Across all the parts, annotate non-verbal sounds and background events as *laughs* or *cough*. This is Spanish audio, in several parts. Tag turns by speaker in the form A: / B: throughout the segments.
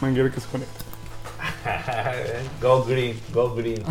A: manguera que se conecta.
B: *laughs* Go green, go green.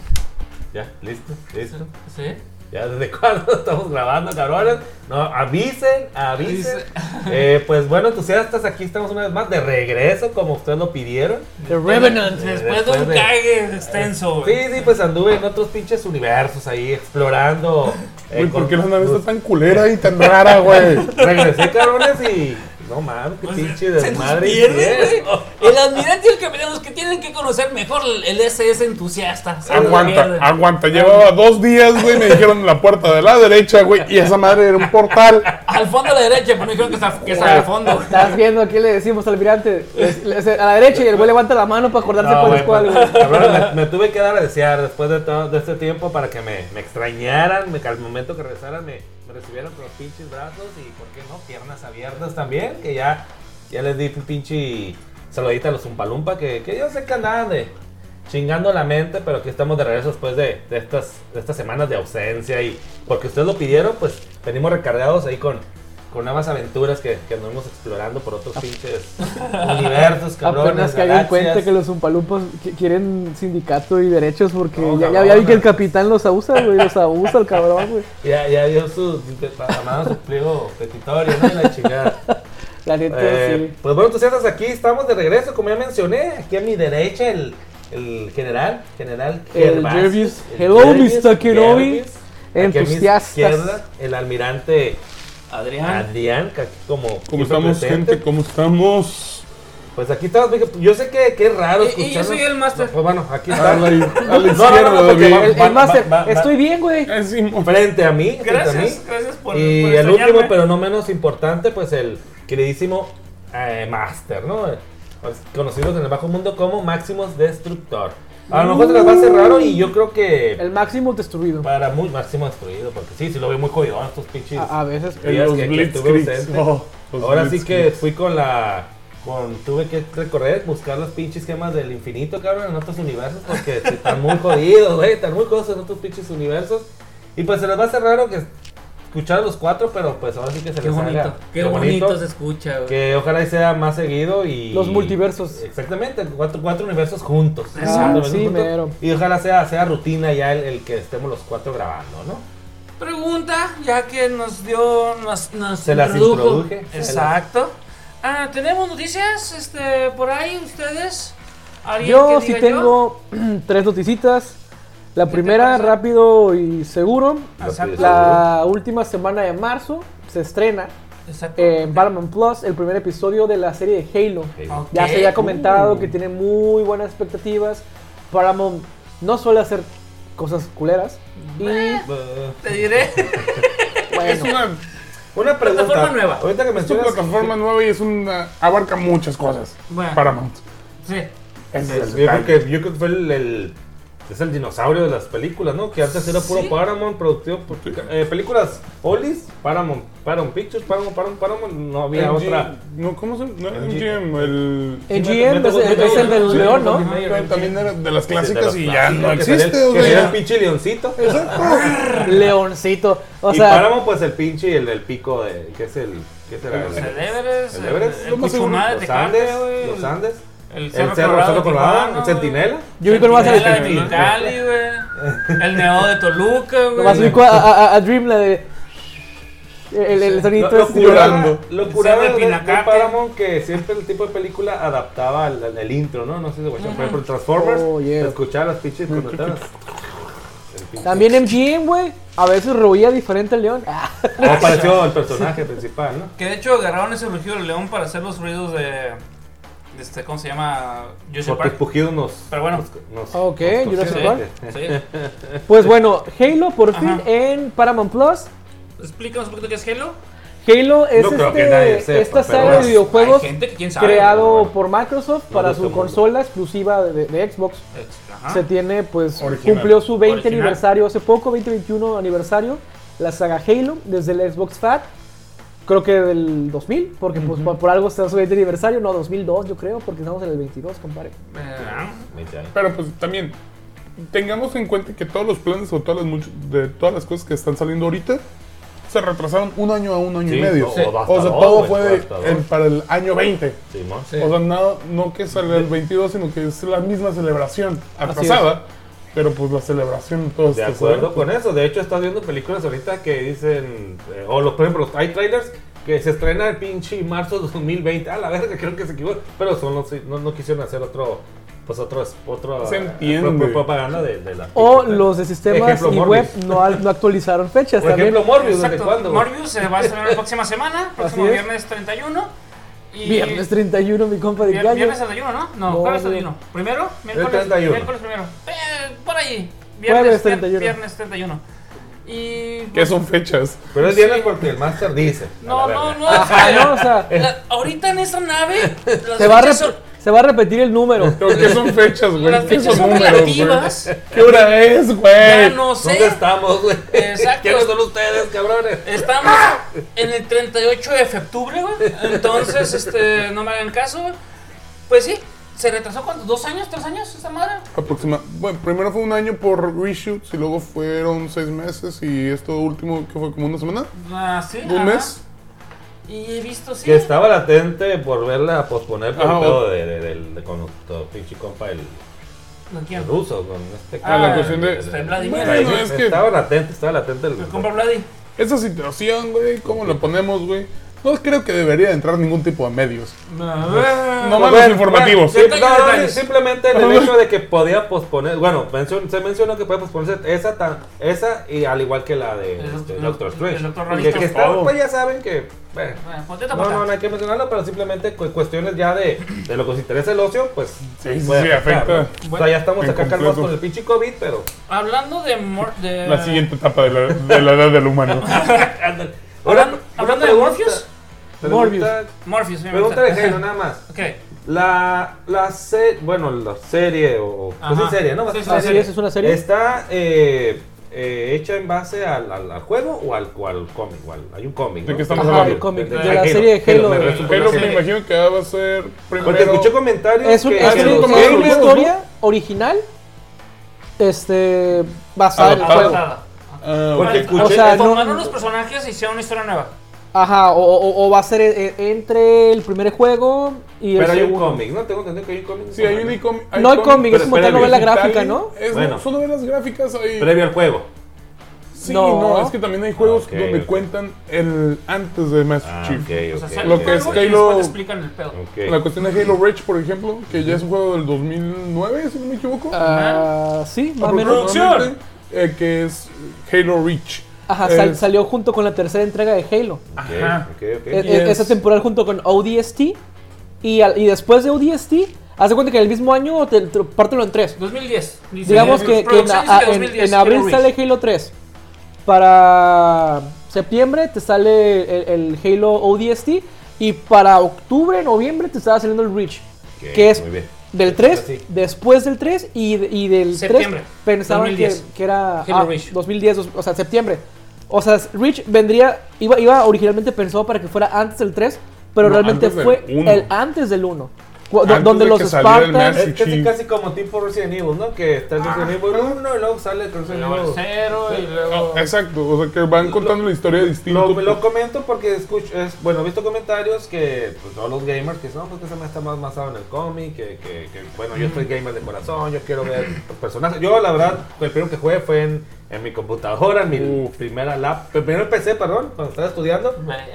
B: *laughs* ya, listo, listo.
C: ¿Sí?
B: Ya desde cuándo *laughs* estamos grabando, cabrones. No, avisen, avisen.
C: Dice-
B: *laughs* Eh, pues bueno, entusiastas, aquí estamos una vez más de regreso, como ustedes lo pidieron.
D: The Revenant.
C: Después de
B: Después
C: un
B: de-
C: cague extenso,
B: Sí,
C: güey.
B: sí, pues anduve en otros pinches universos ahí explorando. eh,
A: Güey, ¿por
B: con-
A: qué la nave está tan culera y tan rara,
B: *laughs*
A: güey?
B: Regresé, cabrones, y. No mames, qué
C: O sea,
B: pinche
C: se nos
B: desmadre.
C: pierde,
B: hicieron.
C: güey. El almirante y el capitán, los que tienen que conocer mejor el SS entusiasta. se nos pierden.
A: Aguanta, aguanta. Llevaba dos días, güey, me dijeron la puerta de la derecha, güey, y esa madre era un portal.
C: Al fondo a la derecha, pero no creo que está, que está al fondo. güey.
D: Estás viendo aquí le decimos al almirante. Les- les- a la derecha y el güey levanta la mano para acordarse
B: No,
D: cuál
B: güey,
D: es cuál,
B: pues,
D: güey.
B: cabrones, me, me tuve que dar a desear después de todo de este tiempo para que me, me extrañaran, me, que al momento que regresaran me, me recibieron con los pinches brazos y, ¿por qué no? Piernas abiertas también, que ya, ya les di un pinche saludita a los Zumpalumpa, que, que yo sé que andaban de chingando la mente, pero aquí estamos de regreso después de, de estas, de estas semanas de ausencia y porque ustedes lo pidieron, pues venimos recargados ahí con... Con nuevas aventuras que, que anduvimos explorando por otros pinches universos, cabrones.
D: Ah. *laughs* Apenas que hagan cuenta
B: galaxias.
D: que los zumpalumpas qui- quieren sindicato y derechos porque
B: No,
D: ya, ya,
B: cabrón,
D: ya vi que el
B: eh.
D: capitán los abusa, güey. Los abusa el cabrón, güey.
B: Ya, ya dio su amado su pliego petitorio, ¿no? Y la chingada.
D: La neta,
B: Eh,
D: sí.
B: pues bueno, entusiastas, aquí estamos de regreso, como ya mencioné, aquí a mi derecha el, el general, general
D: El
B: Gervasio,
D: Jervis.
B: el
D: Hello,
B: Jervis,
D: Mr. Kenobi.
B: Jervis. Aquí a mi
D: Entusiastas.
B: izquierda, el almirante
C: Adrián.
B: Adrián, que aquí como
A: ¿Cómo
B: siempre
A: estamos,
B: presente.
A: gente? ¿Cómo estamos?
B: Pues aquí estamos, mijo. yo sé que, que es raro
C: Y- y yo
B: escucharnos.
C: soy el máster.
B: No, Pues bueno, aquí
A: A la,
B: está.
A: a la
B: no,
A: izquierda,
B: no, porque va-
A: David.
D: El, el máster,
B: va- va-
D: estoy bien, güey.
A: Eh, Simón.
B: Frente a mí, frente a mí.
C: Gracias, gracias por.
B: y
C: por
B: el último,
C: extrañarme.
B: pero no menos importante, pues el queridísimo eh, Master, ¿no? Pues, Conocido en el bajo mundo como Maximus Destructor. A lo mejor se las va a hacer raro y yo creo que
D: El máximo destruido.
B: para muy Máximo Destruido, porque sí, sí lo veo muy jodidón estos pinches.
D: A, a veces.
B: Eh,
A: Los
B: que- que estuve
A: Blitzkrieg.
B: ausente.
A: Oh, los
D: Pues
B: Ahora sí que
A: Blitzkrieg.
B: fui con la. Con, tuve que recorrer, buscar las pinches gemas del infinito, cabrón, en otros universos, porque *laughs* sí, están muy jodidos, güey, están muy jodidos en otros pinches universos. Y pues se les va a hacer raro que escuchar a los cuatro, pero pues ahora sí que se
C: Qué
B: les haga.
C: bonito, qué bonito se escucha, güey.
B: Que ojalá y sea más seguido y.
D: Los multiversos.
B: Exactamente, cuatro, cuatro universos juntos.
C: Ah,
B: Cuatro universos
D: sí, mero.
B: Y ojalá sea, sea rutina ya el, el que estemos los cuatro grabando, ¿no?
C: Pregunta, ya que nos dio, nos, nos
B: Se las
C: introdujo.
B: introduje. Se
C: Exacto. Ah, tenemos noticias, este, por ahí ustedes. ¿Alguien
D: Yo
C: que
D: sí
C: diga
D: tengo *clears throat* tres noticitas. La
C: te
D: primera,
C: parece?
D: rápido y seguro.
B: Lo
C: Exacto.
B: pides,
D: La última semana de marzo se estrena
C: Exacto.
D: en Batman Plus el primer episodio de la serie de Halo.
B: seguro.
C: Ok.
D: Ya se había comentado
B: Uh.
D: que tiene muy buenas expectativas. Paramount no suele hacer cosas culeras. Y
B: Eh,
C: Te diré.
A: Es
D: bueno,
A: una
B: Una pregunta.
C: Plataforma nueva.
B: Ahorita que
A: Es una
B: mencionas.
A: plataforma nueva y es una abarca muchas cosas.
C: Bueno.
A: Paramount.
C: Sí.
A: Ese es el
B: yo, creo
A: detalle.
B: que, yo creo que fue el, el- Es el dinosaurio de las películas, ¿no? Que antes era puro
C: Sí.
B: Paramount, productivo. por- eh, películas Olis, Paramount, Paramount Pictures, Paramount, Paramount, Paramount. No había
A: MGM,
B: otra.
A: No, ¿cómo se No era
B: MGM.
A: MGM, el.
D: MGM es, el- es el del
B: Sí,
D: león,
B: sí,
D: ¿no?
B: sí.
A: Pero También era de las
B: de
A: clásicas
B: los
A: y ya no
B: plásticos, que
A: existe,
B: salía-
A: o
B: Que era
A: sea.
B: el pinche leoncito.
D: Leoncito. O
B: y
D: sea,
B: Paramount, pues el pinche y el del pico de. ¿Qué es el. ¿Qué será?
C: Los
B: El-
C: Everest,
B: el
C: el
B: Everest,
C: el
B: lo
A: más seguro,
C: Cuchumada de
B: Los
C: Tecate,
B: Andes.
C: güey,
B: Los
C: el-
B: Andes.
C: El
B: El cerro, el cerro Colorado. El sentinela.
D: yo vi que nomás
C: el
D: el-
C: de Mexicali, güey. El Neo de Toluca, güey.
B: eh.
D: nomás ubico a, a- a- a Dream la de. El, el sonido
B: Lo, lo
D: este.
B: curaba,
C: El
B: lo curaba
C: cerro de
B: de, de
C: Pinacate.
B: Paramount que siempre el tipo de película adaptaba al, al- al intro, ¿no? No sé si se guachó, por ejemplo, Transformers,
D: Oh, yeah. Mm.
B: se escuchaba las pinches
D: *laughs*
B: conectadas. El pinche-
D: También MGM, güey. A veces roía diferente al león. *laughs* Ah,
B: No apareció el personaje principal, ¿no?
C: Que de hecho agarraron ese rugido del león para hacer los ruidos de. de este, ¿Cómo se llama? Jurassic
B: Porque
C: Park.
B: pujidos nos...
C: Pero bueno.
B: nos- nos-
D: Ah, Ok,
B: nos-
D: Jurassic
B: sí.
D: Park.
C: Sí.
D: Pues bueno, Halo por fin
C: Ajá.
D: en Paramount Plus.
C: Explícanos un poquito qué es Halo.
D: Halo es
B: No creo
D: este-
B: que nadie sepa,
D: esta
B: pero
D: saga
B: bueno.
D: de videojuegos
C: Hay gente que quién sabe.
D: creado
B: bueno.
D: por Microsoft
B: No
D: para
B: de
D: su
B: este mundo.
D: consola exclusiva de, de Xbox.
C: Ajá.
D: Se tiene, pues,
A: Original.
D: cumplió su
C: Ah.
D: 20
C: Original.
D: aniversario hace poco, 2021 aniversario, la saga Halo desde el Xbox Fat. Creo que del 2000, porque pues por, por algo está su 20 aniversario, no 2002 yo creo, porque estamos en el 22, compadre.
C: Eh,
B: Veinte años.
A: *laughs* Pero pues también, tengamos en cuenta que todos los planes o todas las, much- de todas las cosas que están saliendo ahorita se retrasaron un año a un año
B: Sí,
A: y medio.
B: o-
A: O
B: o
A: sea,
B: hasta dos,
A: todo
B: güey,
A: fue
B: o
A: de-
B: hasta dos.
A: en- para el año 20.
B: Simón.
E: Sí.
A: O sea, no, no que salga el 22, sino que es la misma celebración atrasada, pero pues la celebración todo
D: Pues,
B: De acuerdo con eso. De hecho, estás viendo películas ahorita que dicen. eh, o los, por ejemplo, hay trailers que se estrena el pinche marzo de 2020. A la verga, creo que se equivocó. Pero son los- no, no quisieron hacer otro. Pues otro. otro
A: Se entiende.
B: pro- pro- propaganda de, de la.
D: O
B: pinche-
D: los de sistemas
B: Ejemplo,
D: y
B: Morbius.
D: web no, al- no actualizaron fechas
B: Por
D: también.
B: ejemplo, Morbius, ¿desde
C: Exacto.
B: cuándo? güey?
C: Morbius se va a estrenar
D: *laughs*
C: la próxima semana, próximo
D: es.
C: viernes 31. Y
D: Viernes 31, mi compa de
C: vier-
D: engaño.
C: viernes 31, ¿no? No,
D: No,
C: jueves
D: no.
C: 31. Primero, miércoles,
B: 31.
C: miércoles primero. Eh, por ahí.
D: Jueves
C: Viernes
D: 31.
C: Viernes 31. Y.
A: Que son fechas.
B: Pero es viernes porque el máster dice. a
C: No,
B: la
C: no,
B: verga.
C: no.
D: Ah, no, o sea,
B: *laughs*
C: La- ahorita en esta nave. las
D: se va, a
C: fechas
D: rep-
C: son-
D: se va a repetir el número.
A: Pero que son fechas,
C: Las
A: güey. ¿Qué
C: fechas
A: son
C: son
A: números,
C: relativas.
A: güey? ¿Qué hora es,
C: Ya
A: güey?
C: no
B: ¿Dónde
C: sé.
B: estamos, güey?
C: *laughs* Exacto.
B: ¿Quiénes son ustedes, cabrones?
C: Estamos en el 38 de octubre, güey. Entonces, este, no me hagan caso, güey. Pues sí, se retrasó cuánto, dos años, tres años esta madre.
A: Aproxima- Bueno, primero fue un año por reshoots y luego fueron seis meses y esto último que fue como una semana,
C: Ah, sí.
A: un
C: ajá.
A: mes.
C: Y he visto, sí.
B: Que estaba latente por verla a posponer por
A: Ajá,
B: el pedo
A: o-
B: de, de- del- de con tu pinche compa el,
C: ¿Con quién?
B: el ruso, con este
C: Ah,
B: compa,
C: la
A: cuestión de-
B: el-
C: Este,
B: el-
C: Vladimir.
B: el-
A: Bueno,
B: el-
A: es que-
B: Estaba latente, estaba latente el.
C: Me compra Vladi.
A: Esa situación, güey, ¿cómo la ponemos, güey? No creo que debería entrar ningún tipo de medios. No
B: Bueno,
A: más los informativos.
B: bueno, sí,
C: Ah, Detalles,
B: no, no,
C: detalles.
B: simplemente el hecho de que podía posponer. Bueno, mencion- se mencionó que puede posponerse esa, tan, esa y al igual que la de
C: El-
B: este,
C: el-
B: Doctor Strange.
C: el Doctor
B: Que-
C: Rarito.
B: que está-
A: Oh.
B: pues ya saben que. bueno,
C: Bueno, poteta,
B: No, no, no
C: poteta.
B: hay que mencionarlo, pero simplemente cu- cuestiones ya de, de lo que os interesa el ocio, pues
A: Sí, sí,
B: puede
A: sí,
B: afectar,
A: afecta.
B: ¿no? O sea, ya estamos
A: En
B: acá calmados
A: completo.
B: con el pinche COVID, pero
C: Hablando de, Mor- de-
D: Ah.
A: La
C: *laughs*
A: siguiente etapa de la, de la edad del
D: *laughs*
A: humano.
B: Ándale.
C: Hablan-
B: Una-
C: hablando
B: una
C: de
B: pregunta-
C: Morpheus.
B: pregunta-
C: Morpheus, mi
B: Pregunta de
C: amor. *laughs*
B: género, nada más.
C: Ok.
B: La, la serie, bueno, la serie o... o- Pues
C: Ajá.
B: es serie, ¿no?
C: Sí, Ah, sí,
D: Así es, es una serie.
B: ¿Está eh, eh, hecha en base al, al, al juego o al, o al cómic? o al- hay un cómic,
A: ¿De
B: ¿no?
A: qué estamos
D: Ajá, hablando? el cómic, de la serie de Halo,
B: me
D: de-
B: resultó
A: Pero
B: una
A: me
B: serie.
A: imagino que va a ser
B: Porque
A: primero.
B: escuché comentarios
D: Es, un-
B: que...
D: es
B: que
D: un-
B: los
D: es
A: tomaron
D: una
A: los
B: gamers-
A: dos,
D: historia original este, basada en el
A: Adaptada.
D: juego.
C: Adaptada.
A: Ah,
B: Porque
A: ok.
B: escuché...
D: O sea, no-
C: Formaron los personajes y hicieron una historia nueva.
D: Ajá, o, o- o va a ser eh, entre el primer juego y el
B: pero hay un
D: segundo.
B: cómic, ¿no? Tengo entendido que hay un cómic.
A: Sí, hay un icom-
D: No hay cómic,
A: cómic
D: es como tal
B: Pero
D: novela
B: espérame,
D: gráfica, ¿no?
A: Es,
B: Bueno.
A: Son novelas gráficas. Hay,
B: Previo al juego.
A: sí,
D: No.
A: no. es que también hay juegos
B: ok,
A: donde
B: ok.
A: cuentan el antes de Master
B: Ah,
A: Chief.
B: ok,
C: O sea,
B: ok,
C: sale
A: Lo
B: ok.
C: el
A: que es
C: juego y
A: Halo-
C: después te explican el pedo.
B: Ok.
A: La cuestión de Halo Reach, por ejemplo, que ya es un juego del 2009, si no me equivoco.
D: Ah, sí, más o menos.
A: Aproximadamente, eh, que es Halo Reach.
D: Ajá,
A: Eh,
D: sal- salió junto con la tercera entrega de Halo.
A: Ajá.
B: Ok, ok,
D: E-
B: ok.
D: e- Esa temporal junto con ODST. Y, al- y después de ODST, haz de cuenta que en el mismo año te, te- pártelo en tres.
C: 2010. Dice,
D: Digamos que, que en,
C: producciones
D: a-
C: de
D: en-
C: 2010,
D: en abril
C: Halo
D: sale
C: Reach.
D: Halo 3. Para septiembre te sale el, el Halo ODST. Y para octubre, noviembre te estaba saliendo el Reach.
B: Ok,
D: que es
B: muy bien.
D: del 3,
B: Así.
D: después del 3 y, de- y del
C: Septiembre,
D: 3 pensaban que,
C: 2010.
D: que era
C: Halo
D: ah,
C: Reach.
D: 2010, dos- o sea, septiembre. O sea, Rich vendría, iba, iba originalmente pensado para que fuera antes del 3, pero
A: No,
D: realmente
A: antes del
D: fue
A: uno.
D: el antes del 1. cu- do-
A: Antes
D: donde
A: de
D: los
A: que saliera el
D: Spartans...
A: Mercy.
B: Es casi,
A: Sí.
B: casi como tipo Resident Evil, ¿no? Que está el Resident Evil 1 y luego sale el Resident
C: Luego el
B: Evil.
C: cero y luego.
A: Ah, exacto, o sea que van contando la historia distinta.
B: Lo, lo
D: pues.
B: comento porque escucho, es, bueno, he visto comentarios que pues, todos los gamers que dicen, no, pues que se me está más basado en el cómic, que, que- que, bueno, yo soy gamer de corazón, yo quiero
D: *laughs*
B: ver los personajes. Yo, la verdad, el primero que jugué fue en, en mi computadora, en mi primera lap, primero PC, perdón, cuando estaba estudiando.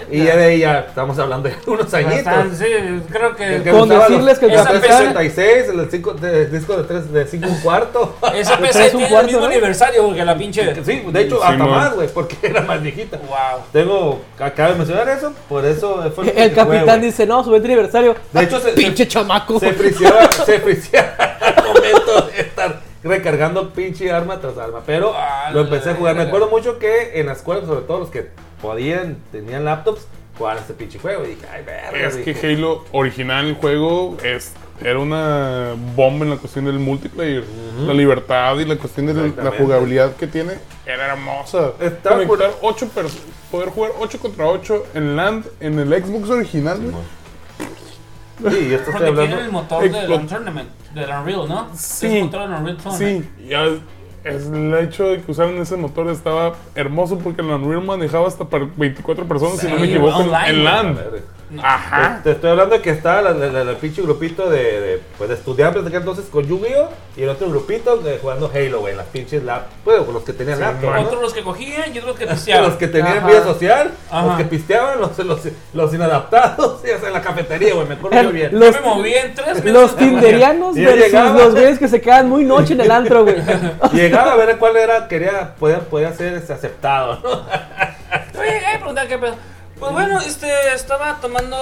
B: Y ya de ahí ya estamos hablando de *laughs* unos
C: Bastante,
B: añitos.
C: sí, creo
B: El
C: que.
B: que
D: Con
B: usaba los-
D: decirles que el
B: el
C: capitán-
B: 66, el cinco- de- disco de 3 de 5 un cuarto.
C: Esa
D: que
C: PC
D: traes un
C: tiene el
D: cuarto,
C: mismo
D: ¿no?
C: aniversario porque la pinche.
B: *laughs* Sí, de hecho,
A: Sí,
B: hasta
A: man.
B: más, güey, porque era más viejita.
C: Wow.
B: Tengo, acabo de mencionar eso, por eso fue lo que
D: El
B: jugué,
D: capitán
B: güey.
D: dice, no, su 20 aniversario.
B: De hecho, se-
D: pinche
B: se-
D: chamaco.
B: Se
D: *laughs*
B: friseaba, se friseaba *laughs* al momento de estar recargando pinche arma tras arma. Pero
C: Ah,
B: lo empecé a
C: la
B: jugar. Me
C: verga.
B: acuerdo mucho que en la escuela, sobre todo los que podían, tenían laptops, jugaban este pinche juego. Y dije, ay, verga.
A: Es que
B: dije,
A: Halo original, el juego, es, era una bomba en la cuestión del multiplayer. La libertad y la cuestión de la- la
B: Exactamente.
A: jugabilidad que tiene era hermosa.
B: Está
A: Conectar ocho pers- poder jugar 8 contra 8 en LAND, en el Xbox original. güey.
B: Sí, y esto estoy
C: Porque
B: hablando.
C: tiene el motor
A: Explo-
C: del Tournament, del Unreal, ¿no?
A: Sí.
C: Es el motor del Unreal Tournament.
A: Sí, ya es el hecho de que usaron ese motor estaba hermoso porque el Unreal manejaba hasta para 24 personas, si no me
C: Sí,
A: equivoco, en-
C: online,
A: en
C: güey.
B: A
A: LAN.
B: ver,
A: Ajá.
B: Te, te estoy hablando de que estaba la- la- la- el pinche grupito de, de, pues, de estudiantes de aquel entonces con Yu-Gi-Oh! y el otro grupito que jugando Halo, güey, en las pinches lap, pues, con los que tenían laptop,
A: man.
B: ¿no?
C: Otros los que cogían y otros que
B: Los
C: pisteaban.
B: que tenían
D: Ajá.
B: vida social, los
C: Ajá.
B: que pisteaban, los, los, los inadaptados, *laughs* y hasta en la cafetería, güey, me acuerdo muy bien.
D: Los-
C: Yo me moví en tres meses.
D: Los
B: *laughs*
D: tinderianos
B: Yo
D: versus
B: llegaba.
D: los güeyes que se quedan muy noche en el
B: *laughs*
D: antro, güey.
B: Llegaba a ver cuál era, quería, podía, podía ser este, aceptado, ¿no?
C: *laughs* Oye, eh, preguntar qué pedo. Pues bueno, este, estaba tomando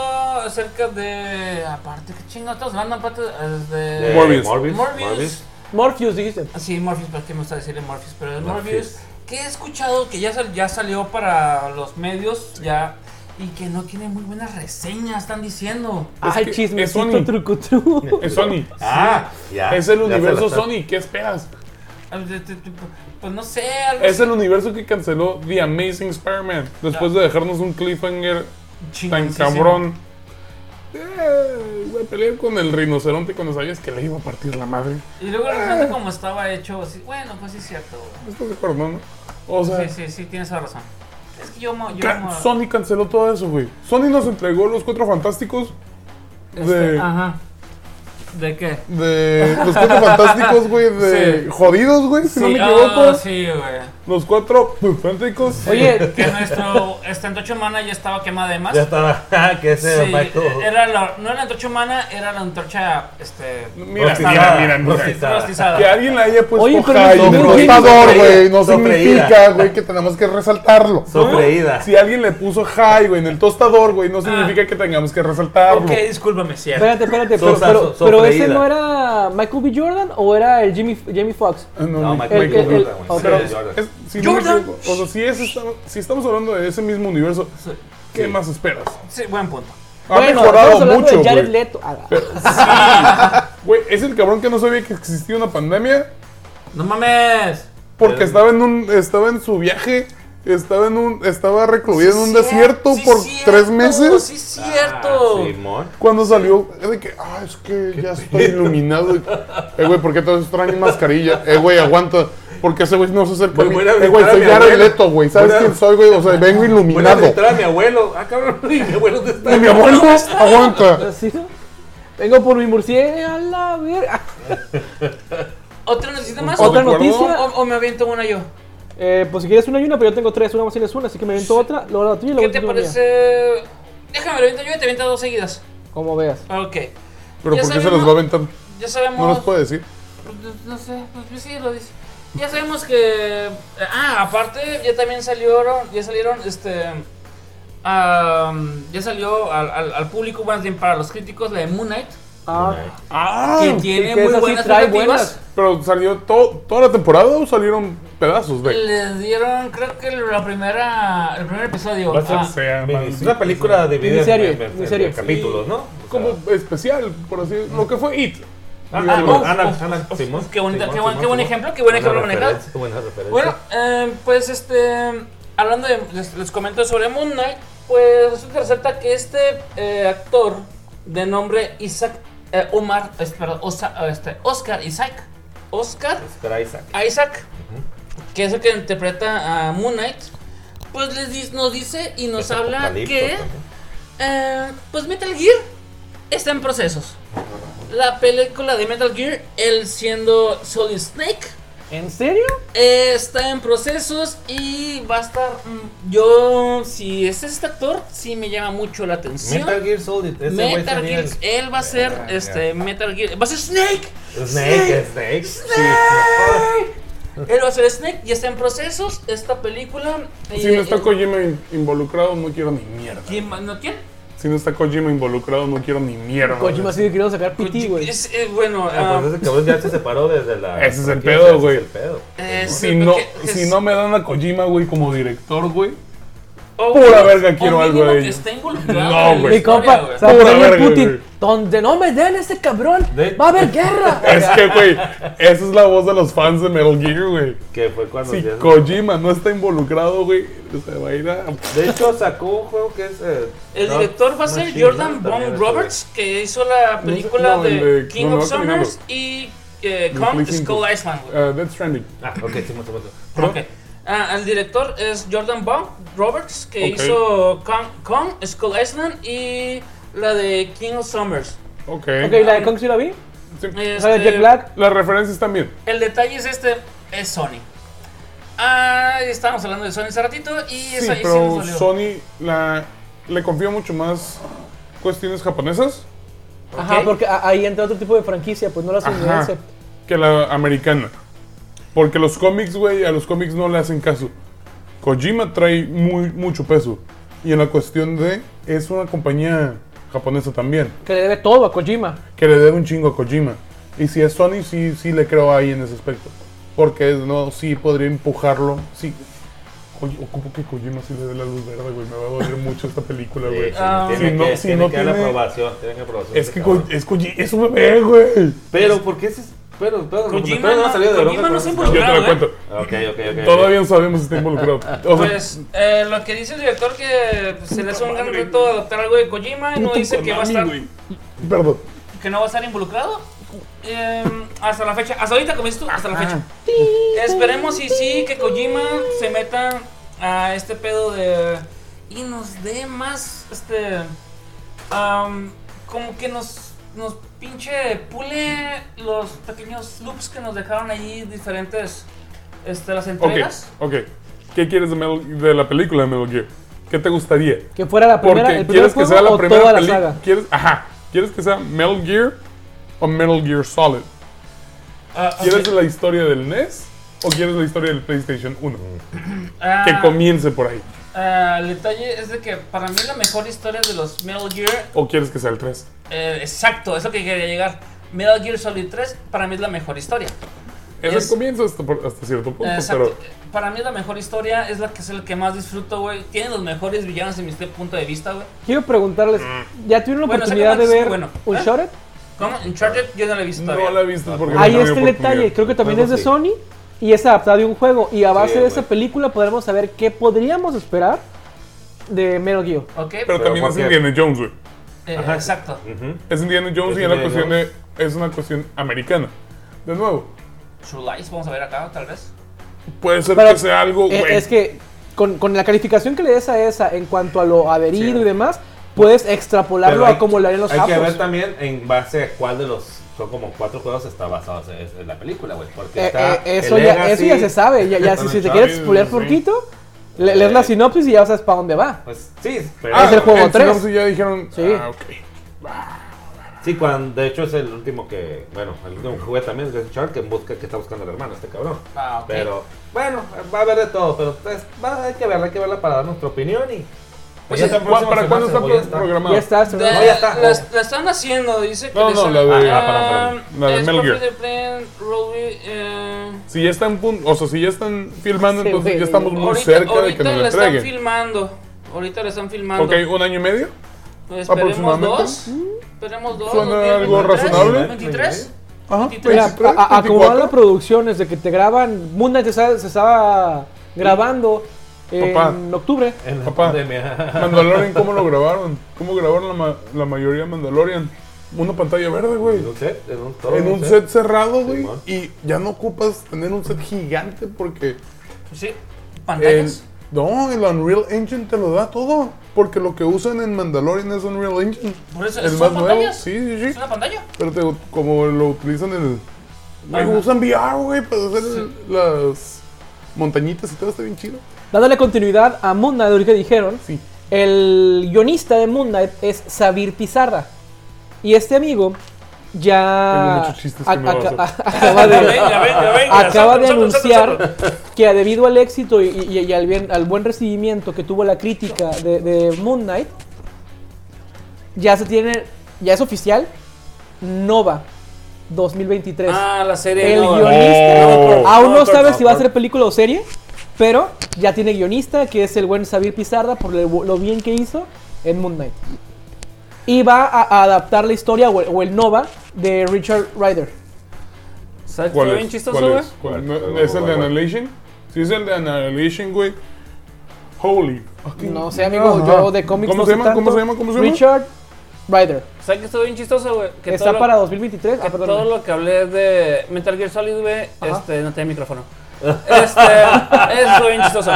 C: acerca de. Aparte, qué chingo, estamos hablando aparte de. eh, de-
A: Morbius.
B: Morbius.
C: Morbius.
B: Morbius.
D: Morpheus, dijiste.
C: Ah, Sí, Morpheus, pero ¿qué me gusta decirle Morpheus? Pero de
B: Morpheus.
C: Morpheus, que he escuchado que ya, sal- ya salió para los medios, ya. Y que no tiene muy buenas reseñas, están diciendo.
D: Ay,
A: que
D: chismecito,
A: es Sony.
D: trucutru.
B: *laughs*
A: Es Sony.
B: Ah, ya.
A: Es el
B: ya se la
A: universo
B: está-
A: Sony, ¿qué esperas?
C: Ah, de- de- de- Pues no sé, algo
A: Es el universo que canceló The Amazing Spider-Man después de dejarnos un cliffhanger tan
C: chingoncísimo.
A: cabrón. Eh, Voy a pelear con el rinoceronte cuando sabías que le iba a partir la madre.
C: Y luego realmente como estaba hecho, así, bueno, pues sí es cierto. güey.
A: ¿Estás de acuerdo, no? O sea,
C: Sí, sí, sí, tienes la razón. Es que yo, mo- yo
A: ca-
C: mo-
A: Sony canceló todo eso, güey. Sony nos entregó los cuatro fantásticos de,
C: este, Ajá. ¿De qué?
A: de los cuatro fantásticos, güey, de
C: Sí.
A: jodidos, güey, si no me
C: Sí, ah,
A: equivoco.
C: sí, güey.
A: Los cuatro fantásticos.
D: Oye,
C: Que nuestro estantocho humana ya estaba quemada de más.
B: Ya estaba, *laughs* que ese
C: Sí,
B: Michael-
C: era la, no era la antorcha humana, era la antorcha este,
A: Mira,
B: Rostizada,
A: mira, mira, mira.
B: rostizada.
C: rostizada.
A: Que alguien la haya puesto
D: Oye, pero
A: high
D: no
A: en el
D: sofreída,
A: tostador, güey, no
B: sofreída.
A: significa, güey, que tenemos que resaltarlo.
B: Sofreída.
A: Si alguien le puso high, güey, en el tostador, güey, no significa que tengamos que resaltarlo.
C: Ah. Ok, discúlpame, si
A: ¿Eh?
D: espérate, espérate, pero,
B: Sosa,
D: pero,
B: so-
D: pero ese
B: sofreída.
D: no era Michael B. Jordan o era el Jimmy, Jamie Foxx.
A: Ah, No,
B: No,
A: no,
B: Michael,
D: el-
B: Michael
D: el-
B: Jordan,
D: ok.
B: güey.
D: Es-
B: Jordan.
A: es- si no me
C: Jordan.
A: equivoco, o sea, si, es esta- si estamos hablando de ese mismo universo, ¿qué más esperas?
C: Sí, buen punto.
A: Ha
D: estamos
A: mejorado
D: hablando
A: mucho,
D: de Jared
A: güey.
D: Leto. Ah,
A: Güey, es el cabrón que no sabía que existía una pandemia
C: No mames.
A: porque estaba en un estaba en su viaje, estaba en un estaba recluido en un desierto
C: Sí,
A: por
C: cierto,
A: tres meses.
C: Sí,
B: Ah,
C: cierto.
B: Simón.
A: Cuando salió, de que, ah, es que ya estoy iluminado. Eh, güey, ¿por qué todos traen mascarilla? Eh, güey, aguanta. Porque ese güey no se acerca a
B: Güey,
A: mí.
B: voy a
A: Eh, güey,
B: visitar a
A: soy
B: mi
A: Jared
B: abuela.
A: Leto, güey. ¿Sabes
B: Voy a-
A: quién soy, güey? O sea, vengo
B: Voy a
A: iluminado.
B: visitar a mi abuelo. Ah, cabrón, *laughs* y mi abuelo te está.
A: Y mi abuelo, *laughs* aguanta.
D: *laughs* ¿sí? Vengo por mi murciélago, a la verga.
C: ¿Otra noticia más?
A: ¿Otra
C: ¿O-
D: noticia?
C: O, o me aviento una yo.
D: Eh, pues si quieres una y una, pero yo tengo tres, una más tienes una, así que me invento otra, luego la tuya y luego
C: ¿Qué
D: tú
C: te
D: la mía.
C: parece? Déjame, lo aviento yo y te aviento dos seguidas.
D: Como veas.
C: Ok.
A: Pero
C: Ya
A: ¿por qué se
C: sabemos-
A: las va a aventar?
C: Ya sabemos.
A: No nos puede decir.
C: Pues, No sé, pues sí lo dice. Ya sabemos que. Ah, aparte, ya también salieron. Ya salieron, este. am, ya salió al, al- al público, más bien para los críticos, la de Moon Knight.
D: Ah,
A: Ah,
C: Que
D: sí,
C: tiene
D: que
C: muy
D: esa sí
C: buenas
D: trae
C: expectativas.
A: pero salió to- toda la temporada o salieron pedazos de.
C: Le dieron, creo que la primera. El primer episodio.
A: Va a ser
C: ah,
A: sea,
B: Mi-
A: man.
B: Es una película dividida en,
D: Miniserie,
B: en- en- en
D: miniserie.
B: capítulos, ¿no? O
A: Como
B: sea,
A: especial, por así Lo que fue It.
B: ah,
A: Digamos,
B: ah,
C: uf,
B: Ana-
C: uf,
B: Ana-
C: uf,
B: Simón,
C: qué bonita-
B: Simón, Simón,
C: qué buen- qué buen
B: Simón.
C: ejemplo, qué buen ejemplo
B: Buena
C: manejado.
B: referencia, buena referencia.
C: Bueno, eh, pues este. Hablando de. Les, les comento sobre Moon Knight. Pues resulta que resulta que este eh, actor de nombre Isaac. eh, Omar. es- perdón, Osa- eh, este, Oscar Isaac. Oscar
B: Oscar Isaac.
C: Isaac. Que es el que interpreta a Moon Knight. Pues les dis- nos dice y nos
B: Es
C: habla
B: apocalipto
C: que.
B: también.
C: eh, pues Metal Gear está en procesos. La película de Metal Gear, él siendo Solid Snake.
D: ¿En serio?
C: Eh, Está en procesos y va a estar. mm, Yo, si es este actor, sí me llama mucho la atención.
B: Metal Gear Solid. Ese güey
C: Metal
B: también.
C: Gear, él va a ser
B: Ah,
C: este Metal Gear. Va a ser Snake.
B: Snake, Snake.
C: Snake. Él va a ser Snake y está en procesos esta película.
A: Si
C: eh,
A: no está
C: eh,
A: Kojima in- involucrado, no quiero ni mierda.
C: ¿quién más? ¿No quién?
A: Si no está Kojima involucrado, no quiero ni mierda.
D: Kojima sí queriendo sacar PT, güey.
C: Es, eh, bueno,
B: Ah,
C: ah,
B: pues ese cabrón ya se separó desde la.
A: Ese es el
B: franquicia,
A: pedo,
B: ese es
A: güey.
B: el pedo.
C: eh,
A: Si
C: sí,
A: no,
C: porque-
A: si no me dan a Kojima, güey, como director, güey.
C: o-
A: pura
C: o
A: verga quiero algo
C: mínimo
A: de
C: que
A: ello.
C: esté involucrado
A: No,
C: en la
A: güey.
D: Mi
C: historia,
D: compa,
C: güey.
D: se va a
A: Pura
D: poner el
A: verga,
D: Putin.
A: güey.
D: Donde no me den ese cabrón,
B: De-
D: va a haber guerra.
A: *laughs* Es que, güey, esa es la voz de los fans de Metal Gear, güey.
B: Que fue cuando
A: Si
B: ya.
A: Kojima no está involucrado, güey, se va a ir a.
B: De hecho, sacó un juego que es. eh,
C: El
B: Dark
C: director va a ser
B: Machine, ¿no?
C: Jordan
B: También
C: Von
B: ese
C: Roberts, que hizo la película
A: no, el
C: de
A: de
C: King
A: Cuando
C: of
A: va caminando.
C: Summers y eh, Com
A: Netflix
C: Skull
A: Inc.
C: Island, güey.
A: Eh, Death Stranding.
B: Ah, ok, sí, mucho, mucho.
A: ¿no?
C: Ok. Ah, el director es Jordan Baum Roberts, que
A: Ok.
C: hizo Kong, Kong, Skull Island y la de King of Summers.
A: Ok.
D: Ok, Eh. la de Kong sí la vi.
A: Sí.
D: La de
C: Este,
D: Jack Black.
A: Las referencias también.
C: El detalle es este, es Sony. Ah, estábamos hablando de Sony hace ratito y
A: Sí,
C: esa ahí sí
A: pero
C: nos dolió.
A: Sony la, le confío mucho más cuestiones japonesas
D: Ajá,
C: Ok.
D: porque a- ahí entra otro tipo de franquicia, pues no la
A: Ajá,
D: estadounidense.
A: que la americana. Porque los cómics, güey, a los cómics no le hacen caso. Kojima trae muy, mucho peso. Y en la cuestión de, es una compañía japonesa también,
D: Que le debe todo a Kojima.
A: que le debe un chingo a Kojima. Y si es Sony, sí, sí le creo ahí en ese aspecto. Porque no, sí podría empujarlo. Sí. Oye, ocupo que Kojima sí le dé la luz verde, güey. Me va a doler mucho esta película, güey.
C: Ah.
B: Eh, tiene
A: Si no-
B: que,
A: si
B: tiene
A: no
B: que dar la
A: tiene-
B: aprobación, tiene que aprobación.
A: Es
B: de
A: que
B: cabrón.
A: Ko- es, Koji- es un bebé, güey.
B: Pero, ¿por qué ese es- Pero, pero,
C: Kojima
B: pero no ha
C: no-
B: salido de
C: Kojima
B: bronca
C: no
B: con ese
C: se
A: Yo
C: involucró.
A: te
C: Claro,
A: lo
C: ¿eh?
A: cuento.
B: cabrón. Ok, ok, ok. ok.
A: Todavía no sabemos si está involucrado. O sea,
C: Pues eh, lo que dice el director que pues, se le hace un gran
A: madre.
C: reto adaptar algo de Kojima y no
A: Puto
C: dice que va a
A: Konami,
C: estar
A: güey. Perdón.
C: que no va a estar involucrado eh, hasta la fecha. Hasta ahorita, como dices tú, hasta la fecha. Esperemos y sí que Kojima se meta a este pedo de. Y nos dé más. Este. am, como que nos. Nos pinche pule los pequeños loops que nos dejaron ahí diferentes. Este, las
A: Ok,
C: entregas.
A: ok. ¿Qué quieres de, Metal- de la película de Metal Gear? ¿Qué te gustaría?
D: Que fuera la primera,
A: Porque
D: el primer
A: quieres que
D: juego
A: sea la
D: o
A: primera
D: toda la
A: película.
D: saga.
A: ¿Quieres, ajá. ¿Quieres que sea Metal Gear o Metal Gear Solid?
C: Ah, ok.
A: ¿Quieres la historia del NES o quieres la historia del PlayStation 1?
C: Ah,
A: Que comience por ahí.
C: ah, el detalle es de que para mí la mejor historia de los Metal Gear
A: ¿O quieres que sea el 3?
C: Eh, exacto, es lo que quería llegar. Metal Gear Solid 3 para mí es la mejor historia.
A: Es,
C: Es-
A: el comienzo hasta, por- hasta cierto punto,
C: Exacto. eh,
A: pero
C: Para mí es la mejor historia, es la que es el que más disfruto, güey. Tiene los mejores villanos en mi este punto de vista, güey.
D: Quiero preguntarles,
A: Mm.
D: ¿ya tuvieron la
C: Bueno,
D: oportunidad de
C: Sacramento
D: ver
C: es bueno.
D: un
C: ¿Eh?
D: Uncharted?
C: ¿Cómo? Uncharted yo no la he visto
A: no
C: todavía.
A: la he visto porque no he
D: Ahí
A: tenido
D: está el detalle,
A: oportunidad.
D: creo que también
B: Algo
D: es de
B: sí.
D: Sony y es adaptado de un juego. Y a base de
B: güey.
D: esa película podremos saber qué podríamos esperar de Metal Gear.
C: Ok,
A: Pero también es
B: cualquier-
A: Indiana Jones, güey.
C: eh, exacto.
A: Es Indiana Jones
B: Es
A: y es, la
B: Indiana
A: cuestión de, es una cuestión americana. De nuevo,
C: True Lies, vamos a ver acá, tal vez.
A: puede ser
D: Pero,
A: que sea algo,
D: Eh,
A: güey.
D: es que con, con la calificación que le des a esa en cuanto a lo averido y demás, puedes extrapolarlo
B: Pero hay-
D: a como lo harían los
B: Hay que ver
D: japos.
B: también en base a cuál de los. Son como cuatro juegos está basado en en la película, güey. Porque
D: Eh,
B: está.
D: eh,
B: el
D: eso, ya,
B: Legacy,
D: eso ya se sabe. Ya, ya
B: está
D: si,
B: el
D: si te
B: Uncharted,
D: quieres pulir
A: sí.
D: por poquito, le- lees la sinopsis y ya sabes para dónde va.
B: Pues sí, pero.
A: Ah,
D: es el juego
A: en
D: tres.
A: sinopsis ya dijeron.
D: Sí.
A: Ah, ok.
B: Sí, cuando, de hecho es el último que. Bueno, el último que jugué también, el Jason Shark, que busca, que está buscando al hermano, este cabrón.
C: Ah, ok.
B: Pero, bueno, va a haber de todo, pero pues, va, hay que verla, hay que verla para dar nuestra opinión y.
C: Pues
B: ya
C: es-
B: está el
A: ¿Cuá-
B: próximo
A: ¿Para cuándo
B: semestre,
A: está
B: güey, pues, ya
A: pro- programado?
D: Ya está,
C: De-
D: se me-
B: No, ya está.
C: La, la están haciendo, dice que.
A: No,
C: les-
A: no, la de-
B: Ah, perdón,
A: perdón. La de
C: es
A: Metal Gear.
C: Complete Plan, Roadway, eh,
A: Si ya están, pun- o sea, si ya están filmando,
D: Sí,
A: entonces
D: güey.
A: ya estamos muy
C: ahorita
A: cerca de
C: ahorita
A: que nos lo
C: la están
A: entreguen.
C: filmando. Ahorita la están filmando.
A: Ok, un año y medio.
C: Esperemos
A: Aproximadamente.
C: dos. Esperemos dos.
A: Suena
C: 2023,
A: algo razonable.
C: 23.
A: Ajá.
C: 23.
D: Mira,
A: Pues,
D: a- a- a como van
A: 24.
D: las producciones de que te graban, Moon Knight se, está- se estaba grabando
A: Papá.
D: en octubre.
B: En la
A: Papá.
B: pandemia.
A: *laughs* Mandalorian, ¿cómo lo grabaron? ¿Cómo grabaron la, ma- la mayoría de Mandalorian? Una pantalla verde, güey.
B: En un set, en un, todo
A: En un set cerrado, güey.
B: Simón.
A: Y ya no ocupas tener un set gigante porque
C: Pues Sí.
A: el,
C: Pantallas.
A: no, el Unreal Engine te lo da todo. Porque lo que usan en Mandalorian es Unreal Engine.
C: Por eso,
A: el
C: ¿son
A: más nuevo.
C: pantallas?
A: Sí, sí,
C: ¿Es
A: sí.
C: una pantalla?
A: Pero te digo, como lo utilizan en el. Güey, usan VR, güey, para hacer el- las montañitas y todo está bien chido.
D: Dándole continuidad a Moon Knight, ahorita dijeron,
A: Sí.
D: el guionista de Moon Knight es Sabir Pizarra. Y este amigo
A: Tengo
D: ya
A: muchos chistes que
D: ac-
A: me vas a
D: aca-
A: hacer.
D: a- acaba
C: Ya ven,
D: de,
C: ya ven, ya ven, ya saco,
D: acaba de
C: saco, saco,
D: anunciar que debido al éxito y, y- y al, bien- al buen recibimiento que tuvo la crítica de, de Moon Knight, ya se tiene, ya es oficial, Nova 2023.
C: saco. Ah, la serie.
D: El
C: no,
D: guionista
A: Oh.
D: aún no
B: Doctor,
D: sabe si va a
B: doctor.
D: ser película o serie, pero ya tiene guionista, que es el buen Xavier Pizarra, por lo lo bien que hizo en Moon Knight. Y va a, a adaptar la historia o el, o el Nova de Richard Ryder.
C: ¿Sabes
A: ¿Cuál
C: qué
A: es?
C: bien chistoso,
A: ¿Cuál
C: güey?
A: es? ¿Cuál-
B: ¿Cuál?
A: no-
B: ¿Cuál,
A: ¿Es
B: cuál,
A: el de
B: cuál?
A: Annihilation? Si es el de Annihilation, güey. Holy. fucking-
D: No sé, amigo, yo de cómics
A: ¿Cómo
D: no
A: se
D: sé
A: llama? ¿Cómo
D: tanto.
A: se llama? ¿Cómo se llama?
D: Richard Rider.
C: O sea, que estuvo bien chistoso, güey. que todo
D: Está
C: lo-
D: para 2023.
C: que
D: Ah, perdón.
C: todo lo que hablé de Metal Gear Solid, güey,
D: Ajá.
C: este, no tenía micrófono. Este, es bien chistoso.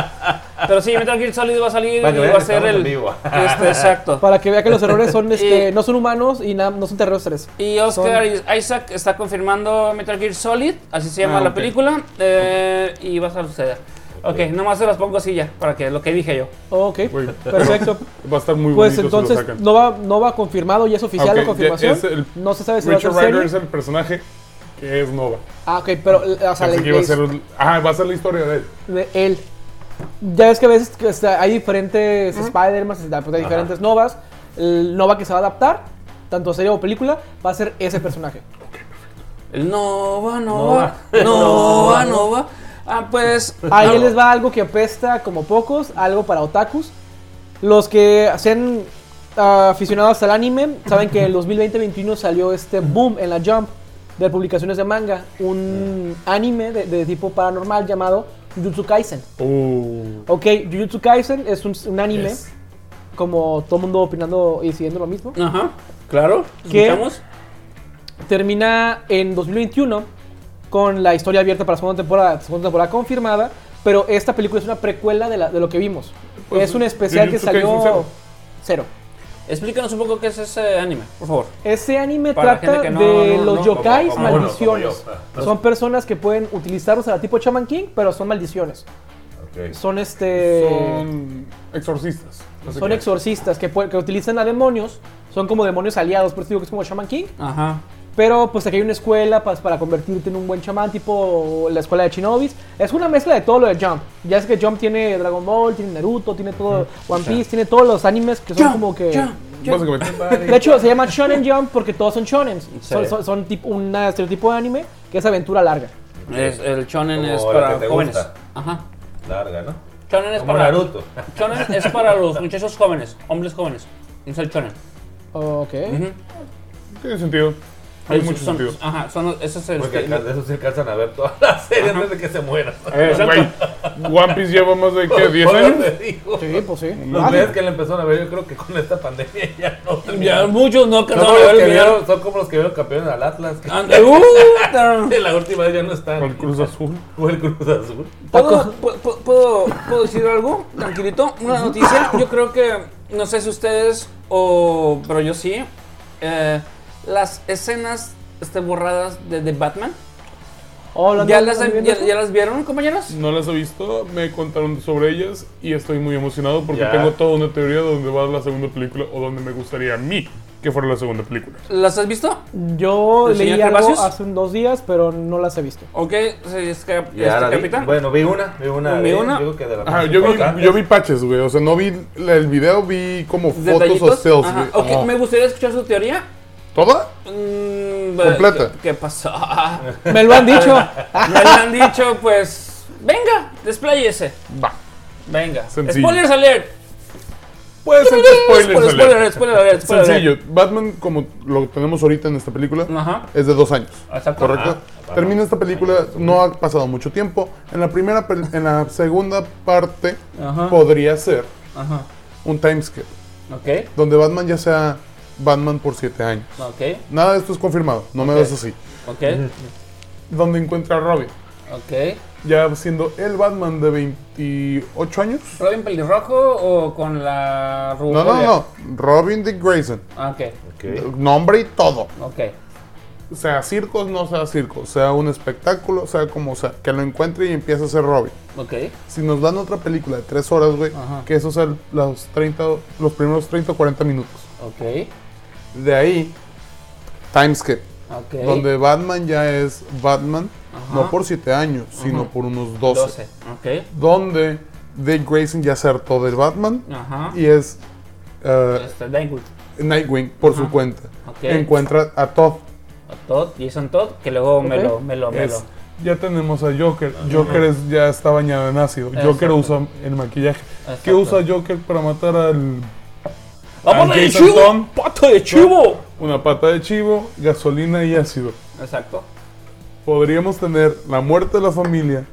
C: Pero sí, Metal Gear Solid va a salir
B: Para que
C: y
B: vean
C: va a
B: que
C: ser
B: estamos
C: el.
B: en vivo.
C: Este, exacto.
D: Para que vea que los errores son,
C: *laughs*
D: este,
C: Y-
D: no son humanos y na- no son terrestres.
C: Y Oscar Isaac está confirmando Metal Gear Solid, así se llama
A: Ah,
C: la
A: ok.
C: película, eh, y va a suceder.
B: Ok.
C: Ok, nomás se las pongo así ya, para que lo que dije yo.
D: Ok,
A: Güey,
D: perfecto.
A: *laughs* Va a estar muy bonito
D: Pues
A: si lo
D: entonces
A: sacan.
D: no va, no va confirmado, ya es oficial
A: Ah, ok,
D: la confirmación.
A: ya es el-
D: no se sabe si
A: Richard
D: va a ser
A: Ryder
D: serie.
A: es el personaje que es Nova.
D: Ah, ok, pero o sea,
A: Pensé
D: la-
A: que iba a
D: la-
A: ser un- Ah, va a ser la historia de él.
D: de él. Ya ves que a veces que, o sea, hay diferentes Spider-Man, pues, hay diferentes Novas. El Nova que se va a adaptar, tanto a serie o película, va a ser ese personaje.
C: El Nova, Nova,
B: Nova.
C: Nova, Nova. Ah, pues.
D: Ahí les va algo que apesta como pocos, algo para otakus. Los que sean ah, aficionados al anime saben que en 2020-2021 salió este boom en la Jump de publicaciones de manga, un anime de, de tipo paranormal llamado Jujutsu Kaisen.
A: Uh,
D: Ok, Jujutsu Kaisen es un, un anime,
B: Yes.
D: como todo el mundo opinando y siguiendo lo mismo.
C: Ajá, claro.
D: ¿Qué?
C: ¿Escuchamos?
D: termina en 2021 con la historia abierta para la segunda temporada, segunda temporada confirmada, pero esta película es una precuela de, la- de lo que vimos.
A: Pues,
D: es un especial que
A: Jujutsu Kaisen
D: salió
A: cero.
D: cero.
C: Explícanos un poco qué es ese anime, por favor.
D: Ese anime
C: Para la
D: trata
C: gente que no-
D: de
C: no-
D: los
C: no-
B: como-
D: yokais
B: como uno, como
D: maldiciones.
B: yo. Ah.
D: Son personas que pueden utilizarlos a la tipo Shaman King, pero son maldiciones.
B: Ok.
D: Son este
A: Son exorcistas. No sé
D: son
A: qué.
D: exorcistas que, pue- que utilizan a demonios, son como demonios aliados, por eso digo que es como Shaman King.
C: Ajá.
D: Pero pues aquí hay una escuela pas- para convertirte en un buen chamán, tipo la escuela de Shinobis. Es una mezcla de todo lo de Jump. Ya es que Jump tiene Dragon Ball, tiene Naruto, tiene todo One Piece, tiene todos los animes que son como que...
C: Ya, ya.
A: Básicamente.
D: De hecho, se llama Shonen Jump porque todos son shonens. Son,
C: Sí.
D: son, son tipo, un estereotipo de anime que es aventura larga.
C: Es- el shonen
B: Como
C: es
B: la
C: para
B: que te
C: jóvenes.
B: gusta.
C: Ajá.
B: Larga, ¿no?
C: Shonen es
B: Como
C: para
B: Naruto.
C: Shonen es
B: *laughs*
C: para los muchachos jóvenes, hombres jóvenes. Es el shonen.
D: Ok.
C: Ujú.
A: Tiene sentido. Hay
C: Esos
A: mucho
C: son-
A: sentido.
C: Ajá, son, ese es el
B: Porque
C: estilo.
B: acá de eso se alcanzan a ver todas las series antes de que se mueran.
A: Este, Eh, güey, One Piece lleva más de ¿qué? 10 años.
B: Te digo.
D: Sí, pues sí.
B: Los
D: Ah,
B: ves que le empezaron a ver, yo creo que con esta pandemia ya no.
C: Ya muchos no
B: Son
C: alcanzaron
B: como,
C: a
B: los
C: ver
B: que
C: el video.
B: vieron, son como los que vieron campeones al Atlas. que- *laughs*
C: Ande- ¡Uh! Tarán.
B: la última vez ya no están.
A: Con el Cruz Azul.
B: O el Cruz Azul.
C: *laughs* ¿Puedo, pu- pu- puedo, puedo decir algo? Tranquilito. Una noticia. Yo creo que, no sé si ustedes o... Pero yo sí. eh, las escenas este, borradas de, de Batman.
D: oh, hablando-
C: ¿Ya las,
D: hablando
C: ya-
D: de-
C: ya las vieron, compañeros?
A: No las he visto, me contaron sobre ellas y estoy muy emocionado porque
B: Ya.
A: tengo toda una teoría de dónde va la segunda película o donde me gustaría a mí que fuera la segunda película.
C: ¿Las has visto?
D: Yo
C: ¿El
D: leí
C: señor
D: algo
C: Gervasios?
D: hace un- dos días, pero no las he
C: *laughs*
D: visto.
C: Ok, se esca-
B: Ya
C: este,
B: la vi.
C: capitán.
B: Bueno, vi una, vi una.
C: ¿Vi una?
B: Digo que de la
F: Ah,
A: Ajá,
B: más
A: yo, vi,
B: importante.
A: yo vi patches, güey. O sea, no vi la- el video, vi como fotos o
C: Detallitos.
A: stills,
C: Ajá,
A: güey.
C: ok,
A: Ajá.
C: me gustaría escuchar su teoría.
A: ¿Toda?
C: Mm,
A: Completa.
C: ¿Qué, qué pasó? *laughs*
D: Me lo han dicho.
C: Me lo han dicho, pues... Venga, despláyese.
A: Va.
C: Venga.
A: Sencillo.
C: Spoilers alert.
A: Puede ser que spoilers.
C: Spoiler,
A: alert.
C: spoiler, spoiler alert, spoiler alert.
A: Sencillo. Batman, como lo tenemos ahorita en esta película,
C: Ajá.
A: es de dos años.
C: Exacto.
A: ¿Correcto?
B: Ah,
A: Termina esta película, no ha pasado mucho tiempo. En la primera, pel- en la segunda parte,
C: Ajá.
A: podría ser
C: Ajá.
A: un timeskip,
C: Ok,
A: donde Batman ya sea Batman por siete años.
C: ok,
A: Nada de esto es confirmado, no me
C: Ok.
A: das así.
C: ok,
A: Donde encuentra a Robin,
C: ok.
A: ya siendo el Batman de 28 años.
C: ¿Robin pelirrojo o con la
A: No,
C: rubia?
A: no, no, Robin Dick Grayson,
C: Ah, Ok,
B: Ok.
A: nombre y todo.
C: ok.
A: Sea circo, no sea circo, sea un espectáculo, sea como sea, que lo encuentre y empiece a ser Robin.
C: Ok.
A: Si nos dan otra película de 3 horas, güey,
C: Ajá.
A: que eso sea los, 30, o- los primeros 30 o 40 minutos.
C: Ok.
A: De ahí, timeskip,
C: Ok.
A: donde Batman ya es Batman,
C: Ajá.
A: no por 7 años, sino por unos 12.
C: 12. Ok.
A: Donde Dick Grayson ya se hartó del Batman
C: Ajá.
A: y es eh,
C: Este, Dangwood.
A: Nightwing por su cuenta.
C: Ok.
A: Encuentra a Todd.
C: Todd, Jason Todd, que luego me
D: Ok.
C: lo, me lo, me
A: Es-
C: lo.
A: ya tenemos a Joker. Joker es- ya está bañado en ácido. Joker
C: Exacto.
A: usa el maquillaje. ¿Qué
C: Exacto.
A: usa Joker para matar al
C: ¡Vamos de
A: Jason Todd.
C: chivo! ¡Pato de chivo!
A: Una pata de chivo, gasolina y ácido.
C: Exacto.
A: Podríamos tener la muerte de la familia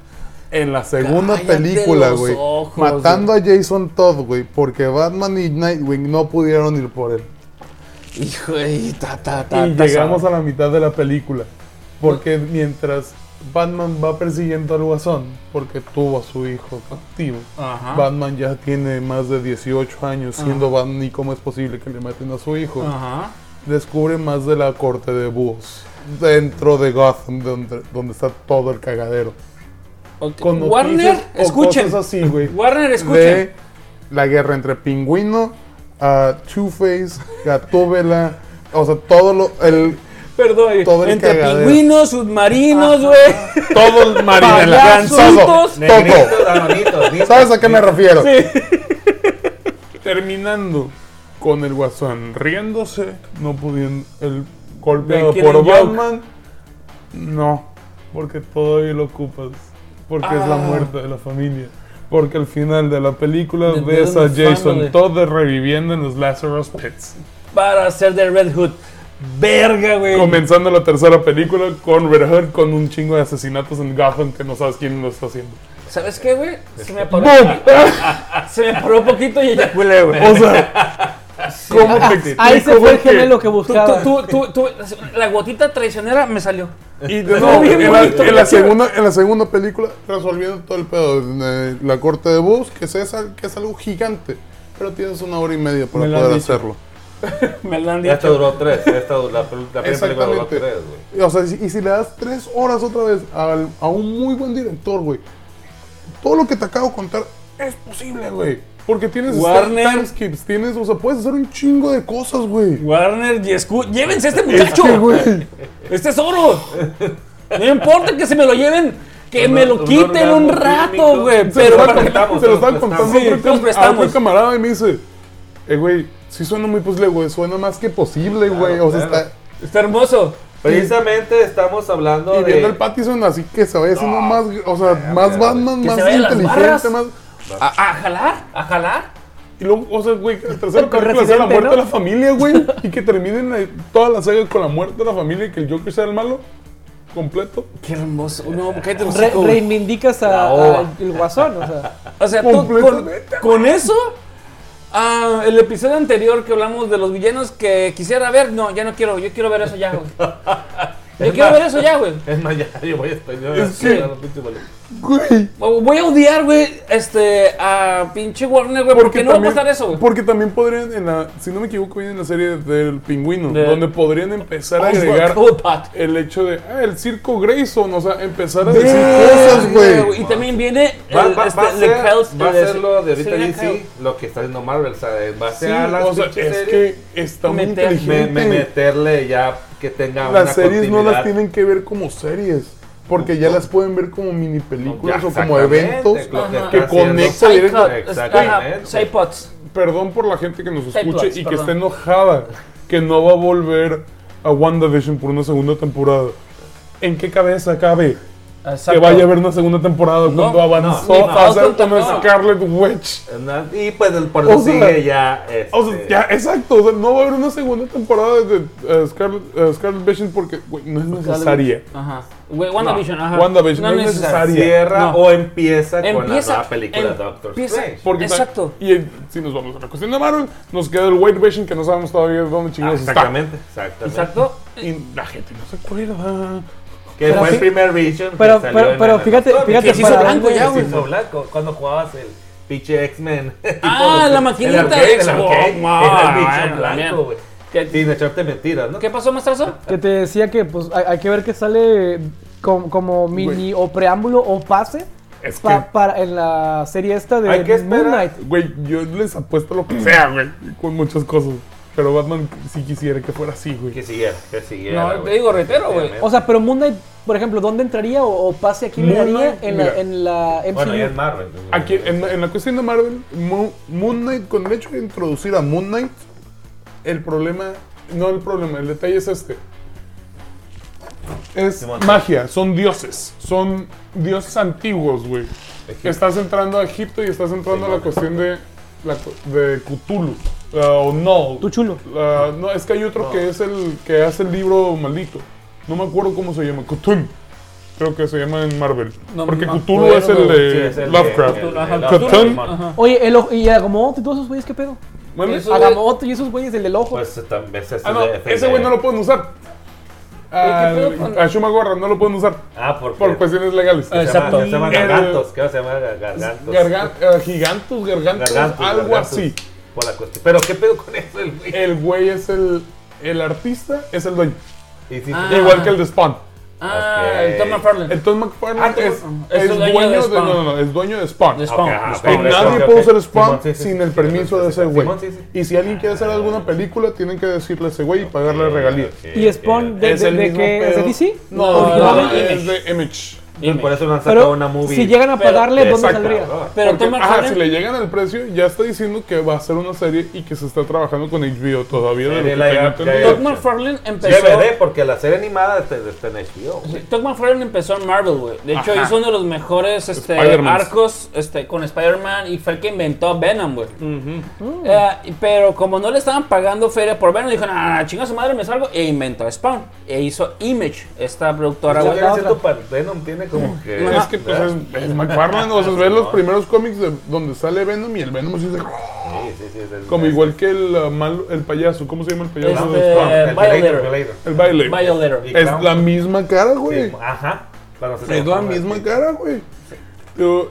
A: en la segunda
C: Cállate
A: película,
C: los
A: güey.
C: ojos,
A: Matando a Jason Todd, güey, porque Batman y Nightwing no pudieron ir por él.
C: Hijo, y ta, ta, ta,
F: Y
C: ta,
F: llegamos
C: sa-
F: a la mitad de la película. Porque mientras Batman va persiguiendo al guasón, porque tuvo a su hijo captivo,
C: Ajá.
F: Batman ya tiene más de 18 años
C: Ah. Ajá.
F: siendo Batman y cómo es posible que le maten a su hijo.
C: Ajá.
F: Descubre más de la corte de búhos dentro de Gotham, donde, donde está todo el cagadero.
A: Ok.
F: Con noticias
A: Warner,
F: o
A: escuchen.
F: cosas así, güey,
A: Warner,
F: De
A: escuchen.
F: la guerra entre Pingüino, a Two-Face, Gatúbela, o sea, todo lo, el,
D: Perdón, eh,
F: todo el
D: entre
F: cagadero.
D: pingüinos, submarinos, güey. *laughs*
F: todo el marinela,
D: Payasos,
F: gansoso,
D: tos.
F: todo.
B: Negritos,
F: *laughs*
B: amaritos, listos.
F: ¿Sabes a qué me refiero? Terminando con el guasón riéndose, no pudiendo el golpeado
D: Making a
F: por
D: joke.
F: Batman. No, porque todavía lo ocupas, porque es la
D: Ah.
F: muerte de la familia. Porque al final de la película
D: The
F: ves
D: Dead
F: a
D: of the
F: Jason
D: Family.
F: todo reviviendo en los Lazarus Pits.
D: Para ser de Red Hood. Verga, güey.
F: Comenzando la tercera película con Red Hood con un chingo de asesinatos en Gotham que no sabes quién lo está haciendo.
D: ¿Sabes qué, güey? Se me paró,
F: ¡Boom!
D: *laughs* se me paró un poquito y eyaculé, güey.
F: O sea, ¿cómo te explico?
D: Ah, Ahí se fue
F: güey,
D: el gemelo que
A: Tú,
D: buscaba.
A: tú, tú, tú- la gotita traicionera me salió.
F: Y de
D: No,
F: nuevo,
D: bien
F: en, la,
D: bonito,
F: en la
D: güey.
F: segunda, en la segunda película, resolviendo todo el pedo. en, eh, la corte de bus, que es, esa, que es algo gigante. Pero tienes una hora y media para
D: Me lo han
F: poder
D: dicho.
F: hacerlo.
D: Me lo han dicho.
B: Esta duró tres. Esta, la, la primera película duró
F: Exactamente.
B: tres, güey.
F: O sea, y si le das tres horas otra vez al- a un muy buen director, güey. Todo lo que te acabo de contar es posible, güey. Porque tienes
D: Warner.
F: skips, tienes, o sea, puedes hacer un chingo de cosas, güey.
D: Warner y Scoot, llévense a este
F: Es
D: muchacho.
F: que, güey.
D: Este es oro. No importa que se me lo lleven, que
B: Un
D: me
B: or-
D: lo
B: un
D: quiten un
B: orgasmo
D: rato,
B: químico.
D: güey.
F: Se lo
D: Pero
F: estaba
D: para-
B: prestamos,
F: contando- se
B: se
F: lo
B: lo
F: estaban contando
B: prestamos.
F: a
D: Sí, nos
F: otro cam- a
D: prestamos.
F: otro camarada y me dice, eh, güey, sí suena muy posible, güey, suena más que posible,
B: Ah,
F: güey. o sea,
B: claro.
F: está...
D: está hermoso.
B: Precisamente estamos hablando
F: Y
B: de.
F: viendo el Pattison así que se vaya haciendo más, o sea, más Batman,
A: Que se
F: más
A: vayan las
F: inteligente,
A: barras.
F: más...
A: A, a jalar, a jalar.
F: Y luego, o sea, güey, el tercer
D: Con
F: película sea la
D: Residente,
F: muerte
D: ¿no?
F: de la familia, güey. Y que terminen eh, toda la saga con la muerte de la familia y que el Joker sea el malo. Completo.
A: Qué hermoso. No,
B: Eh,
A: cállate los
D: Re-
A: hocico, güey.
D: reivindicas a,
B: La ova.
D: a el guasón, o sea.
A: O sea, tú con,
F: Completamente.
A: con eso, ah, el episodio anterior que hablamos de los villanos que quisiera ver, no, ya no quiero, yo quiero ver eso ya, güey. Yo quiero ver eso ya, güey.
B: Es más, ya, yo voy a estar. yo voy a
F: Es que-
B: hacer la pinche bola.
F: Güey.
A: O- Voy a odiar, güey, este, a pinche Warner, güey, porque, no va a pasar eso, güey.
F: Porque también podrían, en la, si no me equivoco, viene en la serie del pingüino,
A: De- Oh,
F: donde podrían empezar a
A: Oswald
F: agregar
A: Cobblepot.
F: el hecho de, ah, el circo Grayson, o sea, empezar a decir
A: Sí,
F: cosas, güey.
A: Y también viene el,
B: Va, va- va
A: este,
B: a
A: Le
B: ser,
A: Kraus-
B: va a
A: el-
B: ser lo de ahorita
A: Selena
B: DC, lo que está haciendo Marvel. O sea, en base
F: Sí,
B: a las
F: o sea,
B: pinches
F: es
B: series,
F: que está muy
A: Meter-
B: me-
F: inteligente.
B: me meterle ya que tenga una
F: las series no las
B: continuidad.
F: tienen que ver como series, porque ya las pueden ver como mini películas
B: Ya,
F: o como
B: exactamente,
F: eventos.
B: lo
A: Ajá.
B: que
F: que
B: está haciendo.
F: conecta-
A: Kraus.
F: directo.
A: Psychot, es- ajá,
B: Exactamente.
A: Psypods.
F: Perdón por la gente que nos
A: Seis
F: escuche
A: plots,
F: y que
A: perdón.
F: está enojada que no va a volver a WandaVision por una segunda temporada. ¿En qué cabeza cabe que
A: Exacto.
F: vaya a haber una segunda temporada cuando avanzó
A: no, ni
F: a hacer
A: Falcon
F: una
A: tampoco.
F: Scarlet Witch?
B: Una- Y pues el por
F: O
B: eso
F: sea,
B: sigue ya.
F: O sea,
B: este,
F: ya,
A: Eh.
F: exacto, o sea, no va a haber una segunda temporada de eh, Scarlet, eh, Scarlet Vision porque, güey, no es necesaria.
A: Ajá. Güey, WandaVision, ajá.
F: WandaVision no es necesario.
B: Cierra
A: No.
B: o empieza, con la
A: Empieza-
B: nueva película de
A: em-
B: Doctor
A: empieza-
B: Strange.
F: Porque ta-
A: Exacto.
F: Y eh, si nos vamos a la cuestión de Marvel, nos queda el White Vision que no sabemos todavía dónde
B: Ah,
F: chingados está.
B: exactamente, exactamente.
A: Exacto.
F: Y la gente no se acuerda.
B: Que
D: Pero
B: fue el
D: fi-
B: primer Vision. que
D: pero-
B: salió
D: pero-
B: en
D: pero
B: la-
D: fíjate-
B: No,
D: fíjate
B: que se hizo
D: para-
B: blanco ya,
D: que se
B: güey.
D: hizo
B: blanco cuando jugabas el pinche X-Men. *laughs*
A: Ah, la maquinita de
B: X-Men.
A: Xbox.
B: Era el bicho
A: Bueno,
B: blanco,
A: bien.
B: güey.
A: ¿Qué-
B: Sin echarte mentiras, ¿no?
A: ¿Qué pasó, maestrazo?
D: Que te decía que pues hay, hay que ver que sale como, como mini o preámbulo o pase
F: Es
D: pa-
F: que-
D: para en la serie esta de
B: Hay que
D: Moon
B: esperar.
D: Knight.
F: Güey, yo les apuesto lo que sea, güey. Con muchas cosas. Pero Batman sí quisiera que fuera así, güey.
B: Que siguiera, que siguiera.
A: No, te
B: güey.
A: digo, retero, güey.
D: O sea, pero Moon Knight, por ejemplo, ¿dónde entraría o, o pase aquí le
F: Moon
D: daría
F: Knight,
D: en la,
F: mira.
D: en la MCU?
B: Bueno, ya es Marvel.
F: Aquí, en, en la cuestión de Marvel, Mo- Moon Knight, con el hecho de introducir a Moon Knight, el problema, no el problema, el detalle es este. Es
B: Simón.
F: magia, son dioses, son dioses antiguos, güey. Estás entrando a Egipto y estás entrando a la cuestión de, la cu- de Cthulhu, uh, o no.
D: Tú chulo.
F: La- no, es que hay otro que es el que hace el libro maldito. No me acuerdo cómo se llama. Cthulhu. Creo que se llama en Marvel.
A: No,
F: Porque
A: no,
F: Cthulhu
A: no,
F: es
A: no,
F: el
A: no.
F: de Lovecraft.
A: el- el-
F: Cthulhu.
D: Oye, el ojo- y Agamotto y todos esos güeyes, ¿qué pedo?
F: ¿Mames?
C: Eso-
D: Agamotto y esos güeyes, el del ojo.
B: Pues tam- ese, ese
F: Ah, no,
B: de- ese
F: ese
B: de-
F: güey no lo pueden usar. A,
C: pedo con- Ah,
F: a Shumagorra no lo pueden usar
B: Ah, porque.
F: por cuestiones legales.
B: se llama-
D: Exacto.
B: Se llama
F: El-
B: Gargantos. ¿Qué se llama Gar- Gargantos?
F: Gargan- eh, gigantus, gargantos,
B: Gargantos,
F: algo
B: Gargantos.
F: así.
B: Por la cuestión. Pero qué pedo con eso el güey.
F: El güey es el, el artista, es el dueño.
B: Y sí,
C: Ah.
F: Igual que el de Spawn.
C: Ah,
B: Ok.
C: el Tom McFarlane.
F: El Tom McFarlane
C: Ah, tú-
F: es,
C: es
F: es
C: el dueño de
F: dueño de,
C: Spawn.
F: no, no, no, es dueño de Spawn.
C: De
F: Y
C: Spawn.
B: Ok, ah,
C: de
B: ok,
C: Spawn.
B: ok,
F: nadie
B: ok,
F: puede
B: ok.
F: usar Spawn
B: Simón, sí, sí,
F: sin
B: sí,
F: el
B: sí,
F: permiso
B: sí,
F: de
B: sí,
F: ese güey.
B: Simón, sí, sí.
F: Y si alguien quiere hacer alguna película, tienen que decirle a ese güey y pagarle regalías.
B: Ok,
D: Y Spawn
B: ok.
D: de,
F: Es
D: de,
F: el
D: de
F: mismo
D: qué? ¿Es de
F: pedo.
D: DC?
F: No,
C: no,
F: no,
C: no,
F: es de Image.
B: Y por eso no han sacado
D: Pero
B: una movie.
D: si llegan a
C: Pero-
D: pagarle, ¿dónde
F: Exacto.
D: saldría?
C: Pero
F: Porque,
C: Tom
F: ajá, si
C: McFarlane.
F: le llegan al precio, ya está diciendo que va a ser una serie y que se está trabajando con HBO todavía. De lo
B: Sí,
F: que
B: la-
F: tengo
B: ya-
F: entendido.
B: ya-
C: Tom McFarlane empezó.
B: DVD, porque la serie animada está está en HBO. güey.
C: Tom McFarlane empezó en Marvel, güey. De hecho,
F: Ajá.
C: hizo uno de los mejores este,
F: Spider-Mans.
C: arcos este, con Spider-Man y fue el que inventó Venom, güey.
B: Mm.
C: Eh, y- pero como no le estaban pagando feria por Venom, dijo, nah, chinga su madre, me salgo. E inventó Spawn. E hizo Image, esta productora,
B: Ahora,
C: güey.
B: güey,
D: la
B: siento
D: otra.
B: pa- Venom tiene como que.
F: Es que pues es, es McFarlane, o sea, ves los primeros cómics de- donde sale Venom y el Venom así de...
B: Sí, sí, sí, es el-
F: Como igual que el, uh, mal- el payaso, ¿cómo se llama el payaso?
C: Este-
F: de Spawn?
B: El Violator,
C: Violator.
B: Violator.
F: El baile.
C: Violator.
B: Y-
F: Es la misma cara, güey.
B: Sí, Ajá. Para hacer-
F: es la misma cara, güey. Yo-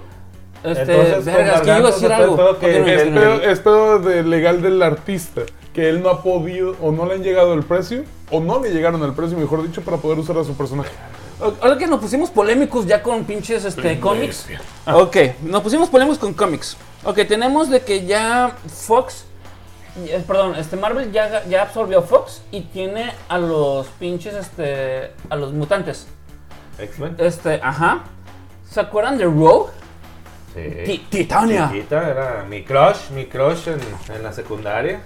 C: Este,
B: Entonces,
C: verga, es
B: con
C: que yo iba a
B: Gargantos
C: decir
B: fue
C: algo.
B: todo
C: No
B: que-
C: quiero
F: Es
B: Este-
C: mencionar.
F: pedo, es pedo de legal del artista, que él no ha podido o no le han llegado el precio, o no le llegaron al precio, mejor dicho, para poder usar a su personaje.
C: Ahora que nos pusimos polémicos ya con pinches este, cómics. Ok, nos pusimos polémicos con cómics. Ok, tenemos de que ya Fox. eh, Perdón, este Marvel ya, ya absorbió a Fox y tiene a los pinches, este. a los mutantes.
B: X-Men.
C: Este, ajá. ¿Se acuerdan de Rogue? Ti-
B: Sí.
C: Titania.
B: Chiquita, era mi crush, mi crush en, en la secundaria.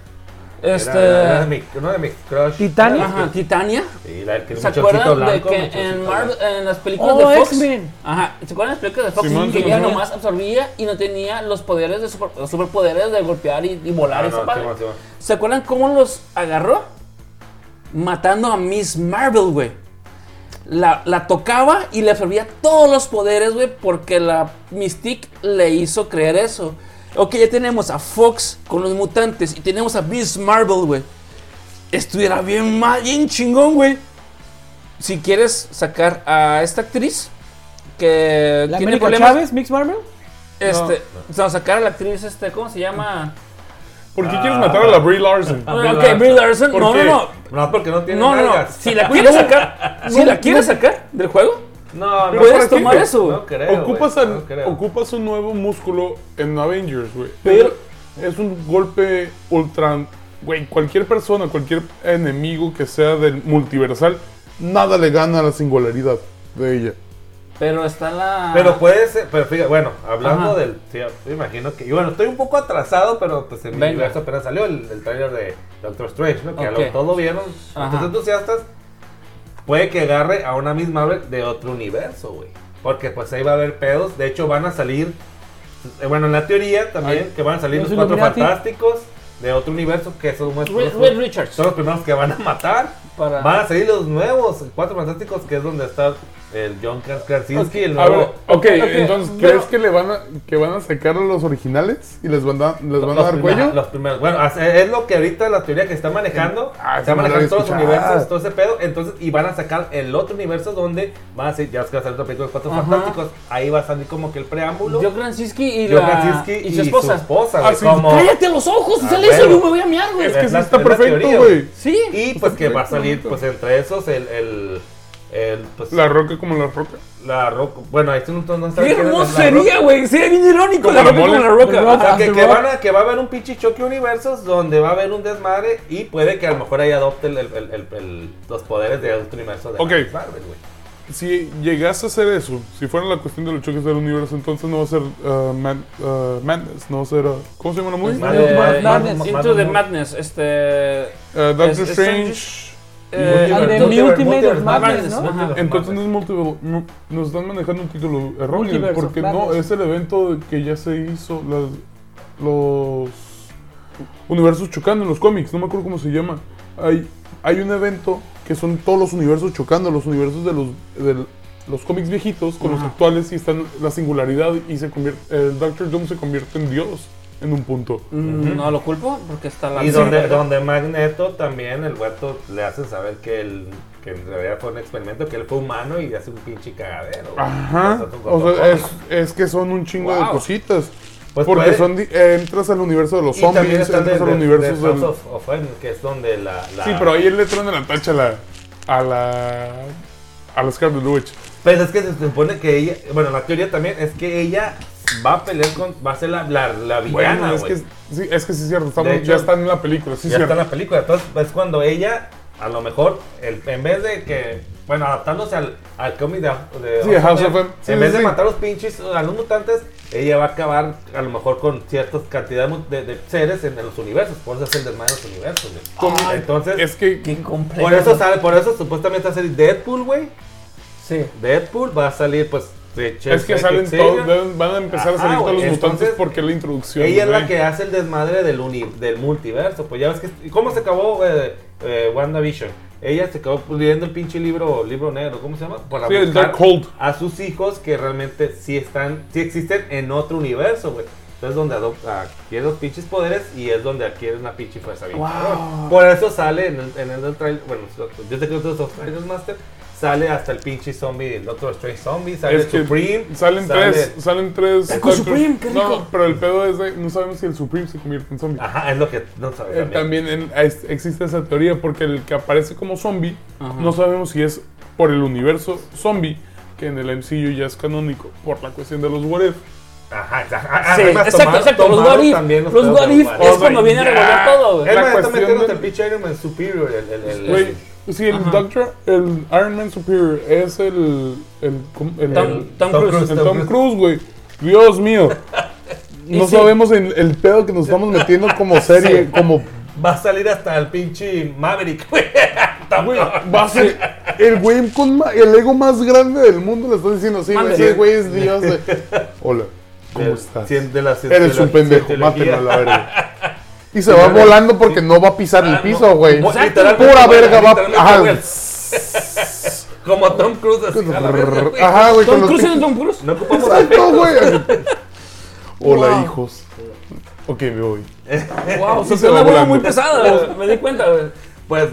B: Era-
C: Este.
B: era de mi- uno de mis crush.
D: Titania.
C: Ajá, Titania.
B: Sí, la que
C: ¿Se
B: muchachito
C: acuerdan
B: blanco,
C: de que
B: muchachito
C: en,
B: blanco.
C: Marvel- en las películas
D: Oh,
C: de Fox?
D: X-Men.
C: Ajá, ¿se acuerdan de las películas de Fox?
F: Simón,
C: que
F: Simón,
C: ella
F: Simón.
C: nomás absorbía y no tenía los poderes de super- los superpoderes de golpear y, y volar
B: Ah,
C: y esa
B: no,
C: madre.
B: Simón, Simón.
C: ¿Se acuerdan cómo los agarró? Matando a Miss Marvel, güey. La, la tocaba y le absorbía todos los poderes, güey, porque la Mystique le hizo creer eso. Ok, ya tenemos a Fox con los mutantes y tenemos a Miss Marvel, güey. Estuviera bien mal, bien chingón, güey. Si quieres sacar a esta actriz que
D: ¿La
C: tiene
D: América
C: problemas,
D: Chávez, Mix Marvel?
C: este, no, sacar a la actriz, este, ¿cómo se llama?
F: ¿Por qué quieres matar a la Brie Larson?
B: Ah, Brie
C: ok,
B: Larson.
C: Brie Larson.
F: ¿Por
C: No, no,
F: qué?
C: no.
B: No, porque no tiene
C: No, no, no.
B: nalgas.
C: *laughs* Si la quieres sacar, si la quieres sacar del juego,
B: No, no,
C: puedes
F: ¿para qué?
C: tomar eso.
B: No creo.
F: ocupas,
B: güey,
F: al-
B: no creo.
F: ocupas un nuevo músculo en Avengers, güey.
C: Pero-
F: es un golpe ultra. Güey, cualquier persona, cualquier enemigo que sea del multiversal, nada le gana a la singularidad de ella.
C: Pero está la.
B: Pero puede ser, pero fíjate, bueno, hablando
C: Ah. Ajá.
B: del. sí, me imagino que. Y bueno, estoy un poco atrasado, pero pues en mi
C: Venga.
B: universo apenas salió el, el trailer de Doctor Strange, ¿no? Que a lo-
C: Ok.
B: todos lo vieron,
C: Ajá.
B: los entusiastas. Puede que agarre a una misma Marvel de otro universo, güey. Porque pues ahí va a haber pedos. De hecho, van a salir. eh, Bueno, en la teoría también,
F: Ay,
B: que van a salir
D: los
B: los, cuatro
D: Illuminati.
B: fantásticos de otro universo, que son unos-
C: Reed-
B: son-
C: Reed Richards.
B: Son los primeros que van a matar.
C: Para-
B: Van a salir los nuevos, cuatro fantásticos, que es donde está el John Kras- Krasinski, el
F: A
B: nuevo.
F: ver, ok,
C: ok,
F: entonces,
C: pero-
F: ¿crees que le van a, que van a sacar a los originales y les van a, les van a
B: Los
F: dar
B: primer-
F: cuello?
B: Los primeros. Bueno, hace- es lo que ahorita la teoría que está manejando.
F: Ah,
B: está
F: sí, me lo
B: manejando
F: había
B: todos los
F: escuchado.
B: universos, todo ese pedo. Entonces, y van a sacar el otro universo donde van a ser, ya es que va a salir otra película de Cuatro
C: Ajá.
B: Fantásticos. Ahí va a salir como que el preámbulo.
C: Yo Krasinski y,
B: John
C: la...
B: Krasinski
C: y su esposa.
B: güey,
F: Ah, sí.
B: como-
C: Cállate los ojos, si
B: Ah,
C: sale eso,
B: huevo.
C: yo me voy a miar, güey.
F: Es que
B: es
F: sí
B: la-
F: está
B: es la teoría,
F: perfecto,
B: güey.
F: güey.
C: Sí.
B: Y pues que va a salir, pues entre esos, el. el, el, pues,
F: La roca como la roca.
B: la roca. Bueno, ahí tú no, no sabes
C: Qué
B: quién es
C: hermoso
B: la Roca.
C: sería, güey. Sería bien irónico
F: Como
C: la
F: la
C: roca con
F: mole.
C: la roca.
D: Rock.
B: O sea, que,
D: The
B: que
D: Rock.
B: van a, que va a haber un pinche choque universos donde va a haber un desmadre y puede que a lo mejor ahí adopte el- el- el- el- el- los poderes de otro universo de
F: Ok.
B: Marvel, güey.
F: Si llegase a hacer eso, si fuera la cuestión de los choques del universo, entonces no va a ser uh, Man- uh, Madness, no va a ser. uh, ¿Cómo se llama la movie?
B: Mad- Mad-
C: Eh,
B: Mad-
C: Madness,
B: Mad-
C: Into the
B: Mad-
C: Madness, este.
F: Uh,
C: Es-
F: Doctor
C: es
F: Strange.
C: Eh,
D: And the
C: Multiverse,
D: Ultimate
B: Multiverse,
D: Madness,
C: Madness,
D: ¿no?
C: ajá.
B: Multiverse
F: Entonces no
B: Madness.
F: es multivo- mu- nos están manejando un título erróneo,
D: Multiverse of
F: porque no,
D: Madness.
F: es el evento que ya se hizo, las- los universos chocando en los cómics, no me acuerdo cómo se llama. Hay, hay un evento que son todos los universos chocando, los universos de los, de los cómics viejitos con los actuales y están la singularidad y se convierte, el Doctor Doom se convierte en Dios. en un punto.
A: Mm, No lo culpo porque está la.
B: Y donde, donde Magneto también, el huerto le hace saber que él, que en realidad fue un experimento, que él fue humano y hace un pinche cagadero. güey.
F: Ajá.
B: Nosotros con
F: O
B: todo.
F: sea, es, es que son un chingo de
A: Wow.
F: cositas.
B: Pues
F: porque
B: puede-
F: son di- eh, entras al universo de los
B: Y también
F: zombies,
B: está el de,
F: entras al
B: de-
F: universo
B: de
F: del...
B: House of, of M, que es donde la... la-
F: Sí, pero ahí el letrón de la tacha a la... A la... A la Scarlet Witch.
B: Pero Pues es que se supone que ella... Bueno, la teoría también es que ella va a pelear con... Va a ser la, la, la villana,
F: Bueno, es
B: güey.
F: que, sí, es que sí es cierto. estamos-
B: De hecho,
F: ya están en la película, sí es
B: ya está
F: cierto.
B: en la película. Entonces es cuando ella, a lo mejor, el- en vez de que, bueno, adaptándose al, al cómic de, de
F: Sí, de House of M. Sí,
B: en vez
F: sí,
B: de
F: sí.
B: matar a los pinches, a los mutantes, ella va a acabar a lo mejor con ciertas cantidades de, de seres en los universos. Por eso es el desmadre de los universos, güey.
F: Como-
B: Ah, Entonces,
F: Es que...
A: Qué incompleto.
B: por eso sale, por eso supuestamente va a salir Deadpool, güey.
D: Sí.
B: Deadpool va a salir, pues, de
F: Es que
B: Chelsea
F: salen
B: Kixeria.
F: todos, deben- van a empezar a
B: Ajá,
F: salir todos los
B: güey,
F: mutantes
B: entonces,
F: porque es la introducción.
B: Ella es la
F: güey.
B: que hace el desmadre del, uni- del multiverso. Pues ya ves que. ¿y ¿Cómo se acabó eh, eh, WandaVision? Ella se acabó leyendo el pinche libro, libro negro, ¿cómo se llama? Para
F: Sí, el
B: buscar
F: Darkhold.
B: A sus hijos que realmente sí están, sí existen en otro universo, güey. Entonces donde adopta, adquiere los pinches poderes y es donde adquiere una pinche fuerza bien cabrón. Por eso sale en el, en el trailer, bueno, yo te creo que todos los trailers master, sale hasta el pinche zombie, el Doctor Strange zombie, sale
F: Es que
B: Supreme.
F: Salen
B: sale-
F: tres, salen tres.
A: Pero con
F: Doctor-
A: Supreme, qué rico.
F: No, pero el pedo es de, no sabemos si el Supreme se convierte en zombie.
B: Ajá, es lo que no sabes.
F: Eh, también en- es- existe esa teoría porque el que aparece como zombie, no sabemos si es por el universo zombie, que en el MCU ya es canónico, por la cuestión de los what if.
B: Ajá, exacto.
A: Sí, exacto, exacto, los what if, los what if es
F: Oye,
A: cuando viene a
F: ya.
A: revolver todo, güey.
F: Eh,
B: Es
F: La
B: más, está
F: cuestión
B: metiéndote
F: de-
B: el pinche Iron Man Superior, el... el, el,
F: Güey,
B: el-
F: si el Doctor, el Iron Man Superior es el. el, com- el-
A: Tom-
F: el-
A: Tom
B: Tom
A: Cruise.
B: Cruise.
F: el Tom Cruise, güey. Dios mío. No
A: sí.
F: sabemos en el pedo que nos estamos metiendo como serie, como
B: Va a salir hasta el pinche Maverick, *laughs* güey.
F: Güey, va a ser el güey con ma- el ego más grande del mundo. Le estás diciendo, sí, güey,
A: Mande.
F: sí, güey, es Dios. güey. Hola, ¿cómo estás?
B: Cien- de la cien-
F: Eres
B: de la
F: un pendejo,
B: cientología.
F: mátelo a la verga. *laughs* Y se va volando porque Ah, no va a pisar el piso, güey.
B: Mo- literalmente,
F: Pura
B: güey,
F: verga va
B: literalmente,
F: Ajá,
B: güey. Como Tom Cruise, así, a la verga, güey.
F: Ajá, güey, con
A: Tom
F: los
A: Cruise
F: pinches-
A: en Tom
B: *laughs*
A: Cruise.
B: No ocupamos
F: Exacto, güey. *laughs* Hola, hijos. Ok, me voy.
A: Wow,
F: se
A: se una
F: va
A: bola
F: volando.
A: muy pesada, güey. Me di cuenta, güey.
B: Pues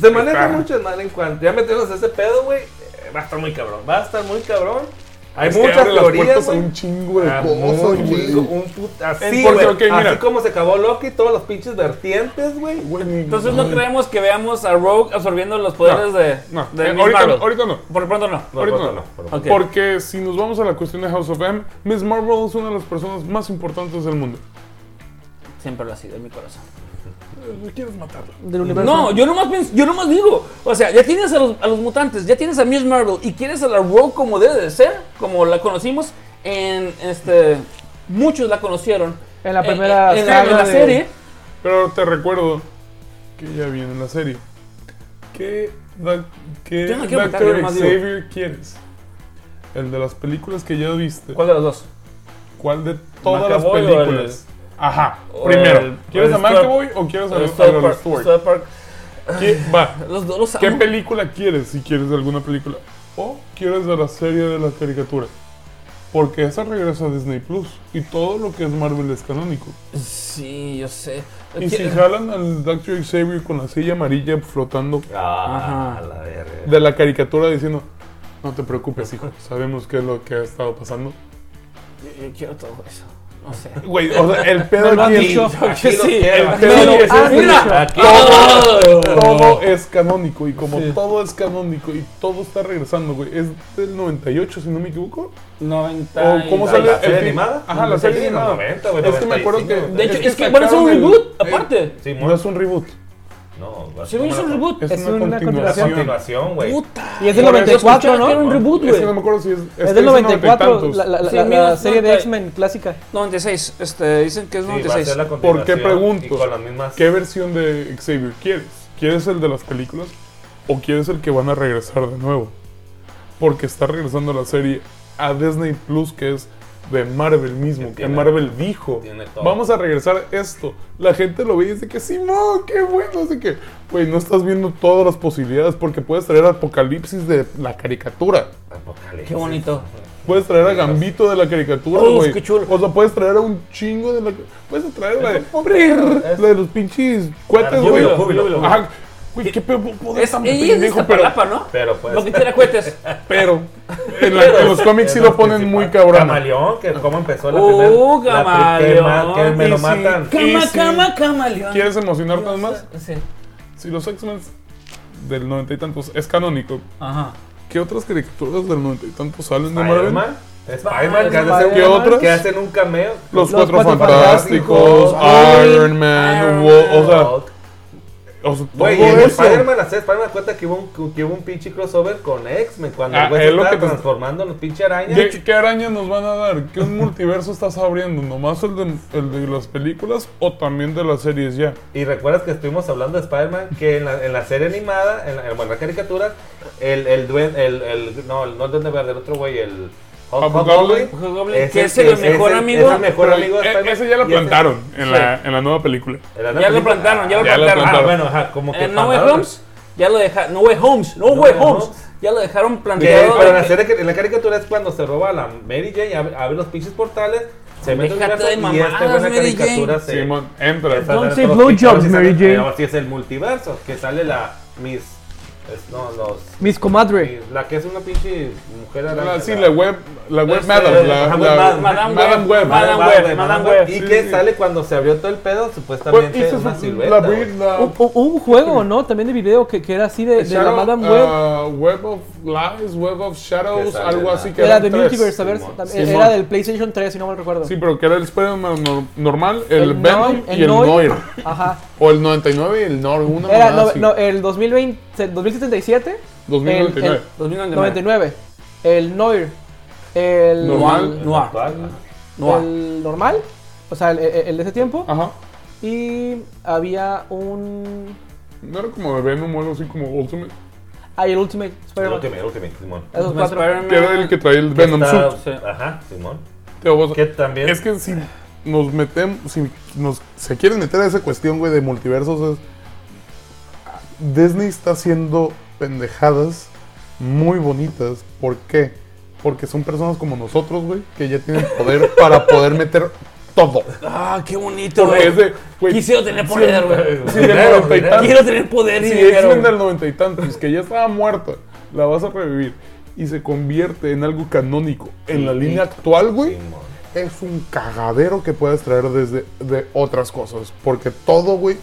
B: se maneja
F: Está.
B: mucho el mal en cuanto. Ya meternos ese pedo, güey. eh, Va a estar muy cabrón. Va a estar muy cabrón. Hay
F: Es que
B: muchas
F: abre las
B: teorías.
F: puertas a
B: güey.
F: un chingo de
B: Ah,
F: cosas,
B: muy
F: güey.
B: chingo, un put- Así,
F: Porque,
B: güey,
F: ok, mira.
B: así como se acabó Loki, todos los pinches vertientes, güey.
F: Güey, ni-
A: Entonces no
F: ay,
A: creemos que veamos a Rogue absorbiendo los poderes de,
F: No,
A: de
F: eh,
A: Miss
F: ahorita, no,
A: Marvel.
F: ahorita no.
A: Por lo pronto no.
B: No,
F: Ahorita
B: no,
F: no.
B: no, no.
A: Ok.
F: Porque si nos vamos a la cuestión de House of M, Miss Marvel es una de las personas más importantes del mundo.
A: Siempre lo ha sido en mi corazón.
F: ¿Quieres matarla?
D: Del universo.
A: No, yo nomás, pienso- yo nomás digo. O sea, ya tienes a los, a los mutantes, ya tienes a Miss Marvel y quieres a la Rogue como debe de ser, como la conocimos en este. Muchos la conocieron. Eh,
D: En la primera
A: en, en la,
D: saga
A: en la
D: de-
A: serie.
F: Pero te recuerdo que ya viene la serie. ¿Qué, doc- qué
A: Yo no quiero matar, yo
F: Doctor
A: nomás digo.
F: Xavier quieres? ¿El de las películas que ya viste?
A: ¿Cuál de los dos?
F: ¿Cuál de todas las
A: ¿McAvoy o
F: películas? Ajá,
A: o
F: primero.
A: el-
F: ¿Quieres
A: el
F: a
A: Stuart-
F: McAvoy o quieres a,
A: Los
F: a Roland Stewart?
A: South Park.
F: ¿Qué- va,
A: *laughs* Los dos los
F: ¿qué
A: amo.
F: película quieres? Si quieres alguna película. ¿O quieres de la serie de la caricatura? Porque esa regresa a Disney Plus y todo lo que es Marvel es canónico.
A: Sí, yo sé.
F: Y si
A: ¿Qué-
F: jalan al Dr. Xavier con la silla amarilla flotando
B: Ah,
A: Ajá.
B: a la verga.
F: de la caricatura diciendo, no te preocupes, hijo, sabemos qué es lo que ha estado pasando.
A: Yo, yo eh, quiero todo eso. *laughs* No sé.
F: Güey, o sea, el pedo
D: Me lo han
F: aquí es-
D: dicho.
B: Aquí
A: Sí,
B: lo
A: sí,
B: quiero,
F: el
B: aquí
F: pedo
B: lo
F: es
B: quiero.
F: ese.
A: mira.
B: Aquí-
F: todo, todo es canónico y como
D: Sí.
F: todo es canónico y todo está regresando, güey. Es del 98, si no me equivoco.
A: Oh, 90.
F: ¿O cómo
B: la-
F: sale?
B: la serie
F: el-
B: animada?
F: Ajá, la
B: Sí,
F: serie
B: en los
F: animada.
B: 90, güey,
F: Es que me acuerdo que...
B: 95,
A: De hecho, es que Eh, van a hacer
F: parece
A: un reboot, aparte.
B: Sí,
F: No es un reboot,
B: No, va a
A: Se
B: ser
A: me hizo
B: una-
A: un reboot.
F: es,
D: Es
F: una,
D: una
F: continuación.
D: continuación.
B: continuación, güey.
A: Puta.
D: Y es del
F: Por eso
D: 94,
A: escuchaba que era un
D: ¿no?
A: reboot.
F: Es que
A: güey.
F: no me acuerdo si es...
D: Es del 94, la, la,
F: La,
D: la,
A: Sí,
D: la
A: mira,
D: serie de
A: 90.
D: X-Men clásica.
A: 96. Este, dicen que es
B: Sí, va a
A: 96.
B: ser la
F: ¿Por qué
B: continuación
F: pregunto?
B: y con las mismas-
F: ¿Qué versión de Xavier quieres? ¿Quieres el de las películas o quieres el que van a regresar de nuevo? Porque está regresando la serie a Disney Plus, que es de Marvel mismo,
B: Que
F: que,
B: tiene-
F: Marvel dijo.
B: tiene todo.
F: Vamos a regresar esto. La gente lo ve y dice que Simón, qué bueno. Así que, güey, no estás viendo todas las posibilidades porque puedes traer Apocalipsis de la caricatura.
B: Apocalipsis.
A: Qué bonito.
F: Puedes traer a Gambito de la caricatura,
C: Uf,
F: güey.
C: qué chulo.
F: O sea, puedes traer a un chingo de la. Puedes traer la de, la de los pinches cohetes, güey.
B: Júbilo, júbilo.
F: Ajá. Güey, qué pe- poder
C: Es,
F: tan
C: ella es de
F: pendejo, pero.
C: Iztapalapa, ¿no?
B: Pero pues.
C: Lo que tira cohetes.
F: Pero. En, la- en los cómics sí lo ponen muy cabrón.
B: Camaleón, que cómo empezó la
C: Uh,
B: primera.
C: Camaleón.
B: Que me lo
F: Y sí.
B: matan.
F: Y
C: Cama,
F: sí.
C: cama, cama, León.
F: ¿Quieres emocionarte más?
C: Sí.
F: Si los X-Men del noventa y tantos es canónico,
C: Ajá.
F: ¿qué otras caricaturas del noventa y tantos salen de Marvel?
B: Spider-Man. Spider-Man, que hace
D: Spider-Man.
F: ¿Qué otras?
B: que hacen un cameo.
D: Los
F: Los, Cuatro,
D: Cuatro
F: Fantásticos,
D: Fantásticos,
F: Iron Man,
C: Iron
F: Wo- o sea,
B: Hulk.
F: o sea, todo
B: Güey, y en
F: eso.
B: Spider-Man, hasta Spider-Man cuenta que hubo un, que hubo un pinche crossover con X-Men cuando
F: Ah,
B: el güey
F: es
B: se
F: lo
B: estaba
F: que te-
B: transformando en los pinche arañas.
F: ¿Qué, qué araña nos van a dar?
D: *laughs*
F: ¿Qué un multiverso estás abriendo? ¿Nomás el de, el de las películas o también de las series ya?
B: Y recuerdas que estuvimos hablando de Spider-Man, que en la, en la serie animada, en la, en- bueno, la caricatura, el, el duende, el, el, no, el, no el duende verde, el otro güey, el Hulk-
F: Hobgoblin.
B: Hobgoblin,
C: Hobgoblin,
B: ese-
C: que es el
B: ese-
C: mejor
B: ese-
C: amigo.
B: Es el mejor
F: Pero,
B: amigo de
F: eh,
B: Spider-Man.
F: ese ya lo
B: Y ese-
F: plantaron en, la, en la nueva película.
B: en la nueva
C: Ya lo
B: película.
C: plantaron, ya lo
F: Ya lo
C: plantaron.
B: Ah,
F: plantaron.
B: bueno, ajá, como que
C: Eh, no Way
B: plantaron.
C: Homes, ya lo dejaron. No Way Homes, no, Way
B: Way
C: Homes.
B: Homes.
C: Ya lo dejaron
B: Que,
C: planteado.
B: pero en la,
C: de que-
B: serie que- en la caricatura es cuando se roba a la Mary Jane, abre, abre los pinches portales, se mete en
C: Déjate
B: universo
C: de
B: y
C: mamadas,
B: este buena
C: Mary Jane.
B: caricatura se...
F: Simón, entra.
B: Está dentro
D: Don't say
B: de los
D: blowjobs,
B: pictures y sale-
D: Mary Jane.
B: pero Así es el multiverso, que sale la Miss... es- no, los...
D: Mis comadre.
B: Miss- La que es una pinche mujer araña.
F: La- Ah, sí, la web, la web
B: Este,
F: madam, la,
B: ajá,
F: la-
B: Madame-
C: Madame Web, Madame
F: Web.
B: Madame
C: Web,
B: Web,
C: Madame
B: Madame
C: Web.
B: Y
F: Sí,
B: que
F: sí.
B: sale cuando se abrió todo el pedo,
F: Pues,
B: supuestamente
F: esa es
B: una
F: la-
B: silueta.
F: la,
B: güey.
F: la-
D: Hubo un juego, ¿no? También de video que, que era así de, de la
F: Shadow,
D: Madame
F: ah,
D: Web.
F: Web of Lies, Web of
B: Que
F: Shadows,
B: sale
F: algo
B: la-
F: así que
D: Era
F: eran
D: de
F: tres.
D: Multiverse, a ver,
B: Simón.
D: tam-
F: Simón.
D: era del PlayStation 3, si no mal recuerdo.
F: Sí, pero que era el Spider-Man nor- normal, el,
D: El
F: Venom
D: Noir, *laughs*
F: y
D: el
F: el
D: Noir.
F: Noir.
D: Ajá.
F: O el 99 y el Noir, una
D: Era
F: mamada
D: no-
F: así.
D: no, el 2020, 2077.
F: 2099.
D: el- el-
C: 2099.
D: 99. El Noir. El
F: Normal.
C: Noir.
B: Actual,
C: Noir. Ah.
D: El normal. O sea, el, el- el de ese tiempo.
F: Ajá.
D: Y había un.
F: No era como de Venom o algo así como Ultimate.
D: Ah, y el Ultimate
B: ajá.
D: Spider-Man.
B: Ultimate, Ultimate, Simón.
D: Esos cuatro.
C: Spider-Man.
F: Que era el que traía el Venom
B: Está-
F: Suit.
B: Ajá, Simón.
F: Te vas-
B: Que también...
F: Es que si nos metemos, si nos, se quieren meter a esa cuestión, güey, de multiversos, es... Disney está haciendo pendejadas muy bonitas. ¿Por qué? Porque son personas como nosotros, güey, que ya tienen poder *laughs* para poder meter todo.
C: Ah, qué bonito,
F: Porque
C: güey.
F: es de, güey,
C: Quisiera tener poder, güey.
F: si del
B: Dinero,
F: 90 y
B: dinero.
F: tantos-
C: Quiero tener poder y
F: si
C: dinero,
F: X-Men
C: güey.
F: del noventa y tantos, que ya estaba muerta, la vas a revivir y se convierte en algo canónico en la línea actual, güey,
B: Simón.
F: es un cagadero que puedes traer desde de otras cosas. Porque todo, güey,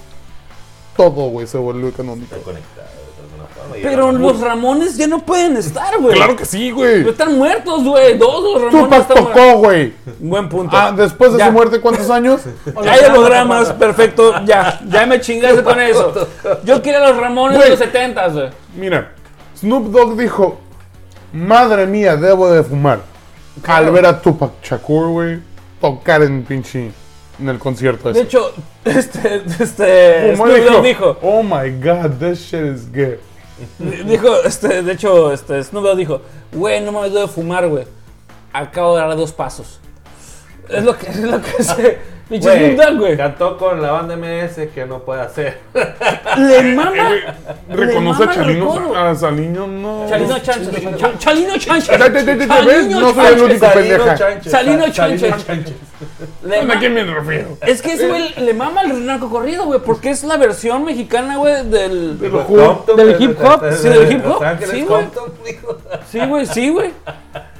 F: todo, güey, se vuelve canónico.
B: Está conectado de alguna forma. Y
C: Pero
B: ahora-
C: los Ramones ya no pueden estar, güey.
F: Claro que sí, güey.
C: Pero están muertos, güey. Dos los Ramones
F: Tupac
C: están muertos.
F: tocó, güey.
C: Buen punto.
F: Ah, después de
C: Ya.
F: su muerte, ¿cuántos años?
C: Ya hay hologramas, perfecto. Ya, ya me chingaste con eso. Yo quiero a los Ramones de
F: Güey.
C: los 70, güey.
F: Mira, Snoop Dogg dijo, madre mía, debo de fumar. Al ver a Tupac Shakur, güey, tocar en pinche, en el concierto
C: De
F: ese.
C: hecho, este, este,
F: Fumó
C: Snoop
F: y
C: Dogg
F: dijo,
C: dijo,
F: oh my god, this shit is gay.
C: dijo, este, de hecho, este, Snoop Dogg dijo, güey, no me debo fumar, güey. Acabo de dar dos pasos. Es lo que, es lo que se, pinche
B: Güey,
C: Snoop Dogg, güey.
B: Cantó con la banda MS que no puede *laughs* hacer.
F: Eh,
C: Le mama,
F: Reconoce a
C: mama el
F: Chalino,
C: recodo.
F: a Salino, no.
C: Chalino Chancho, Cha- Chalino Chancho,
F: Ay, ay, ay, ay, ¿ves?
C: Chalino
F: No soy el
C: Chancho.
F: único pendeja.
B: Chanches.
C: Salino
B: Sa- Salino
C: Chanches.
B: Chanches.
C: Le
F: ¿A
C: ma-
F: quién
C: *laughs*
F: me refiero?
C: Es que ese güey le mama el narcocorrido, güey, porque es la versión mexicana, güey, del...
F: Te lo
B: Los
F: juro.
B: Compton,
D: ¿Del
B: de- de-
D: hip hop?
B: de- de-
C: Sí, del
B: de
C: hip
B: Los
C: hop,
B: Ángeles
C: sí, güey.
B: Compton, dijo.
C: Sí, güey, sí, güey.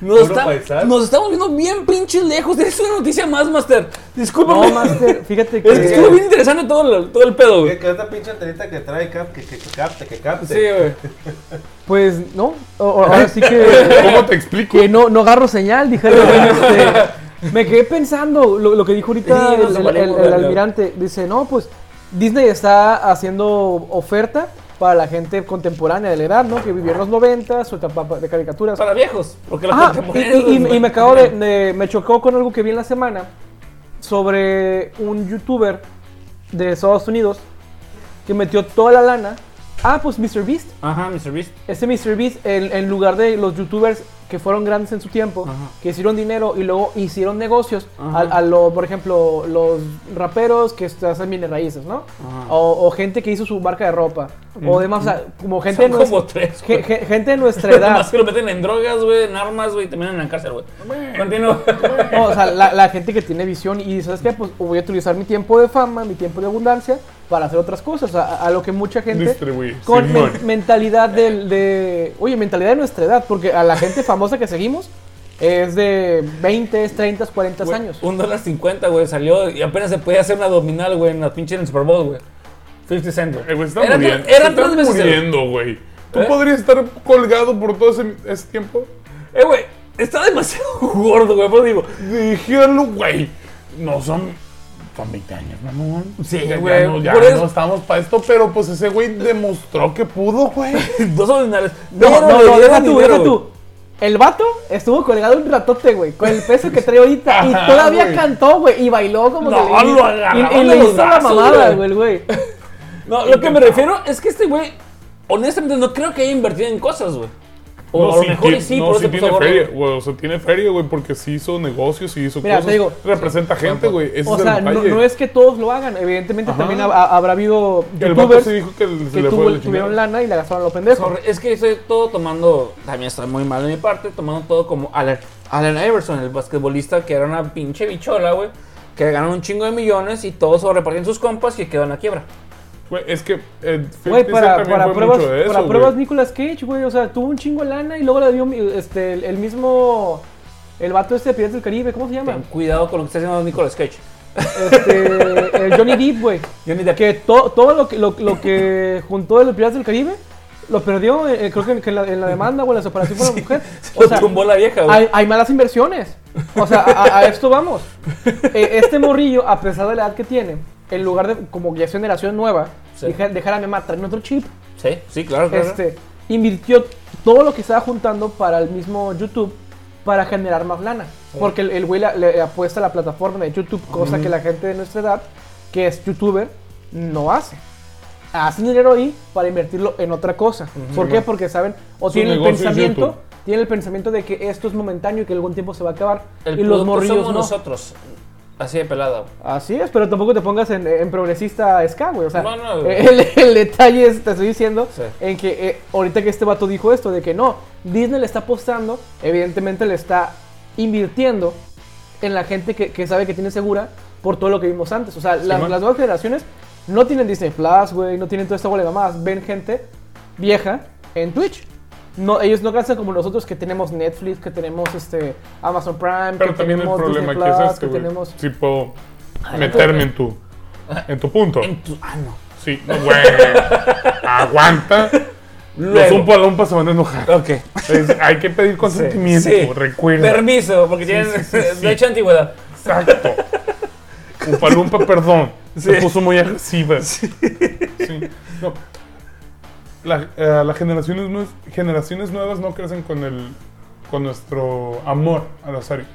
C: Nos,
B: Puro
C: está-
B: paisano.
C: nos estamos viendo bien pinches lejos. Es una noticia más, Master. Discúlpame.
D: No, Master, fíjate
C: *laughs*
D: que.
C: es que estuvo bien interesante todo, lo- todo el pedo,
B: Que
C: güey.
B: que esta pinche antenita que trae cap, que, que, que capte, que capte.
C: Sí, güey.
D: Pues no. o- o- ahora sí que.
F: ¿Cómo te explico?
D: que no, no agarro señal, dije.
C: *laughs*
D: este, me quedé pensando lo, lo que dijo ahorita
C: Sí, nos
D: el, el-
C: valimos,
D: el- el
C: vale.
D: almirante. Dice, no, pues Disney está haciendo oferta para la gente contemporánea de la edad, ¿no? Que vivió en los 90, su etapa de caricaturas.
C: Para viejos. Porque la
D: Ah,
C: gente
D: y,
C: pone-
D: y- y- y me acabo de, de- Me chocó con algo que vi en la semana sobre un youtuber de Estados Unidos que metió toda la lana. Ah, pues Mr. Beast.
C: Ajá, Mr. Beast.
D: Ese Mr. Beast, en, en lugar de los youtubers que fueron grandes en su tiempo,
F: Ajá.
D: que hicieron dinero y luego hicieron negocios.
F: Ajá.
D: A, a lo, por ejemplo, los raperos que est- hacen bienes raíces, ¿no?
F: Ajá. Mm.
D: O, o gente que hizo su marca de ropa. O demás, o sea, como gente, de
C: Son como
D: nuestra-
C: tres.
D: ge- ge- gente
C: *laughs*
D: de nuestra
C: Además
D: edad.
C: que lo meten en drogas, güey, en armas, güey, y terminan en la cárcel, güey. Continúa.
D: No, o sea, la, la gente que tiene visión y dice, ¿sabes qué? Pues voy a utilizar mi tiempo de fama, mi tiempo de abundancia para hacer otras cosas. A, a- a lo que mucha gente...
F: Distribuir.
D: Con
F: Simón.
D: men- mentalidad del, de... Oye, mentalidad de nuestra edad, porque a la gente famosa que seguimos es de 20, 30, 40
C: Güey,
D: años.
C: Un dólar cincuenta, güey, salió y apenas se podía hacer una abdominal, güey, en la pinche en el Super Bowl, güey. 50 Cent, güey.
F: Eh, güey, está
C: Era tre-
F: muriendo.
C: era
F: Se está
C: tres veces el-
F: muriendo, güey. ¿Tú podrías estar colgado por todo ese, ese tiempo?
C: Eh, güey, está demasiado *laughs* gordo, güey, pues digo.
F: Dijeron, güey. No son. Son 20 años, mamón. Sí,
C: güey,
F: Ya, no, ya
C: por eso-
F: no estamos para esto, pero pues ese güey demostró que pudo,
D: *laughs*
F: güey.
C: *laughs* Dos abdominales.
D: No, no,
C: Dieron,
D: no,
C: güey,
D: deja
C: dieron
D: tú,
C: dinero,
D: deja
C: güey.
D: tú. El vato estuvo colgado un ratote, güey, con el peso que trae ahorita. y
F: Ajá,
D: todavía
F: güey.
D: cantó, güey, y bailó como
C: No,
D: que. le-
C: lo agarraban
D: y, y
C: de
D: le
C: los
D: hizo la
C: brazos,
D: mamada,
C: güey.
D: güey, el güey.
C: No, lo que me refiero es que este güey, honestamente, no creo que haya invertido en cosas, güey. O a lo
F: sí
C: mejor y
F: tiene-
C: sí,
F: no,
C: por eso
F: sí
C: se puso
F: tiene
C: gordo.
F: feria, güey. O sea, tiene feria, güey, porque sí hizo negocios y hizo
D: Mira, te
F: cosas.
D: digo-
F: Representa gente, güey. Ese
D: O
F: es
D: sea,
F: el
D: no,
F: detalle.
D: no es que todos lo hagan. Evidentemente
F: Ajá.
D: también ha- habrá habido
F: El vato
D: youtubers
F: sí dijo que se
D: que
F: le
D: tuvo-
F: fue la
D: tuvieron
F: chingada.
D: lana y la gastaron a los pendejos.
C: Sorry, Es que estoy todo tomando, también estoy muy mal de mi parte, tomando todo como Alan, Alan Iverson, el basquetbolista que era una pinche bichola, güey, que ganó un chingo de millones y todos se lo repartían sus compas y quedó en la quiebra.
F: Güey, es que. eh, 50
D: Güey,
F: Cent
D: para,
F: también
D: para
F: fue
D: pruebas,
F: mucho de eso,
D: para
F: güey.
D: pruebas Nicolas Cage, güey. O sea, tuvo un chingo de lana y luego le dio este, el, el mismo. El vato este de Piratas del Caribe, ¿cómo se llama?
C: Ten cuidado con lo que está haciendo Nicolas Cage.
D: Este, el Johnny Depp, güey.
C: Johnny Depp.
D: Que to- todo lo que, lo, lo que juntó de los Piratas del Caribe lo perdió, eh, creo que, en, que en la, en la demanda o en la separación con la
F: *laughs*
D: mujer. O
C: Lo
D: sea,
C: tumbó la vieja, güey.
D: hay, hay malas inversiones. O sea, a, a- a esto vamos. Eh, este morrillo, a pesar de la edad que tiene, en lugar de, como ya es generación nueva,
C: Sí.
D: dejar, dejar a mi mamá, tráeme otro chip.
C: Sí, sí, claro, claro.
D: Este, invirtió todo lo que estaba juntando para el mismo YouTube para generar más lana. Porque el, el güey la- le apuesta a la plataforma de YouTube, cosa que la gente de nuestra edad, que es youtuber, no hace. Hacen dinero ahí para invertirlo en otra cosa. ¿Por qué? Porque saben, o
F: Su
D: tienen el
F: negocio es
D: pensamiento,
F: YouTube.
D: tienen el pensamiento de que esto es momentáneo y que algún tiempo se va a acabar.
C: El
D: y los
C: producto
D: morrillos
C: somos
D: no.
C: nosotros. Así de pelada, güey.
D: Así es, pero tampoco te pongas en, en progresista ska, güey. O sea,
C: No, no, güey.
D: el, el detalle es, te estoy diciendo,
C: Sí.
D: en que eh, ahorita que este vato dijo esto, de que no, Disney le está apostando, evidentemente le está invirtiendo en la gente que, que sabe que tiene segura por todo lo que vimos antes. O sea, las,
F: man.
D: las nuevas generaciones no tienen Disney Plus, güey, no tienen toda esta bola de mamadas. Ven gente vieja en Twitch. No, ellos no gastan como nosotros que tenemos Netflix, que tenemos este Amazon Prime,
F: Pero
D: que
F: también el
D: tenemos
F: problema
D: Disney
F: aquí
D: Plus,
F: es este,
D: que
F: güey.
D: tenemos...
F: Si puedo meterme en tu. En tu punto.
C: En tu- Ah, no.
F: Sí, no, güey. Aguanta. Los
C: Luego.
F: un palompa se van a enojar.
C: Ok.
F: Es- hay que pedir consentimiento,
C: Sí.
F: recuerda.
C: *laughs* Permiso, porque tienen *laughs* derecho a antigüedad.
F: Exacto. Upalumpa, perdón. Se puso muy agresiva. Sí. No. La- eh, las generaciones, nue- generaciones nuevas no crecen con, el, con nuestro amor a las áreas.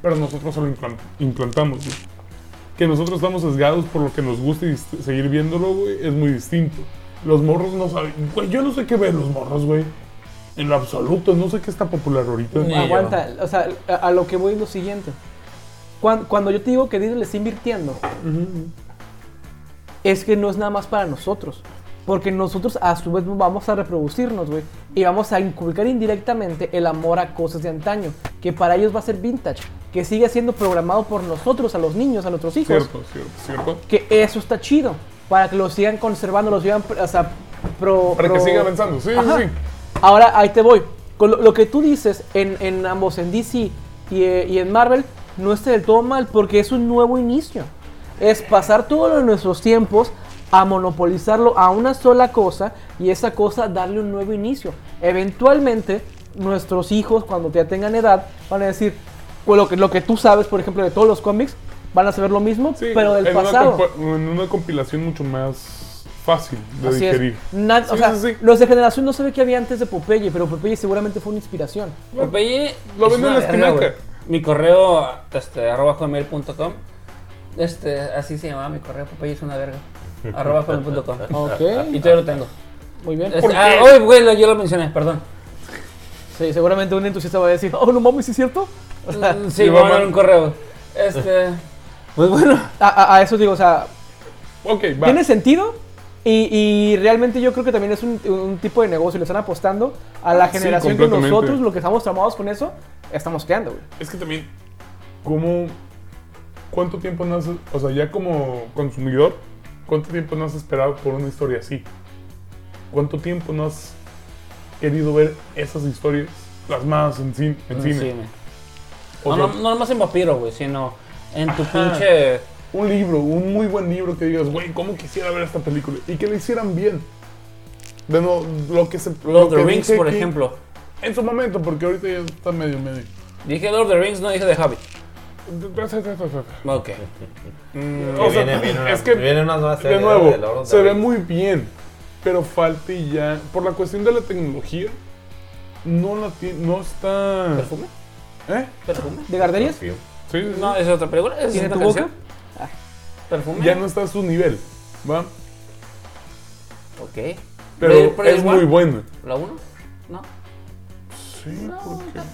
F: Pero nosotros se lo implan- implantamos. güey. Que nosotros estamos sesgados por lo que nos gusta y dist- seguir viéndolo, güey, es muy distinto. Los morros no saben. Güey, yo no sé qué ven los morros, güey. En lo absoluto, no sé qué está popular ahorita.
C: Ni- yo.
D: Aguanta, o sea, a, a lo que voy es lo siguiente. Cuan- Cuando, yo te digo que Disney le está invirtiendo, es que no es nada más para nosotros. Porque nosotros a su vez vamos a reproducirnos, güey. Y vamos a inculcar indirectamente el amor a cosas de antaño. Que para ellos va a ser vintage. Que sigue siendo programado por nosotros, a los niños, a nuestros hijos.
F: Cierto, cierto, cierto.
D: Que eso está chido. Para que lo sigan conservando, lo sigan, o sea, pro-
F: Para que
D: pro-
F: siga avanzando. Sí,
D: Ajá.
F: sí, sí.
D: Ahora ahí te voy. Con lo, lo que tú dices en, en ambos, en DC y, eh, y en Marvel, no está del todo mal porque es un nuevo inicio. Es pasar todo lo de nuestros tiempos a monopolizarlo a una sola cosa y esa cosa darle un nuevo inicio. Eventualmente, nuestros hijos, cuando ya tengan edad, van a decir, pues lo que, lo que tú sabes, por ejemplo, de todos los cómics, van a saber lo mismo,
F: Sí,
D: pero del
F: en una
D: pasado.
F: compa- en una compilación mucho más fácil de
D: Así es.
F: digerir.
D: Nad- o
F: Sí,
D: sea,
F: sí, sí.
D: los de generación no sabe qué había antes de Popeye, pero Popeye seguramente fue una inspiración.
C: Popeye.
F: Lo
C: es
F: venden en
C: una
F: la
C: verga,
F: espinaca.
C: güey. Mi correo, este, arroba gmail.com. Este, así se llamaba mi correo. Popeye es una verga. arroba gmail.com.
F: *laughs*
D: Ok,
F: Ah,
C: Y todavía lo tengo.
D: muy bien.
F: *laughs*
C: Este, ah, hoy, güey, lo- yo lo mencioné, perdón.
D: Sí, seguramente un entusiasta va a decir, oh, no mames, ¿sí ¿es cierto?
C: Mm,
D: *laughs*
C: Sí, voy a mandar un correo.
F: *laughs*
C: Este.
D: Pues bueno, a, a- a eso digo, o sea,
F: Ok, va.
D: tiene sentido y, y realmente yo creo que también es un, un tipo de negocio, le están apostando a la
F: Sí,
D: generación que
F: completamente.
D: nosotros, lo que estamos tramados con eso, estamos creando, güey.
F: Es que también, ¿cómo, ¿cuánto tiempo no has, o sea, ya como consumidor, cuánto tiempo no has esperado por una historia así? ¿Cuánto tiempo no has querido ver esas historias plasmadas en, cin- en cine?
C: Sí, güey.
F: O
C: No,
F: sea,
C: no, no nomás en vampiro, güey, sino en tu pinche.
F: un libro, un muy buen libro que digas, güey, ¿cómo quisiera ver esta película? Y que la hicieran bien. De no, lo que se...
C: Lord of
F: lo
C: the
F: que
C: Rings,
F: dije
C: por
F: aquí
C: ejemplo.
F: En su momento, porque ahorita ya está medio, medio.
C: Dije Lord of the Rings, no dije The Hobbit. Ok.
F: Mm,
B: Que
F: o sea,
B: viene- viene una-
F: es que
B: viene una nueva serie
F: de
B: de
F: nuevo,
B: Lord of the
F: se ve
B: Rings.
F: muy bien, pero falta y ya por la cuestión de la tecnología no la tie- no está
C: ¿Perfume?
F: ¿Eh?
C: ¿Perfume?
D: ¿De Garderías?
B: Sí.
F: Sí, sí, sí.
C: No, es otra película. ¿Es
D: ¿Tiene
C: otra
D: tu boca?
C: canción. ¿Perfume?
F: ya no está a su nivel, ¿va?
C: Ok.
F: Pero
C: Blade
F: es
C: Runner.
F: muy buena.
C: ¿La 1? No.
F: Sí, porque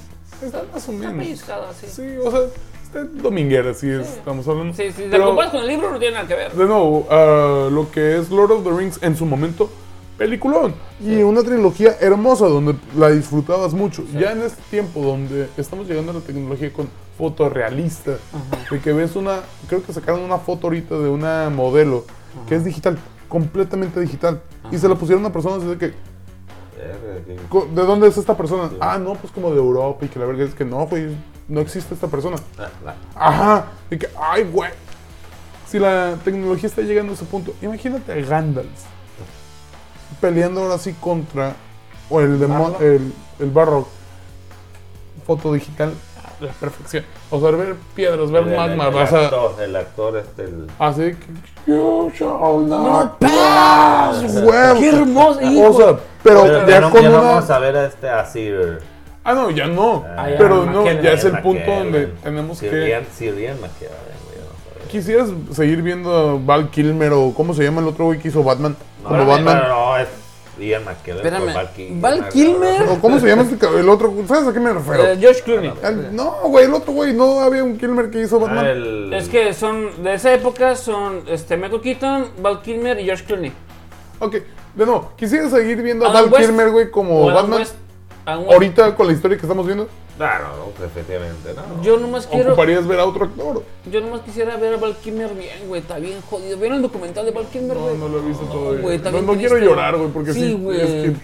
F: está más
C: Está
F: o menos.
C: pellizcada, sí. Sí,
F: Sí, o sea, está dominguera, si es, estamos hablando.
C: sí, si te
F: Pero-
C: comparas con el libro no tiene nada que ver.
F: De nuevo, ah, lo que es Lord of the Rings en su momento, peliculón. Y una trilogía hermosa donde la disfrutabas mucho. Ya en este tiempo donde estamos llegando a la tecnología con fotorrealista, de que ves una, creo que sacaron una foto ahorita de una modelo que es digital, completamente digital. Y se la pusieron a personas de que, co- ¿de dónde es esta persona? Ah, no, pues como de Europa y que la verdad es que no, güey, no existe esta persona.
B: Ah, la-
F: Ajá. De que, ay, güey. Si la tecnología está llegando a ese punto, imagínate a Gandalf peleando ahora sí contra o el, demo-
C: Barrock.
F: el, el Barrock. Foto digital a la perfección. O sea, ver piedras, ver
B: el-
F: magma,
B: el
F: vas a-
B: actor, El actor, este, el.
F: Así que. You shall not pass, güey.
D: ¡Qué hermoso!
F: O sea, pero,
B: Pero
F: ya
B: no-
F: con una.
B: vamos a ver a este a Sir.
F: Ah, no, ya no.
B: Ah, ya,
F: pero no,
C: McKellen,
F: ya es el
B: McKellen,
F: punto donde
B: güey.
F: tenemos
B: Sir
F: que.
B: Ian- Sir Ian McKellen, güey, vamos a ver.
F: ¿Quisieras seguir viendo a Val Kilmer o cómo se llama el otro güey que hizo Batman?
B: No,
F: Como
B: no,
F: Batman.
B: No, no, es Ian McKellen. con
C: Espérame,
B: Val Kilmer.
C: ¿Val Kilmer?
F: ¿O ¿Cómo se llama este cab- el otro? ¿Sabes a qué me
C: Eh,
F: refiero?
C: George Clooney.
F: Al- no, güey, el otro güey. No había un Kilmer que hizo
B: Ah,
F: Batman.
B: el-
C: Es que son de esa época son este Michael Keaton, Val Kilmer y George Clooney.
F: Ok, de nuevo. ¿Quisieras seguir viendo a
C: Adam
F: Val
C: West.
F: Kilmer, güey, como
C: O Adam
F: Batman?
C: West- Adam West.
F: Ahorita con la historia que estamos viendo,
B: Ah, no, no, definitivamente no.
C: Yo nomás quiero
F: ocuparías ver a otro actor.
C: yo nomás quisiera ver a Val Kilmer bien, güey, está bien jodido. ¿Vieron el documental de Val Kilmer,
F: No,
C: güey?
F: no lo he visto todavía.
C: güey, está
F: no
C: bien
F: no quiero
C: triste.
F: llorar, güey, porque
C: Sí,
F: sí.
C: güey.
F: es que.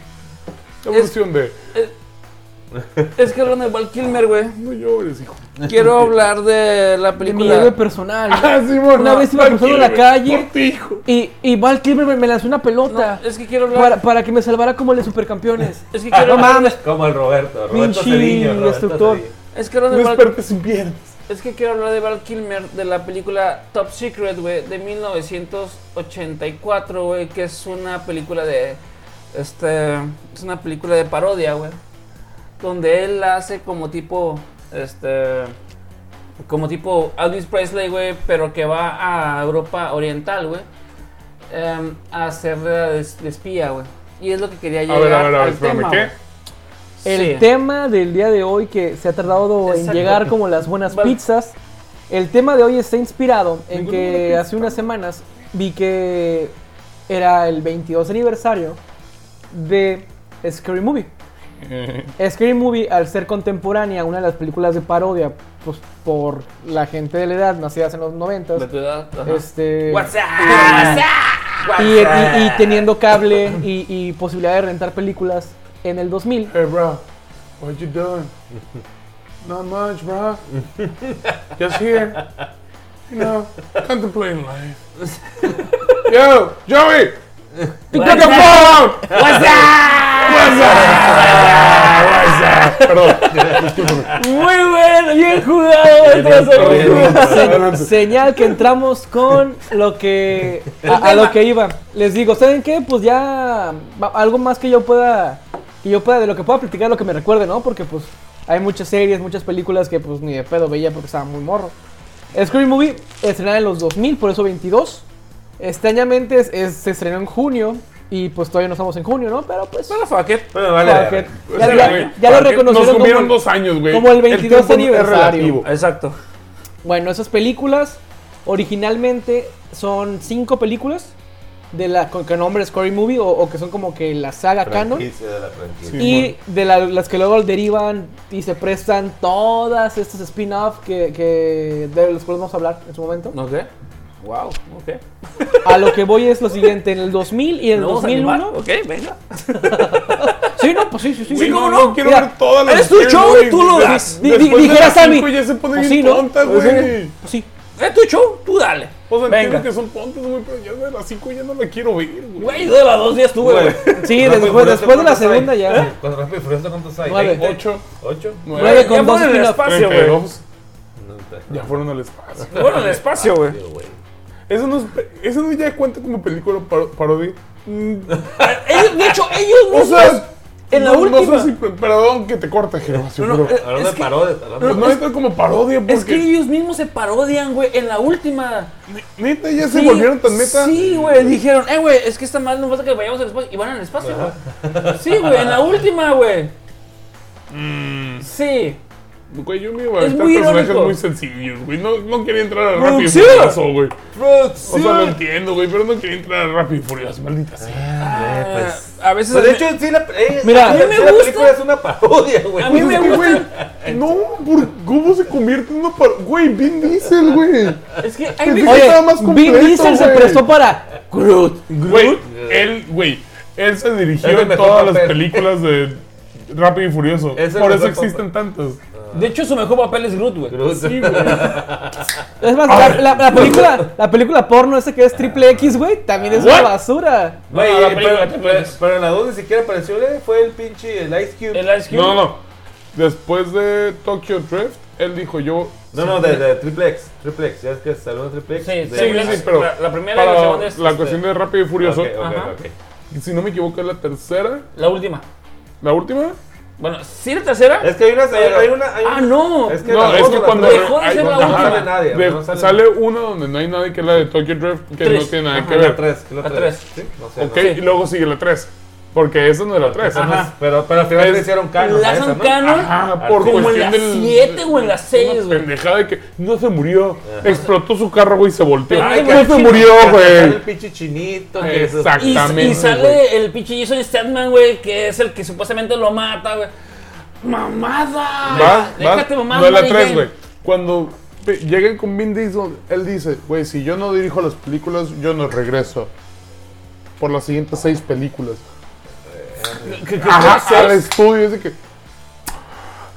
F: La evolución de.
C: Es que hablando de Val Kilmer, güey,
F: No llores, hijo.
C: quiero hablar de la
D: De mi
C: película
D: héroe personal.
F: *laughs* Ah, Simón.
D: Una vez iba
F: Val
D: cruzando la
F: Kilmer,
D: calle.
F: por ti, hijo.
D: Y, y Val Kilmer me, me lanzó una
C: No,
D: pelota
C: es que quiero hablar
D: para, para que me salvara como el de supercampeones.
C: Es que quiero
D: Ah, no
C: hablar
D: mames.
C: de-
B: Como el Roberto, Roberto
D: Pinche
B: Cediño. Roberto
D: instructor.
B: Cediño.
C: es que hablar
F: No
C: de Val
F: despertes sin piernas.
C: Es que quiero hablar de Val Kilmer, de la película Top Secret, güey, de 1984, güey, que es una película de... Este... Es una película de parodia, güey. Donde él hace como tipo... Este... Como tipo Elvis Presley, güey, pero que va a Europa Oriental, güey. em, a hacer de, de espía, güey. Y es lo que quería
F: A
C: llegar
F: ver, a ver, a ver,
C: al
F: espérame,
C: tema,
F: ¿qué?
C: güey.
D: El
C: Sí.
D: tema del día de hoy que se ha tardado en
C: Exacto.
D: llegar como las buenas
C: Vale.
D: pizzas. El tema de hoy está inspirado en
F: Ninguna buena
D: que
F: pizza.
D: hace unas semanas vi que era el 22 aniversario de Scary Movie.
C: Eh.
D: Scary Movie, al ser contemporánea, una de las películas de parodia, pues por la gente de la edad, nacidas en los 90,
C: De tu edad, ajá.
D: este,
F: Ah.
C: WhatsApp.
D: y, y- y teniendo cable y, y posibilidad de rentar películas en el 2000,
F: Hey, bro, Eh, what you
B: *laughs*
F: doing? Not much, bro. Just here, you know, contemplating
C: *laughs*
F: life. Yo, Joey, pick up the phone. What's that? What's that? What's that?
C: Muy bueno, bien jugado.
F: Perdón. Adelante.
D: Señal que entramos con lo que a, a lo que iba. Les digo, ¿saben qué? Pues ya va- algo más que yo pueda que yo pueda de lo que pueda platicar lo que me recuerde, ¿no? Porque pues hay muchas series, muchas películas que pues ni de pedo veía porque estaba muy morro. Scream Movie estrenada en los 2000, por eso 22. Extrañamente es- es- se estrenó en junio Y pues todavía no estamos en junio, ¿no? Pero pues.
A: Pero fuck it.
B: Bueno, vale.
D: fuck
B: vale.
D: it. Ya, ya-
F: Pues güey,
D: ya lo
F: ¿para qué? Nos
D: reconocieron
F: comieron
D: como,
F: dos años, güey.
D: como el
F: tiempo
D: 22
F: es
D: aniversario.
B: Uh.
F: relativo.
C: Exacto.
D: Bueno, esas películas originalmente son cinco películas de la con, con nombre Scary Movie o, o que son como que la saga canon.
B: Franquicia de la franquicia.
F: Sí.
D: Y de la- las que luego derivan y se prestan todas estas spin-off que, que- de los cuales vamos a hablar en su momento.
C: No sé. Wow, ok.
D: A lo que voy es lo siguiente, en el 2000 y en el
C: ¿No vamos a animar?
D: 2001.
C: Ok, venga.
D: Sí, no, pues sí, sí, sí.
F: Sí,
C: cómo
F: no,
C: no.
F: no, quiero
D: Mira,
F: ver todas las
C: eres tu
F: mujeres,
C: show,
F: güey.
C: tú lo
F: Ya,
C: das.
D: Di- di-
F: después de
D: dijeras
F: las
D: a mí.
F: cinco ya se pone
D: Pues
F: bien
D: sí, ¿no?
F: tonta,
D: Pues sí,
F: güey.
D: pues sí.
C: Es tu show, tú dale.
F: O sea,
C: venga.
F: entiendo que son tontas, güey, pero ya de las cinco ya no la quiero ver, güey.
C: Güey, yo de las dos días tuve, güey.
D: Sí,
B: Rápido y
D: después,
B: Furioso,
D: después de la
B: ¿cuántos hay?
D: segunda ya.
B: ¿Eh? ¿Con Rápido y Furioso cuántos hay?
D: Nueve.
B: ¿Veinte?
F: Ocho,
B: ¿Ocho?
F: nueve,
D: Nueve con
C: ya
D: dos
C: fueron en el
D: spin-off.
C: espacio,
F: treinta y
C: güey.
F: dos.
B: No, está-
F: Ya fueron al espacio.
C: Fueron en el espacio, güey.
B: Tío, güey.
F: Eso no, es pe- eso no ya cuenta como película paro- parodia. Mm,
C: Ellos- de hecho, ellos
D: *laughs*
F: O
C: mismos,
F: sea,
C: en la
F: no,
C: última.
F: No sé si, perdón que te corte, Gervasio,
C: No, no,
F: pero-
C: eh,
B: Hablando
C: es
B: de
C: que-
B: parodias, hablando
F: pero
B: de-
F: no entra como parodia porque
C: es que ellos mismos se parodian, güey, en la última.
F: neta ya se
C: Sí,
F: volvieron tan neta.
C: Sí, güey, dijeron, eh, güey, es que esta madre nos falta que vayamos al espacio. Y van al espacio, güey. Sí, güey, en la última, güey.
F: Mm.
C: Sí.
F: Güey, yo me iba a
C: Es
F: aventar
C: muy
F: personajes
C: irónico.
F: muy sencillos, güey. No, no quería entrar a Rápido y
C: Producción.
F: Furioso, güey. O sea, lo
C: Producción.
F: entiendo, güey, pero no quería entrar a Rápido y Furioso, maldita sea.
B: Ah, güey,
C: Ah,
B: pues.
C: A veces.
B: Pues, de hecho, sí, la, eh,
D: Mira,
B: sí,
D: a mí
C: me
B: sí, la película
C: gusta-
B: es una parodia, güey.
C: A mí me
B: *laughs*
F: pues, Es que,
C: gusta.
F: güey, no, ¿por cómo se convierte en una par... Güey, Vin Diesel, güey.
C: Es que hay veces.
F: Oye, estaba más
D: Vin
F: completo,
D: Diesel se
F: güey.
D: prestó para Groot.
F: Güey, él, güey, él se
B: Es
F: dirigió
B: el
F: en
B: mejor
F: todas las
B: papel.
F: películas de Rápido y Furioso.
B: Es el
F: Por eso
B: mejor
F: existen tantas.
C: De hecho, su mejor papel es Groot, güey.
B: Groot.
F: Sí, güey.
D: Es más, la, la- la película, la película porno esa que es triple X, güey, también es una
F: What?
D: basura.
B: Güey,
C: No, la
B: eh,
C: película,
B: pero,
C: te puedes.
B: pero- pero en la 2 ni siquiera apareció, eh, fue el pinche el Ice Cube.
C: El Ice Cube.
F: *laughs* No, no, no. Después de Tokyo Drift, él dijo yo.
B: No, no, de, de Triplex, Triplex, ya es que salió en Triplex.
C: Sí,
B: de-
C: sí,
F: Sí, sí,
C: la-
F: pero
C: la- la primera y
F: para
C: la segunda es,
F: la
C: este,
F: cuestión de Rápido y Furioso.
B: Ok, ok,
C: Ajá.
B: ok.
F: Y si no me equivoco, es la tercera.
C: La última.
F: ¿La última?
C: Bueno, ¿sí la tercera?
B: Es que hay una, hay, hay una, hay
C: Ah,
B: una-
C: no.
B: Es que,
F: No,
B: la
F: es
B: dos
F: que
B: o la
F: cuando.
B: tres.
C: Dejó de
F: hay-
C: ser la
F: ajá,
C: última.
B: No sale nadie,
F: de-
B: no sale-
F: sale una donde no hay nadie que es la de Tokyo Drift, que no
C: Tres.
F: tiene nada
B: Ajá,
F: que
B: la
F: ver.
B: 3, la
C: La
B: 3.
C: tres.
B: Sí, no sé.
F: Ok,
B: no.
F: y luego sigue la 3. Porque esa no es la 3.
B: Esa no es- pero, pero al final
F: Es-
B: le hicieron canon. a
C: La
B: esa,
C: San
B: ¿no?
C: Canon.
F: Ajá, por
C: Como en la
F: cuestión del.
C: siete o en la seis,
F: una
C: güey.
F: pendejada de que no se murió, explotó su carro, güey, y se volteó.
C: Ay,
F: no se
C: güey,
F: murió,
B: Sale El
F: güey.
B: pinche chinito. que es-
C: Y,
F: Exactamente.
C: y
F: güey.
C: sale el pinche Jason Statham, güey, que es el que supuestamente lo mata, güey. ¡Mamada!
F: Va,
C: Déjate,
F: va.
C: mamada.
F: No es la
C: Mary
F: 3,
C: Jane.
F: güey. Cuando pe- lleguen con Vin Diesel, él dice, güey, si yo no dirijo las películas, yo no regreso. Por las siguientes seis películas.
C: Que- que-
F: Ajá,
C: Ah, seis.
F: al estudio, es de que...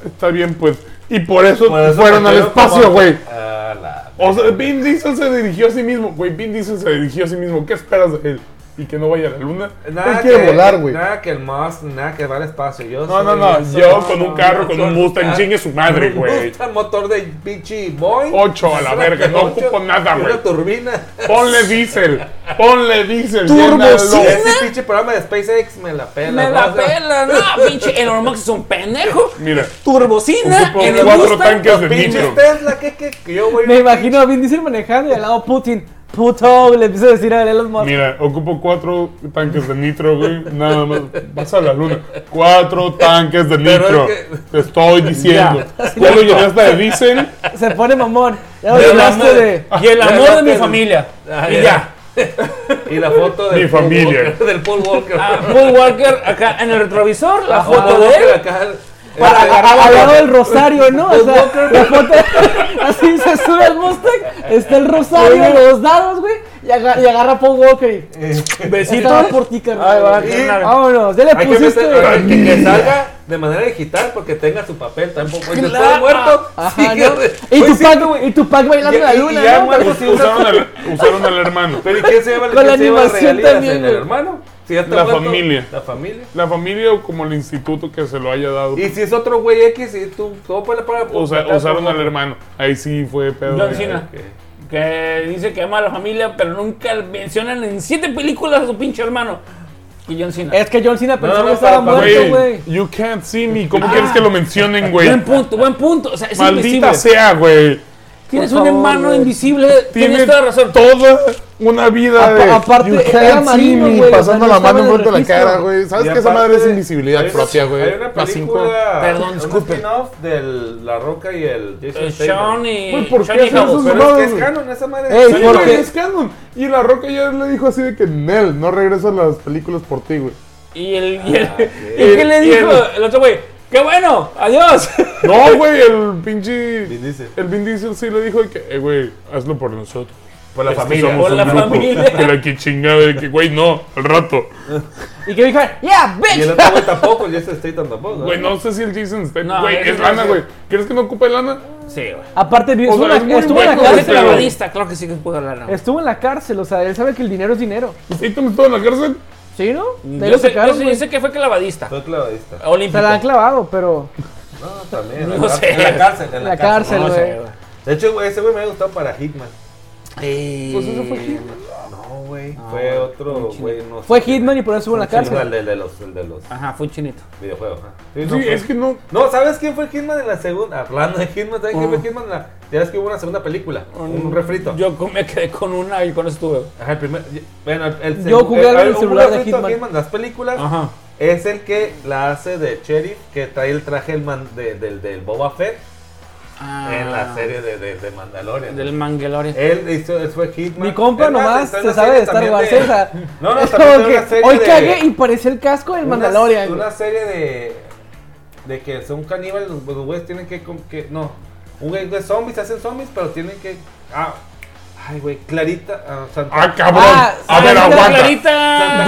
F: Está bien, pues. Y por eso,
B: Por eso
F: fueron al
B: metieron
F: espacio,
B: como-
F: güey.
B: Ah, la-
F: O sea, Vin Diesel se dirigió a sí mismo. Güey, Vin Diesel se dirigió a sí mismo. ¿Qué esperas de él? ¿Y que no vaya a la luna? él quiere volar, güey.
B: Nada que el Musk, nada que va al espacio. Yo
F: No, no,
B: soy-
F: no.
B: soy-
F: Yo
B: no,
F: con
B: no,
F: un carro,
B: no,
F: con
B: soy-
F: un Mustang,
B: ah,
F: chingue su madre,
B: un
F: güey.
B: Mustang, motor de pinche boy.
F: Ocho a la verga, no
B: Ocho,
F: ocupo nada, güey.
B: Una turbina.
F: Ponle diésel, ponle diésel.
C: Turbo
F: llénalo.
C: sí.
B: Ese pinche programa de SpaceX me la pela.
C: Me
B: ¿no?
C: la
B: O sea,
C: pela, no, pinche Elon Musk es un pendejo.
F: Mira,
C: Turbocina
F: ocupo
C: en el
F: cuatro
C: Mustang. este.
F: tanques de
B: Pinches
F: nitro.
B: Tesla, que, que, que yo voy.
D: Me imagino a Vin Diesel manejando y al lado Putin. Puto, le empiezo a decir a Elon Musk.
F: Mira, ocupo cuatro tanques de nitro, güey. Nada más. Vas a la luna. Cuatro tanques de
B: Pero
F: nitro.
B: es que-
F: Te estoy
B: *laughs*
F: diciendo. Ya lo llenaste de diésel.
D: Se pone mamón. Ya lo
C: Y el
D: llenaste
C: amor-
D: de.
C: Y
F: Ah,
C: el amor de mi
B: Del-
C: familia.
B: Ah,
C: Y
B: ya.
C: ya.
B: Y la foto de.
F: Mi familia.
B: *laughs* Del Paul Walker.
D: Ah,
C: Paul Ah, Walker acá en el retrovisor, la
B: Paul
C: foto de
B: Walker
C: él.
B: acá, el-
D: a-
B: el-
F: Ah,
D: a- Al lado del rosario, ¿no? O sea, la foto. *laughs* Así se sube al Mustang. Está el rosario, los dados, güey. Y, aga- y agarra a Paul Walker y.
B: Eh,
D: *laughs* Besito por ti, carnal.
C: Ahí va,
D: Y-
C: carnal.
D: Vámonos, ya le
B: Hay que,
D: pusiste.
B: meter- hay que, que salga de manera digital porque tenga su papel tampoco. Y después de muerto,
D: Ajá,
B: sigue-
D: ¿no? Y
B: Oye,
D: tu
B: sí,
D: pack, y tu pack bailando
B: Y-
D: la
B: y- y
D: luna,
B: ya
D: ¿no?
B: muerto, Pues sí, usa-
F: Usaron al, usaron al hermano.
B: Pero ¿y quién se lleva
D: *laughs* Con la
B: quién se lleva las
D: animación
B: regalías?
D: también,
B: ¿El
D: güey.
B: hermano? Si ya está
F: La
B: muerto,
F: familia.
B: La familia.
F: La familia o como el instituto que se lo haya dado.
B: Y si es otro güey X, y tú, ¿cómo puede pagar? por-
F: Usa-
B: por-
F: usaron
B: por-
F: al hermano. Ahí sí fue pedo.
C: John
F: de-
C: Cena.
B: Ok.
C: Que dice que ama a la familia, pero nunca mencionan en siete películas a su pinche hermano. Y John Cena.
D: Es que John Cena pensó
B: no,
D: que estaba
B: papá,
D: muerto,
F: Güey,
D: güey.
F: you
D: pues,
F: can't see me. ¿Cómo quieres que lo mencionen, güey?
C: Buen punto, buen punto. O sea, es
F: Maldita
C: invisible.
F: sea, güey.
C: Tienes
D: Por
C: un
D: favor,
C: hermano
D: güey.
C: invisible.
F: Tiene
C: Tienes toda la razón. Eh,
F: toda una vida
D: Apa-
F: de.
D: aparte,
F: "You
D: era
F: can't see
D: marino,
F: me",
D: güey, o sea,
F: Pasando
D: no
F: la mano
D: estaba en el
F: enfrente de la
D: registro.
F: cara, güey. ¿Sabes
B: Y
F: que esa madre es
B: aparte,
F: invisibilidad
B: hay una-
F: propia, güey?
B: Hay una
F: La cinco.
B: película.
C: Perdón,
B: un
C: disculpe.
B: spin-off del La Roca y el Jason
C: Eh,
B: Statham.
C: Sean y.
F: Güey, ¿por qué
C: Sean y
F: haces
C: House.
F: esos
B: Pero es que es
F: Madre.
B: canon esa madre.
D: Ey,
B: Sí,
F: Sí,
D: porque-
F: güey, es canon. Y La Roca ya le dijo así de que Nel, no regreso a las películas por ti, güey.
C: Y el. *laughs* Y el, ¿y
F: bien.
C: qué le
F: Y el-
C: dijo el otro güey? ¡Qué bueno! ¡Adiós!
F: No, güey, el pinche.
B: Vin Diesel.
F: El Vin Diesel sí le dijo de que, eh, güey, hazlo por nosotros.
B: Por la
F: Es que
B: familia.
F: somos
C: por
F: un
C: la
F: grupo.
C: familia.
F: *laughs* Que la que chingada, de que, güey, no, al rato.
D: Y que dijeron, yeah,
B: Y
D: bitch.
B: el otro güey tampoco, el Jason Statham tampoco. ¿eh?
F: Güey, no sé si el Jason Statham,
C: No,
F: güey,
C: es
F: es lana,
C: demasiado.
F: güey. ¿Crees que no ocupe lana?
C: Sí, güey.
D: Aparte, vi-
F: O
D: estuvo,
F: sea, es
D: en
F: muy
D: la, estuvo en la
F: bueno,
C: Claro,
F: pero-
D: cárcel. güey.
C: globalista, claro que sí que puedo hablar. ¿no?
D: Estuvo en la cárcel, o sea, él sabe que el dinero es dinero.
F: Statham estuvo en la cárcel.
D: ¿Sí, no? De ahí
C: Yo
D: lo
C: sé, yo
D: sacaron,
C: sé-
D: güey.
C: yo sé que fue clavadista.
B: Soy clavadista.
D: Se la han
C: Olímpico.
D: clavado, pero
B: No, también.
C: No
B: en la-
C: sé.
B: En la cárcel. En
D: la cárcel,
C: No
D: güey.
C: sé, güey.
B: De hecho, güey, ese güey me ha gustado para Hitman. Eh,
F: Pues eso fue Hitman.
B: No, güey. Fue otro, güey. No sé
D: fue
B: quién
D: Hitman y
B: era.
D: por eso estuvo en la
B: Sí, no, el
D: cárcel.
B: de, el de los, el de los
C: Ajá, fue un chinito.
B: videojuegos. ajá. Sí, no,
F: Sí,
B: fue-
F: es que no.
B: No, ¿sabes quién fue Hitman en la segunda? Hablando de Hitman, ¿sabes quién fue
D: Oh.
B: Hitman? en la- Ya ves que hubo una segunda película, un refrito.
C: Yo con- me quedé con una y con eso estuve.
B: Ajá, el primer. Bueno, el, el
D: Yo
B: segu-
D: jugué al
B: hay- hubo
D: celular
B: un
D: de
B: refrito
D: Hitman.
B: Las películas
C: Ajá.
B: es el que la hace de Sheriff, que trae el traje del, man- de- del, del Boba Fett en la serie Eh, de, de, de Mandalorian.
C: Ah, Del Mangelore.
B: Él hizo, él fue Hitman.
D: Mi compa
B: Es más,
D: nomás
B: está en
D: se
B: una
D: sabe de
B: serie
D: Star
B: también
D: Wars.
B: de-
D: o sea,
B: No, no, también
D: es como
B: tiene una
D: que
B: serie
D: hoy
B: de-
D: cagué y parecía el casco del
B: Una-
D: Mandalorian.
B: Una,
D: güey.
B: serie de. de que son caníbales, los los güeyes tienen que, com- que- No. Un güey de zombies, hacen zombies, pero tienen que. Ah, ay, güey, Clarita. ah, Santa-
F: Ah, cabrón.
D: Ah,
F: a ver,
C: Clarita,
F: aguanta.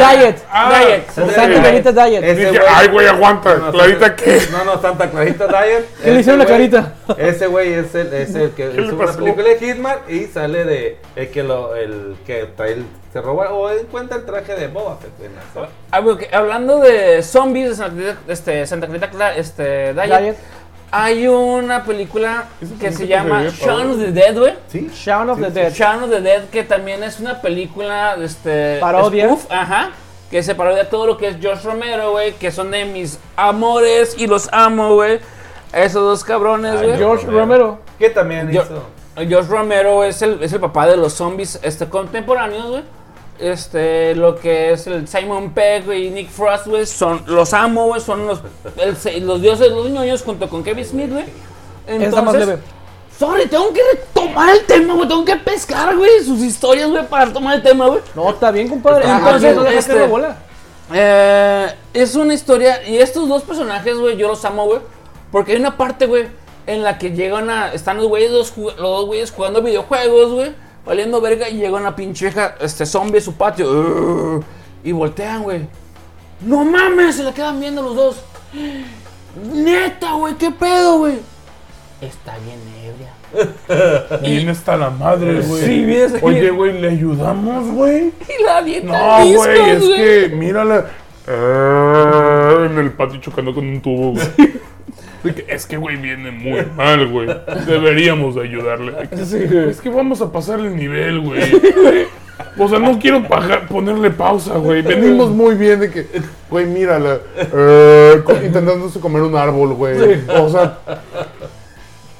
C: Clarita.
D: Diet.
F: Ah,
C: Diet.
B: Santa
F: ok.
D: Santa Clarita Diet.
B: Ese
F: Dije, ay, güey, aguanta.
B: No, no,
F: Clarita,
B: Santa-
F: ¿qué?
B: No, no, Santa Clarita Diet.
D: ¿Qué le
B: Ese
D: hicieron a
B: güey-
D: Clarita?
B: Ese güey es el, es el que
F: ¿Qué le
B: hizo una
F: pasó?
B: película de Hitman y sale de. El que, lo, el que trae el- se roba o encuentra el traje de Boba Fett. en la-
C: Ah, güey, que- Hablando de zombies de Santa Clarita, este, Santa Clarita Cla- este, Diet,
D: Diet.
C: hay una película
F: Eso
C: que
F: parece
C: se
F: que
C: llama
F: se ve, Pablo.
C: Shaun of the Dead, güey.
B: ¿Sí?
D: Shaun of the Dead.
C: Shaun of the Dead, que también es una película, este...
D: Parodia.
C: spoof, ajá. Que se parodia todo lo que es George Romero, güey. Que son de mis amores y los amo, güey. Esos dos cabrones, güey.
D: George Romero.
B: Que también
C: Yo-
B: hizo.
C: George Romero es el, es el papá de los zombies este, contemporáneos, güey. Este, lo que es el Simon Pegg güey, y Nick Frost, güey, son, los amo, güey, son los, el- los dioses de los ñoños junto con Kevin Smith, güey.
D: Esa más
C: Entonces,
D: leve.
C: sorry, tengo que retomar el tema, güey, tengo que pescar, güey, sus historias, güey, para retomar el tema, güey.
D: No, está bien, compadre.
C: Está
D: Entonces,
C: bien.
D: no le saques
C: Este-
D: la bola.
C: Eh, es una historia. Y estos dos personajes, güey, yo los amo, güey. Porque hay una parte, güey, en la que llegan a. Están los güeyes, los, ju- los dos güeyes jugando videojuegos, güey. Valiendo verga. Y llega una pinche vieja, este zombie a su patio. "Ugh", y voltean, güey. ¡No mames! Se la quedan viendo los dos. Neta, güey, qué pedo, güey. Está bien ebria.
F: Bien está la madre, güey.
C: Sí, bien está
F: Oye,
C: bien.
F: güey, ¿le ayudamos, güey?
C: *laughs* Y la dieta
F: No,
C: discos,
F: güey, es que mírala. Ah, en el patio chocando con un tubo, *laughs* güey. De que, Es que, güey, viene muy mal, güey. Deberíamos de ayudarle. De que, Es que vamos a pasar el nivel, güey. O sea, no quiero paja- ponerle pausa, güey. Venimos muy bien de que, güey, mírala. Ah, co- intentándose comer un árbol, güey. O sea,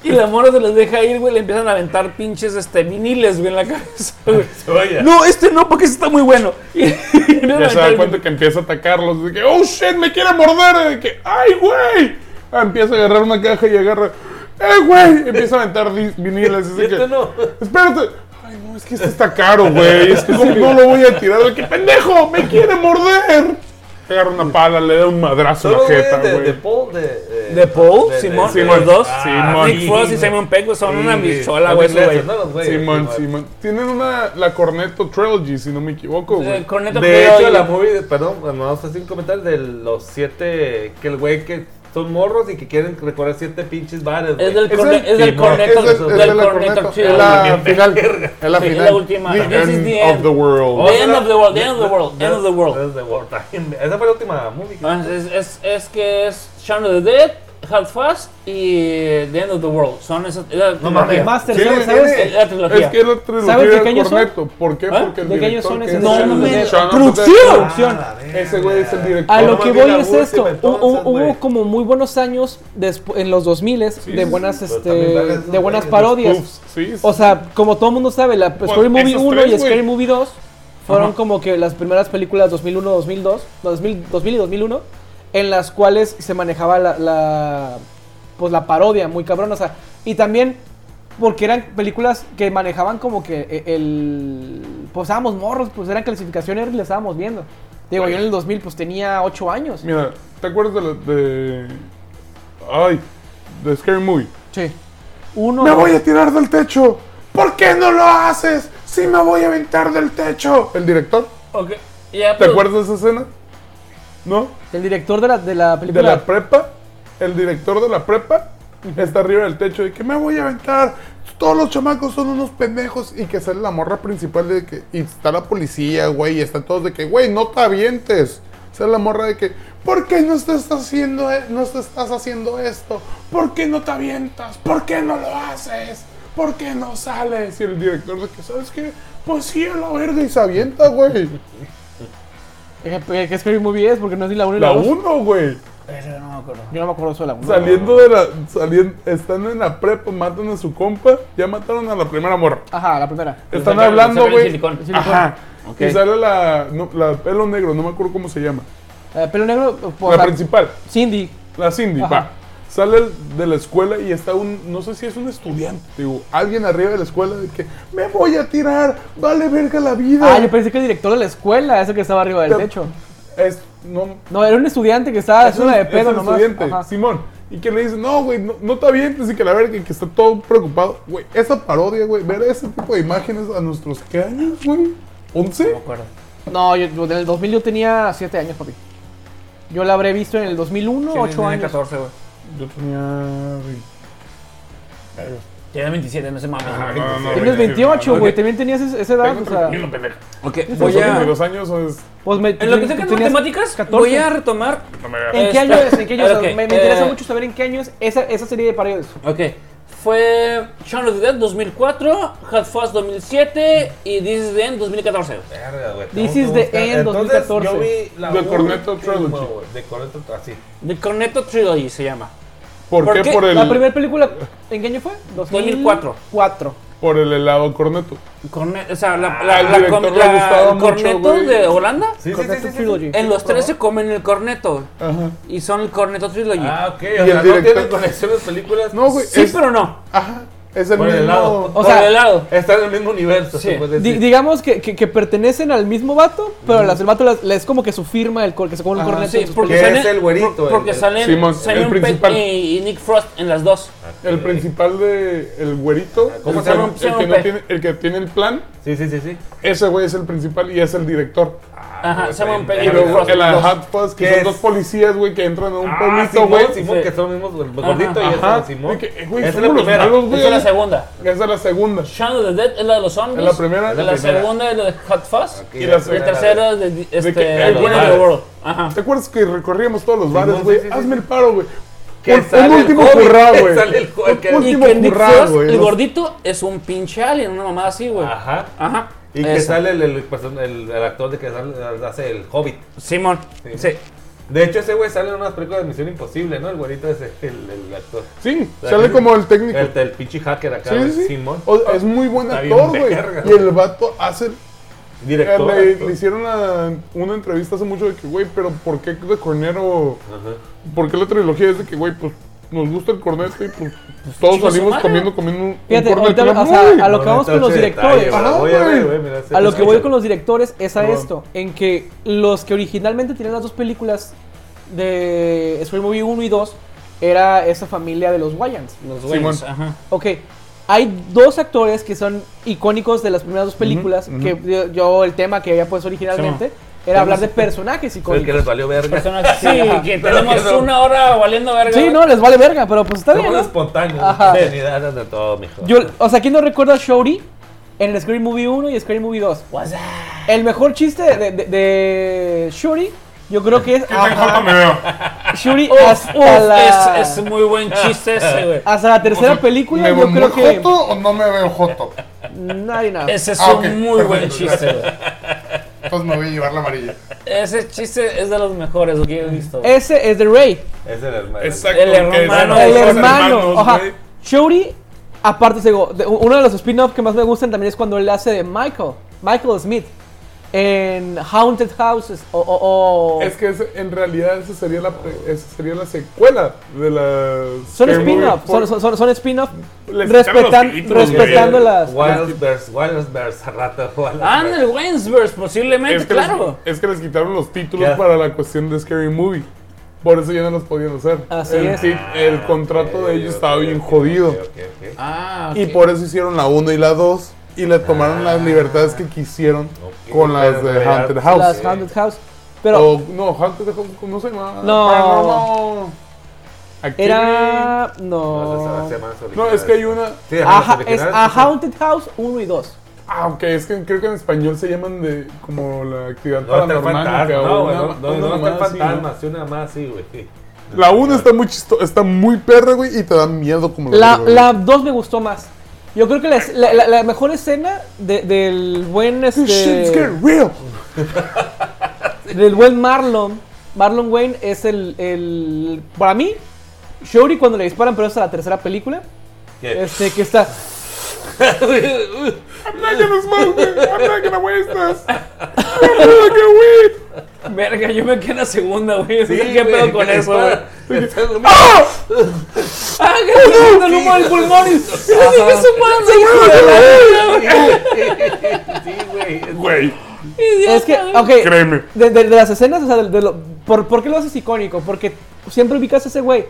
C: Y la mora se los deja ir, güey. Le empiezan a aventar pinches este, viniles, güey, en la cabeza, güey.
B: Oye.
C: No, este no, porque este está muy bueno. *laughs* Y- y no
F: *laughs* Ya se da
C: levantaron-
F: cuenta que empieza a atacarlos. De que, oh shit, me quiere morder. De que, ay, güey. Ah, empieza a agarrar una caja y agarra, eh, güey. Empieza a aventar di- viniles. Dice que,
B: Este no.
F: espérate. Ay, no, es que este está caro, güey. Es que como no lo voy a tirar. De que, pendejo, me quiere morder. Agarra una pala, le da un madrazo en
B: Solo
F: la
B: güey
F: jeta,
B: de, de
F: güey.
B: Paul, de, de,
C: De Paul,
B: de- Ah,
C: Simón,
B: de-
F: Simón.
C: los dos.
F: Simón.
C: Nick Frost y Simon Pegg, güey, son
B: Sí,
C: una
B: sí. Los
C: bichola, güey, esos
B: ingleses,
C: güey.
B: ¿no? Los güeyes,
F: Simón, Simón. Tienen una, la Cornetto Trilogy, si no me equivoco, güey.
C: Eh, Cornetto
B: De hecho,
C: Criollo.
B: la movie, de, perdón, no hacer sin comentar de los siete, que el güey que son morros y que quieren recorrer siete pinches bares.
C: Es
B: güey. *laughs*
C: del, corne-
F: el-
C: es del
B: Simón.
C: Cornetto,
F: Es de- es de
C: del
F: la
C: Cornetto
F: Cornetto.
C: Chill.
F: Es la final. Es la
C: Sí, es
F: final.
C: la última. This
F: The
C: is
F: end
C: the
F: of
C: end.
F: the world.
C: The end of the world, the end of the world, end of the world.
B: *laughs* End of the world. Esa fue la última movie. que-
C: Ah, Es, es- es que es Shaun of the Dead, Half-Fast y The End of the World. Son esas. eh, es la trilogía.
D: Master,
F: Tiene-
D: Chief, ¿sabes?
F: tiene-
C: Es la trilogía.
F: Es que es la
D: ¿Sabes de qué
F: trilogía
D: año
F: del
D: son?
F: correcto. ¿Por qué?
C: ¿Ah?
F: Porque el
D: ¿De qué año
F: director
D: son
F: que
D: esas?
F: es
C: No
F: el-
C: me-
F: Shaun of the
C: ¡Producción!
F: Dead.
B: Ah,
F: Ese güey es el director.
D: A lo
F: No
D: que
F: mames,
D: voy
F: la
D: es
F: voz-
D: esto.
B: entonces,
D: hubo, hubo
B: güey.
D: como muy buenos años despu- en los 2000
F: sí,
D: de buenas,
F: sí,
B: pero
D: este,
B: también vergas esos
D: de buenas
B: güeyes,
D: parodias.
F: Uf, sí, sí.
D: O sea, como todo el mundo sabe, la
F: Bueno,
D: Scary Movie
F: esos
D: 1
F: tres,
D: y Scary
F: güey.
D: Movie 2 fueron
F: Ajá.
D: como que las primeras películas 2001, 2002, no, 2000, 2000 y 2001, en las cuales se manejaba la, la- pues la parodia muy cabrón, o sea, y también porque eran películas que manejaban como que e- el pues estábamos morros, pues eran clasificaciones y las estábamos viendo. Digo, yo en el 2000 pues tenía 8 años.
F: Mira, ¿te acuerdas de, la, de... Ay, de Scary Movie?
D: Sí. Uno
F: ¡Me voy a tirar del techo! ¿Por qué no lo haces? ¡Sí me voy a aventar del techo! El director,
C: Ok, ya, pues,
F: ¿te
C: pero-
F: acuerdas de esa escena? ¿No?
D: el director de la de la
F: De
D: película
F: la prepa, el director de la prepa está arriba del techo y que me voy a aventar. Todos los chamacos son unos pendejos y que sale la morra principal de que y está la policía, güey, y están todos de que, güey, no te avientes. Sale la morra de que, ¿por qué no estás haciendo, e- no te estás haciendo esto? ¿Por qué no te avientas? ¿Por qué no lo haces? ¿Por qué no sales? Y el director de que, ¿sabes qué? Pues sí, a la verga y se avienta, güey.
D: eh, que, que Scary Movie es porque no es ni la 1 ni la
F: La
D: 2.
F: uno, güey.
C: Ese no me acuerdo.
D: Yo no me acuerdo eso de la 1.
F: Saliendo de la. Saliendo, están en la prepa, matan a su compa. Ya mataron a la primera morra.
D: Ajá, la primera.
F: Están
C: sacaron-
F: hablando,
C: sacaron pues, el
F: güey.
C: silicón.
F: Ajá.
C: Ok.
F: Y sale la, no, la pelo negro, no me acuerdo cómo se llama.
D: Eh, pelo negro, pues, o
F: la
D: sea,
F: principal,
D: Cindy.
F: la Cindy,
D: Ajá.
F: va. Sale el- de la escuela y está un, no sé si es un estudiante, digo, alguien arriba de la escuela de que me voy a tirar, vale verga la vida.
D: Ah, yo pensé que el director de la escuela, ese que estaba arriba del
F: Pero-
D: techo.
F: es, no,
D: No, era un estudiante que estaba
F: es un-
D: haciendo de
F: es
D: pedo
F: un
D: nomás.
F: estudiante,
D: Ajá.
F: Simón. Y que le dice, no, güey, no, no te avientes y que la verga, y que está todo preocupado. Güey, esa parodia, güey, ver ese tipo de imágenes a nuestros, ¿qué años, güey? ¿11?
D: No, yo, yo en el 2000 yo tenía 7 años, papi. Yo la habré visto en el 2001, 8 años.
C: 14, güey.
F: Yo tenía...
C: Tiene 27, no se
F: Ah,
C: mames.
D: Tienes 28, güey, también tenías ese- esa edad,
F: Tengo
D: o sea,
F: 31, pendejo.
C: Ok,
F: ¿Son
C: voy a.
F: 22 años o es...?
D: pues me,
C: En lo que toca
D: tenías-
C: matemáticas,
D: 14.
C: voy a retomar.
F: No me veas.
D: ¿En qué año es? ¿En qué año es?
C: Ok,
D: me, me interesa
C: eh,
D: mucho saber en qué año es esa, esa serie de parodias.
C: Ok. Fue Shaun of the Dead 2004, Half-Fast 2007 y This is the End 2014.
B: Verga, güey,
D: This
B: tengo que
D: is the
B: buscar.
D: end,
B: Entonces,
D: 2014.
B: Yo vi la
F: The
B: uno,
F: Cornetto
B: sí,
F: Trilogy.
B: güey, The Cornetto, así.
C: The Cornetto Trilogy se llama.
F: ¿Por,
C: ¿por
F: qué,
C: qué?
F: Por, el,
D: La primera película, ¿en qué año fue?
C: 2004.
D: 2004.
F: por el helado corneto?
C: Corne- o sea, la,
F: Ah,
C: la,
F: al
C: la,
F: director
C: com-
F: le
C: la-
F: gustaba
C: el
F: mucho,
C: corneto
F: güey.
C: de Holanda.
B: Sí, sí,
D: Cornetto
B: sí, sí, sí.
D: Trilogy.
C: En los tres se comen el corneto.
F: Ajá.
C: Y son el corneto trilogy.
B: Ah, ok.
F: el
B: o sea, no
F: director-
B: tienen conexión las películas.
F: No, güey.
C: sí,
F: es,
C: pero no.
F: Ajá. Es el
B: Por el
F: mismo...
B: helado.
D: O
C: O
D: sea,
C: sea, el helado.
B: Está en el mismo universo.
C: Sí.
B: se puede
D: Di-
B: decir.
D: digamos que, que, que pertenecen al mismo vato, pero las, el vato las- le- es como que su firma, el cor- que se come un
F: Ajá,
D: corneto.
C: Sí,
D: en sus
C: porque
B: Que
C: salen,
B: ah, es el güerito,
C: por-
B: el-
C: porque
B: el-
C: salen,
F: Simón,
C: salen
F: el
C: un Pet
F: principal.
C: y, y Nick Frost en las dos.
F: El principal de... El güerito.
B: ¿Cómo
F: el
B: se llama?
F: que- El que, no tiene, el que tiene el plan.
B: Sí, sí, sí, sí.
F: Ese güey es el principal y es el director.
C: Ajá, se llaman Peggy
F: Y
C: El
F: luego
C: Frost,
F: el
C: los-
F: Hot Fuzz, que
B: ¿Qué
F: son
B: es?
F: dos policías, güey, que entran a un
B: Ah,
F: pueblito,
B: Simón,
F: güey.
B: Simón,
C: Sí.
B: que son los mismos, el gordito y
F: Ajá.
B: ese, Simón.
F: Que, eh, güey,
B: Esa es
F: somos
B: la
F: los
B: primera.
F: malos, güey.
C: Esa es la segunda.
F: Esa es la segunda.
C: Shaun of the Dead es la de los zombies.
F: Es la primera.
C: La,
F: Es la
B: primera.
C: segunda es la de Hot Fuzz.
B: Ok,
F: Y la
C: La
F: segunda.
C: tercera es de, di- este,
F: que,
C: The
F: eh, güey,
C: End of
B: vale.
C: the World. Ajá.
F: ¿Te acuerdas que recorríamos todos los bares,
B: sí,
F: güey?
B: sí, sí,
F: Hazme
B: sí.
F: el paro, güey.
B: Que
F: Un,
B: sale
F: un
B: el
F: último
B: Hobbit,
F: currado,
B: que
F: güey.
B: sale el Hulk, que-
F: Un
C: Y
F: último
C: que Nick
F: currado,
C: Frost,
F: güey.
C: el
F: ¿no?
C: gordito, es un pinche alien, una mamada así, güey.
B: Ajá.
C: Ajá.
B: Y que
C: Esa.
B: sale el, el, person- el- el actor de que sale- hace el Hobbit.
C: Simón.
B: Sí.
C: Sí.
B: De hecho, ese güey sale en unas películas de Misión Imposible, ¿no? El güerito es el, el actor.
F: Sí,
B: O sea,
F: sale
B: que-
F: como el técnico.
B: El, el pinche hacker acá,
F: Sí,
B: güey,
F: sí, sí.
B: Simón.
F: O- es muy buen
B: Está
F: actor,
B: bien
F: güey.
B: verga,
F: Y el vato hace. eh,
B: Director.
F: Le,
B: actor.
F: le hicieron una, una entrevista hace mucho de que, güey, pero ¿por qué de Cornero?
B: Ajá.
F: ¿Por qué la trilogía es de que, güey, pues nos gusta el corneto y pues, pues, todos
C: chinga su
F: salimos
C: madre.
F: comiendo, comiendo un, un
D: Fíjate,
F: corneto?
D: ahorita,
F: No,
D: o sea,
F: güey.
D: a lo que vamos con los
B: Entonces,
D: directores,
B: detalle,
F: Ajá,
B: voy a ver,
F: güey.
B: güey, mira, ese-
D: a lo que voy
B: ese-
D: con los directores es a
F: Perdón.
D: esto, en que los que originalmente tenían las dos películas de Scream Movie 1 y 2 era esa familia de los Wayans.
C: Los
F: Simón.
C: güeyes. *laughs* Ajá.
D: Ok, hay dos actores que son icónicos de las primeras dos películas, que yo, yo el tema que había puesto originalmente era hablar de personajes
B: El que
D: icónicos.
B: les valió verga.
C: Personas sí,
D: ajá.
C: que
B: Pero
C: tenemos
B: quiero-
C: una hora valiendo verga.
D: Sí,
C: güey.
D: no, les vale verga, pero pues está bien,
B: Somos
D: ¿no?
B: espontáneos.
D: Ajá.
B: Espontaneidad de todo, mijo.
D: Yo, o sea, ¿quién no recuerda a Shorty en el Scary Movie 1 y Scary Movie 2?
C: What's that?
D: El mejor chiste de, de, de Shorty, yo creo que es...
F: Ah. Qué tan corto me veo.
D: Shuri
C: Uf,
D: hasta,
C: uf,
D: la,
C: es, es muy buen *laughs* chiste ese, güey.
D: hasta la tercera
F: O sea,
D: película.
F: ¿Me veo
D: yo creo
F: muy
D: que.
F: joto o no me veo joto?
D: Nadie nada.
C: Ese es
F: Ah,
C: un
F: ok,
C: muy buen
F: perfecto,
C: chiste, güey.
F: Entonces me voy a llevar la amarilla.
C: Ese chiste es de los mejores que yo he visto.
F: Eh,
C: güey.
D: Ese es de Rey.
B: Es el hermano.
F: Exacto.
C: El
F: que
C: hermano,
F: son
C: el
F: dos
D: hermano,
F: hermanos,
D: ajá.
F: güey.
D: Shuri, aparte, se digo, de- uno de los spin-offs que más me gustan también es cuando él hace de Michael, Michael Smith, en Haunted Houses o... o- o-
F: Es que ese- en realidad esa sería la, pre- esa sería la secuela de la...
D: son
F: Scary Movie
D: spin-off,
F: Four.
D: son, son- son- son spin-off
F: Les
D: respetan-
B: Pues,
F: quitaron los títulos, güey.
D: respetando las...
B: Wild Bears, Wild Bears, a rato. *laughs* Wild
C: Ah, en
B: Bears.
C: el Waynesburg, posiblemente,
F: Este Es que,
C: claro.
F: les, es que les quitaron los títulos
B: Ya.
F: para la cuestión de Scary Movie. Por eso ya no los podían hacer.
D: Así
F: el,
D: es.
F: ti- el contrato
B: Ok,
F: de ellos
B: ok,
F: estaba
B: ok,
F: bien
B: ok,
F: jodido.
B: ok, ok.
C: Ah,
F: Y
C: ok.
F: por eso hicieron la 1 y la 2 y le tomaron las libertades que quisieron
B: Ok,
F: con las
B: pero
F: de
B: en realidad-
F: Haunted House.
D: las
B: sí.
D: Haunted House. Pero
F: O- no, Haunted House, ¿cómo se llamaba?
D: No.
F: Paranormal Activity.
D: era... No...
B: Las de las semanas
F: No, es que hay una...
B: Sí, las
D: Ajá, es
B: originales,
D: a
B: sí, sí.
D: Haunted House 1 y 2.
F: Ah, ok, es que creo que en español se llaman de como la actividad
B: No está el
F: paranormal.
B: fantasma.
F: acá,
B: No,
F: una-
B: güey, no, no,
F: una
B: no está el
F: mamada así, ¿no?
B: fantasma, sí, una más, sí, güey.
F: La 1 está muy chisto, está muy perra, güey, y te da miedo como
D: La,
F: otra,
D: la 2 me gustó más. Yo creo que la, la- la- la mejor escena de- del buen
F: güey. This shit's
D: este,
F: Oh, getting real.
D: del buen Marlon. Marlon Wayne es el, el- para mí Shuri cuando le disparan, pero es a la tercera película.
B: ¿Qué?
D: Este
C: *laughs*
D: que está
F: I'm not gonna smoke, güey. I'm not gonna waste this. I'm not gonna weed.
C: Verga, yo me quedé en la segunda, güey.
B: Sí,
C: ¿Qué pedo
B: güey,
C: con
B: que
C: eso,
B: está-
C: güey?
B: que está-
C: ¡Ah, que no! ¡El humo del *laughs* pulmón! y- ¡Se sigue sumando, hijo de la verga, güey!
B: Sí, güey. es-
F: Güey,
D: es que ok,
F: créeme.
D: de, de- de las escenas, o sea, de, de lo- por, ¿por qué lo haces icónico? Porque siempre ubicas a ese güey.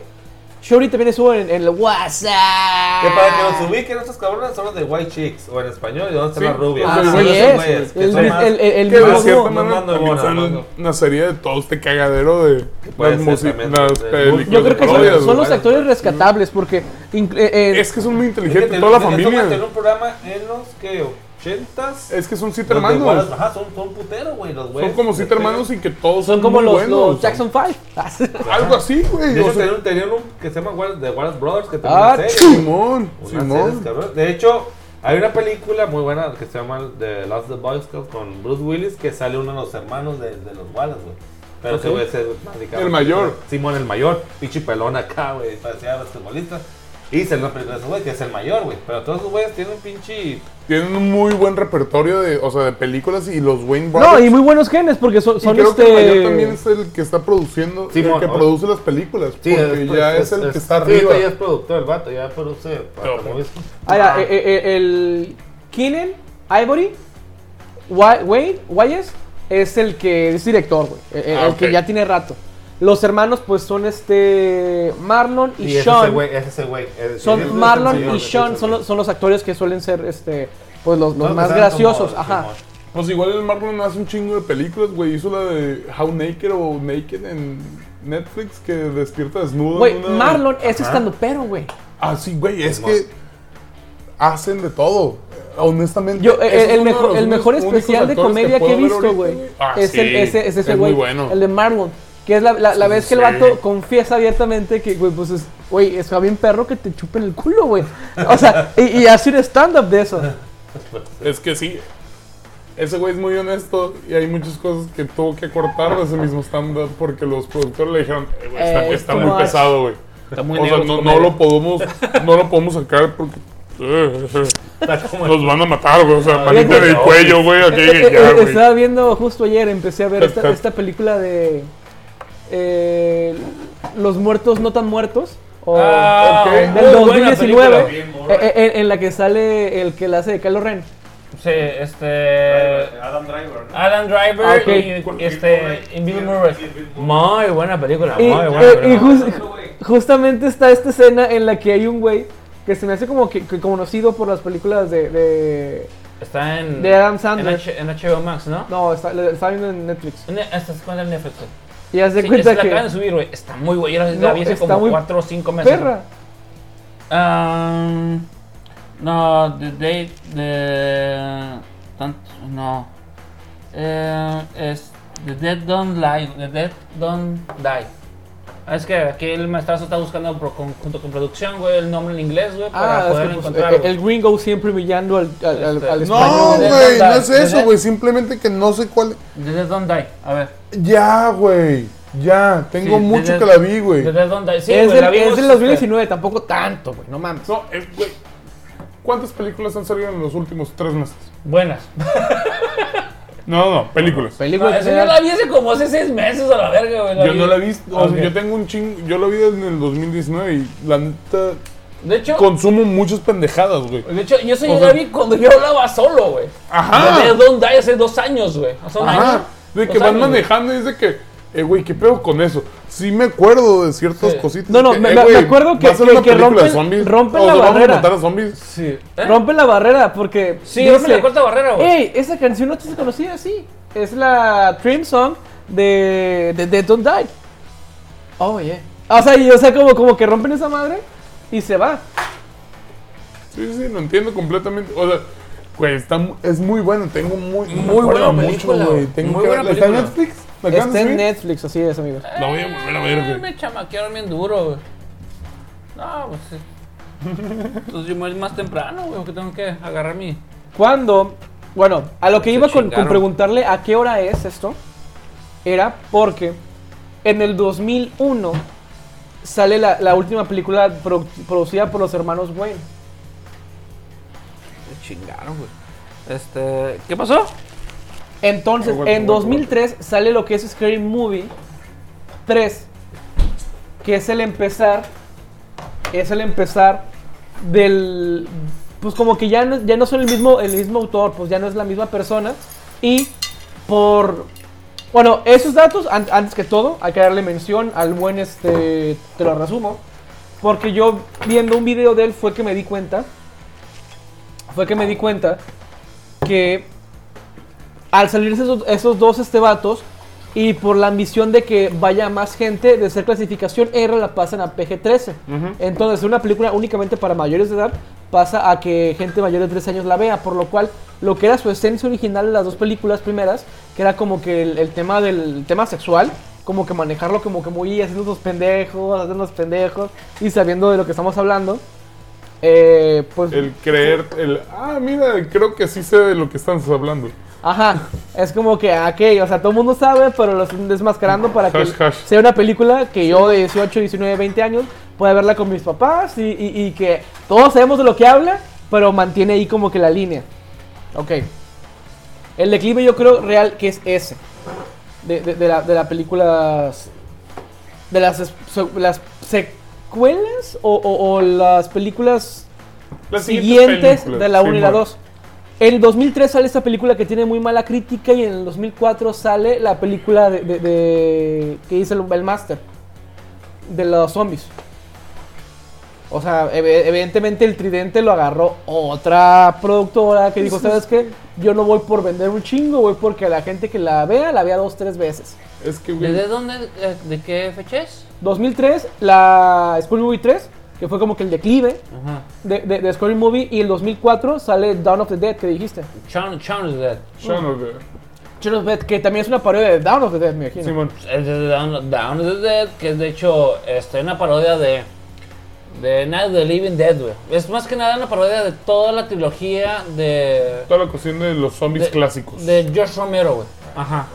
D: Shuri también estuvo en, en el WhatsApp.
B: Que para que
D: Ah.
B: los ubiquen, estos cabrones son los de White Chicks, o en español, y dónde están
F: Sí.
B: las rubias.
F: Ah,
B: Son
D: Así
F: Bueno,
B: esos güeyes
D: es.
B: que
D: El,
B: son
D: el,
B: más-
D: el, el
F: Que de
D: mismo-
F: cierta
B: no,
F: manera
B: no, no,
F: también
B: no,
F: son
B: no.
F: una serie de todo este cagadero de
B: Puede
F: las,
B: ser
F: musi-
B: también,
F: las
B: de-
F: películas.
D: Yo creo que
F: de
D: son,
F: parodias,
D: son
F: güey.
D: los actores rescatables porque inc- eh, eh,
F: Es que son muy
B: Es que
F: inteligentes,
B: te-
F: toda la
B: estos güeyes tenían
F: familia.
B: un programa en los que 80s.
F: Es que son siete
B: Los de
F: hermanos.
B: Wallace- Ajá, son, son putero, güey, los güeyes.
F: Son como siete
B: Este,
F: hermanos y que todos
D: Pues, son
F: son,
D: como
F: muy
D: los,
F: buenos.
D: los Jackson *laughs* 5.
F: Algo así, güey.
B: De
F: o
B: hecho,
F: sea,
B: tenían, tenían un que se llama Wallace- The Wallace Brothers, que tenía
D: Ah,
B: una serie. güey.
F: Simón,
B: Unas series,
F: Simón.
B: cabrón. De hecho, hay una película muy buena que se llama The Last of the Boy Scouts con Bruce Willis, que sale uno de los hermanos de, de los Wallace, güey. Pero ese güey se dedicaba-
F: El mayor.
B: Simón, el mayor. Pichi pelón acá, güey. Parecía basquetbolista. Y se lo película de ese güey, que es el mayor, güey. Pero todos esos güeyes tienen un pinche.
F: Tienen un muy buen repertorio de, o sea, de películas y los Wayne Brothers.
D: No, y muy buenos genes porque son,
F: Y
D: son
F: creo que el mayor también
D: este.
F: es el que está produciendo,
B: Simón,
F: el que
B: ahora-
F: produce las películas, porque ya es, el que está
B: sí,
F: arriba. pues,
B: ya es productor, el vato, ya produce. para movies.
D: Ah, ya, eh, eh, eh, el Keenan Ivory Wa- Wayne Wayes es el que es director, güey. eh, eh,
F: Ah,
D: el
F: ok.
D: que ya tiene rato. Los hermanos pues son este Marlon y,
B: Y es ese
D: Sean.
B: güey, es ese güey. es-
D: Son
B: es- es el
D: Marlon
B: señor,
D: y
B: es el
D: Sean
B: señor.
D: son los, son los actores que suelen ser este pues los, los
B: Todos
D: más
B: están
D: graciosos,
B: como-
D: ajá.
B: Simón.
F: Pues igual el Marlon hace un chingo de películas, güey. Hizo la de How Naked o Naked en Netflix que despierta desnudo.
D: Güey,
F: en una-
D: Marlon es estando pero, güey.
F: Ah, sí, güey, es
B: Simón.
F: que hacen de todo. Honestamente,
D: Yo, eh,
F: ese es
D: el,
F: uno de
D: mejor,
F: los
D: el mejor
F: únicos
D: especial de
F: actores
D: comedia que,
F: puedo
D: he
F: ver
D: visto,
F: ahorita,
D: güey.
F: Ah,
D: es, el-
F: sí,
D: ese, es ese
F: es
D: güey.
F: muy bueno.
D: El de Marlon. Que es la, la- la vez que el vato
F: sí.
D: confiesa abiertamente que, güey, pues es, güey, está bien perro que te chupen el culo, güey. O sea, y, y hace un stand-up de
F: *laughs*
D: eso. Eh,
F: Es que sí. Ese güey es muy honesto y hay muchas cosas que tuvo que cortar de ese mismo stand-up porque los productores le dijeron, "Eh, güey, está,
D: Eh,
F: está
D: too
F: muy
D: much.
F: pesado, güey. o sea, no, no lo podemos, no lo podemos sacar porque eh, eh,
B: Está como Ah,
F: nos van a matar, güey. O sea, manita
D: güey,
F: del
B: no.
F: cuello, güey,
D: Eh,
F: aquí
D: eh,
F: ya,
D: eh,
F: *laughs* güey.
D: estaba viendo justo ayer, empecé a ver esta,
F: Ajá.
D: esta película de eh, Los muertos no tan muertos. O,
C: Ah,
F: ok.
D: del
C: muy buena
D: 2019.
C: película.
D: eh, eh, en la que sale el que la hace de Kylo Ren.
C: Sí, este.
G: Eh, Adam Driver, ¿no?
C: Adam Driver
D: Ah, ok.
C: y este. Y Bill Murray. Muy buena película,
D: Y,
C: muy buena
D: eh, y
C: película.
D: jus- justamente está esta escena en la que hay un güey que se me hace como que, que conocido por las películas de. de-
C: Está en.
D: de Adam Sandler.
C: en H- En HBO Max, ¿no?
D: no, está, la- está viendo en Netflix.
C: Ne- Esta es cuando en Netflix. güey.
D: Y haz de
C: Sí,
D: cuenta
C: esa la acaban de
D: que.
C: subir, güey. Está muy buena. Yo la- la
D: No,
C: vi hace
D: está
C: como
D: muy
C: 4 o 5 meses.
D: Perra.
C: Ah, no, The Day de. tant- no. Eh, es The Dead Don't Lie. The Dead Don't Die. Es que aquí el maestrazo está buscando pro- con- junto con producción, güey, el nombre en inglés, güey, para
D: Ah, es
C: poder
D: que, pues,
C: encontrar.
D: el, el gringo siempre humillando al, al, al-
C: Este,
D: al
F: No,
D: español.
C: Español.
F: güey, no es
C: Desde-
F: eso, güey. Simplemente que no sé cuál.
C: Desde Don't Die, a ver.
F: Ya, güey. Ya. Tengo
C: Sí,
F: mucho
C: desde-
F: que la vi, güey.
C: Desde Don't Die, sí,
D: es,
C: güey,
D: del,
C: la vimos,
D: es del
C: este,
D: 2019, tampoco tanto, güey, no mames.
F: No, es, güey. ¿Cuántas películas han salido en los últimos tres meses?
C: Buenas.
D: Pues,
F: No, no, no, películas.
C: No,
D: Película que
C: esa
D: sea-
C: yo la vi hace como hace seis meses a la verga, güey. la
F: Yo
C: vi.
F: no la he visto. O sea,
C: Ok.
F: yo tengo un chingo. Yo la vi en el 2019 y la neta.
C: De hecho,
F: Consumo muchas pendejadas, güey.
C: de hecho yo soy
F: O
C: yo
F: sea-
C: la vi cuando yo hablaba solo, güey.
F: Ajá.
C: Desde Don't Die hace dos años, güey. Hace un año.
F: Ajá. De
C: Dos
F: que van
C: años, güey.
F: manejando y dice que. Eh, güey, ¿qué pedo con eso? Sí me acuerdo de ciertas
C: Sí.
F: cositas.
D: No, no,
F: que,
D: me-
F: eh,
D: me- me
F: güey,
D: acuerdo que-
F: va a ser
D: que-
F: una
D: que
F: película de
D: rompen-
F: zombies.
D: rompen
F: O
D: la
F: sea, Vamos
D: barrera.
F: a matar a zombies.
C: Sí. ¿Eh?
D: Rompe la barrera porque.
C: Sí, rompe la cuarta barrera, güey.
D: Ey, esa canción no se conocía así. Es la Dream Song de, de, de Don't Die. Oh, yeah. O sea, y, o sea como, como que rompen esa madre y se va.
F: Sí, sí, lo entiendo completamente. O sea, güey, está, mu- es muy bueno. Tengo muy, me
C: Muy
F: acuerdo
C: buena película, güey.
F: Tengo
C: Muy
F: que
C: buena
F: verla. ¿Está en
C: película.
F: Netflix? ¿La acaban de
D: Está en
F: subir?
D: Netflix, así es, amigos.
F: La voy a volver a ver, güey.
C: Eh, Me chamaquearon bien duro, güey. No, pues sí. Entonces yo me voy más temprano, güey, porque tengo que agarrar mi.
D: Cuando, bueno, a lo que iba con, con
C: chingaron.
D: preguntarle a qué hora es esto, era porque en el 2001 sale la, la última película produ- producida por los hermanos Wayne.
C: Me chingaron, güey. Este. ¿Qué pasó?
D: Entonces,
F: Bueno,
D: en
F: bueno,
D: 2003 sale lo que es Scary Movie 3, que es el empezar, es el empezar del, pues como que ya no, ya no son el mismo, el mismo autor, pues ya no es la misma persona y por, bueno, esos datos, an- antes que todo, hay que darle mención al buen, este, te lo resumo, porque yo viendo un video de él fue que me di cuenta, fue que me di cuenta que al salirse esos, esos dos este vatos y por la ambición de que vaya más gente de ser clasificación R la pasan a PG-13. Entonces, una película únicamente para mayores de edad pasa a que gente mayor de 13 años la vea, por lo cual lo que era su esencia original de las dos películas primeras, que era como que el, el tema del el tema sexual, como que manejarlo como que muy haciendo unos pendejos, haciendo unos pendejos y sabiendo de lo que estamos hablando, eh, pues
F: El creer, el. Ah, mira, creo que sí sé de lo que estás hablando.
D: Ajá, es como que, ah, ok, o sea, todo el mundo sabe, pero lo están desmascarando para
F: Hash,
D: que
F: hash.
D: sea una película que yo de 18, 19, 20 años pueda verla con mis papás y, y- y que todos sabemos de lo que habla, pero mantiene ahí como que la línea. Ok. El declive yo creo real que es ese, de, de- de la, de la película, de las, es- se- las secuelas o- o- o las películas
F: Las
D: siguientes
F: películas,
D: de la 1 y la
F: Simón.
D: 2. En el 2003 sale esta película que tiene muy mala crítica y en el 2004 sale la película de, de- de- que hizo el, el Master de los zombies. O sea, ev- evidentemente el tridente lo agarró otra productora que dijo, ¿sabes qué? Yo no voy por vender un chingo, voy porque la gente que la vea, la vea dos, tres veces.
F: Es que, güey.
C: ¿Desde dónde? eh, ¿De qué fecha es?
D: 2003, la Scary Movie 3, que fue como que el declive
C: Ajá.
D: de, de, de Scary Movie, y el 2004 sale Dawn of the Dead, que dijiste.
C: Shaun, Shaun is Dead.
F: Shaun of the-
D: Shaun of the Dead, que también es una parodia de Dawn of the Dead, me imagino.
F: Simón.
C: Es de Down, Down is Dead, que es de hecho este, una parodia de. De Night of the Living Dead, güey. Es más que nada una parodia de toda la trilogía de.
F: Toda la cuestión de los zombies
C: de-
F: clásicos.
C: De George Romero, güey. Ajá.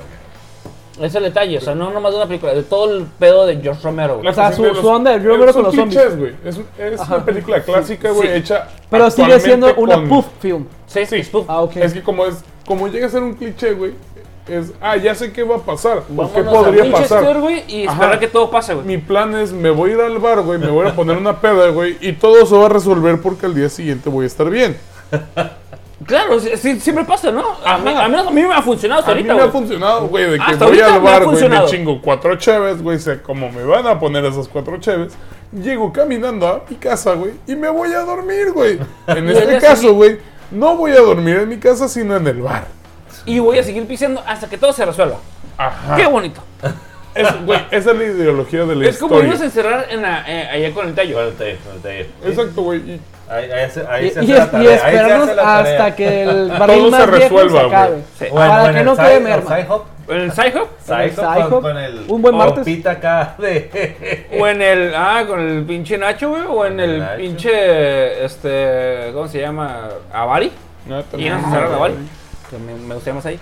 C: Es el detalle, o sea, no nomás de una película, de todo el pedo de George Romero, güey.
F: La
D: o sea,
F: cuestión
D: su- su onda de Romero
F: es-
D: con
F: son
D: los zombies.
F: clichés, güey. Es, un- es una película clásica, güey, hecha.
D: Pero sigue siendo
F: actualmente
D: una
F: con-
D: puff film.
C: Sí,
F: Sí.
C: spoof.
D: Ah, ok.
F: Es que como es, como llega a ser un cliché, güey, es, ah, ya sé qué va a pasar, o qué
C: Vámonos a
F: podría
C: Winchester,
F: pasar.
C: güey, y
F: Ajá.
C: esperar que todo pase, güey.
F: Mi plan es, me voy a ir al bar, güey, me voy a poner una peda, güey, y todo se va a resolver porque al día siguiente voy a estar bien.
C: Claro, sí- sí, siempre pasa, ¿no? A mí, a mí- a mí me ha funcionado hasta
F: A mí
C: ahorita,
F: me ha
C: güey.
F: funcionado, güey, de que
C: Hasta
F: voy
C: ahorita
F: al
C: me ha
F: bar, güey, me
C: funcionado.
F: chingo cuatro cheves, güey, sé cómo me van a poner esas cuatro cheves. Llego caminando a mi casa, güey, y me voy a dormir,
C: *laughs*
F: güey. En
C: Y
F: este
C: ella
F: caso,
C: sigue-
F: güey, no voy a dormir en mi casa, sino en el bar.
C: Y voy a seguir pisando hasta que todo se resuelva.
F: Ajá.
C: Qué bonito.
F: Es, güey, esa es la ideología de la
C: Es como
F: historia.
C: irnos a encerrar en la, eh, allá con el tallo.
B: Espérate, espérate.
C: eh,
F: Exacto, güey. y-
B: Ahí, ahí se,
D: Y,
B: ahí se hace
D: y es-
B: la
D: y
B: tarea, ahí se
D: esperarnos
B: hace la tarea.
D: hasta que el barril
F: Todo se
D: más viejo se
F: resuelva, güey.
D: acabe.
C: Sí.
B: O en- o
D: Para
B: en
D: que
B: el
D: no
B: side-
D: quede
B: o
D: merma.
B: side hop.
C: ¿En el Psycho?
B: Psycho
D: Psycho,
B: con, con el
D: un buen martes.
B: popita acá de... *laughs*
F: Eh.
C: ¿O en el. Ah, con el pinche Nacho, güey? ¿O en
B: Con el
C: el
B: Nacho.
C: pinche. Este. ¿Cómo se llama? ¿Avari?
F: Ah,
C: ¿Y
F: también.
C: en César Avari? Que me, me gustaría más ahí.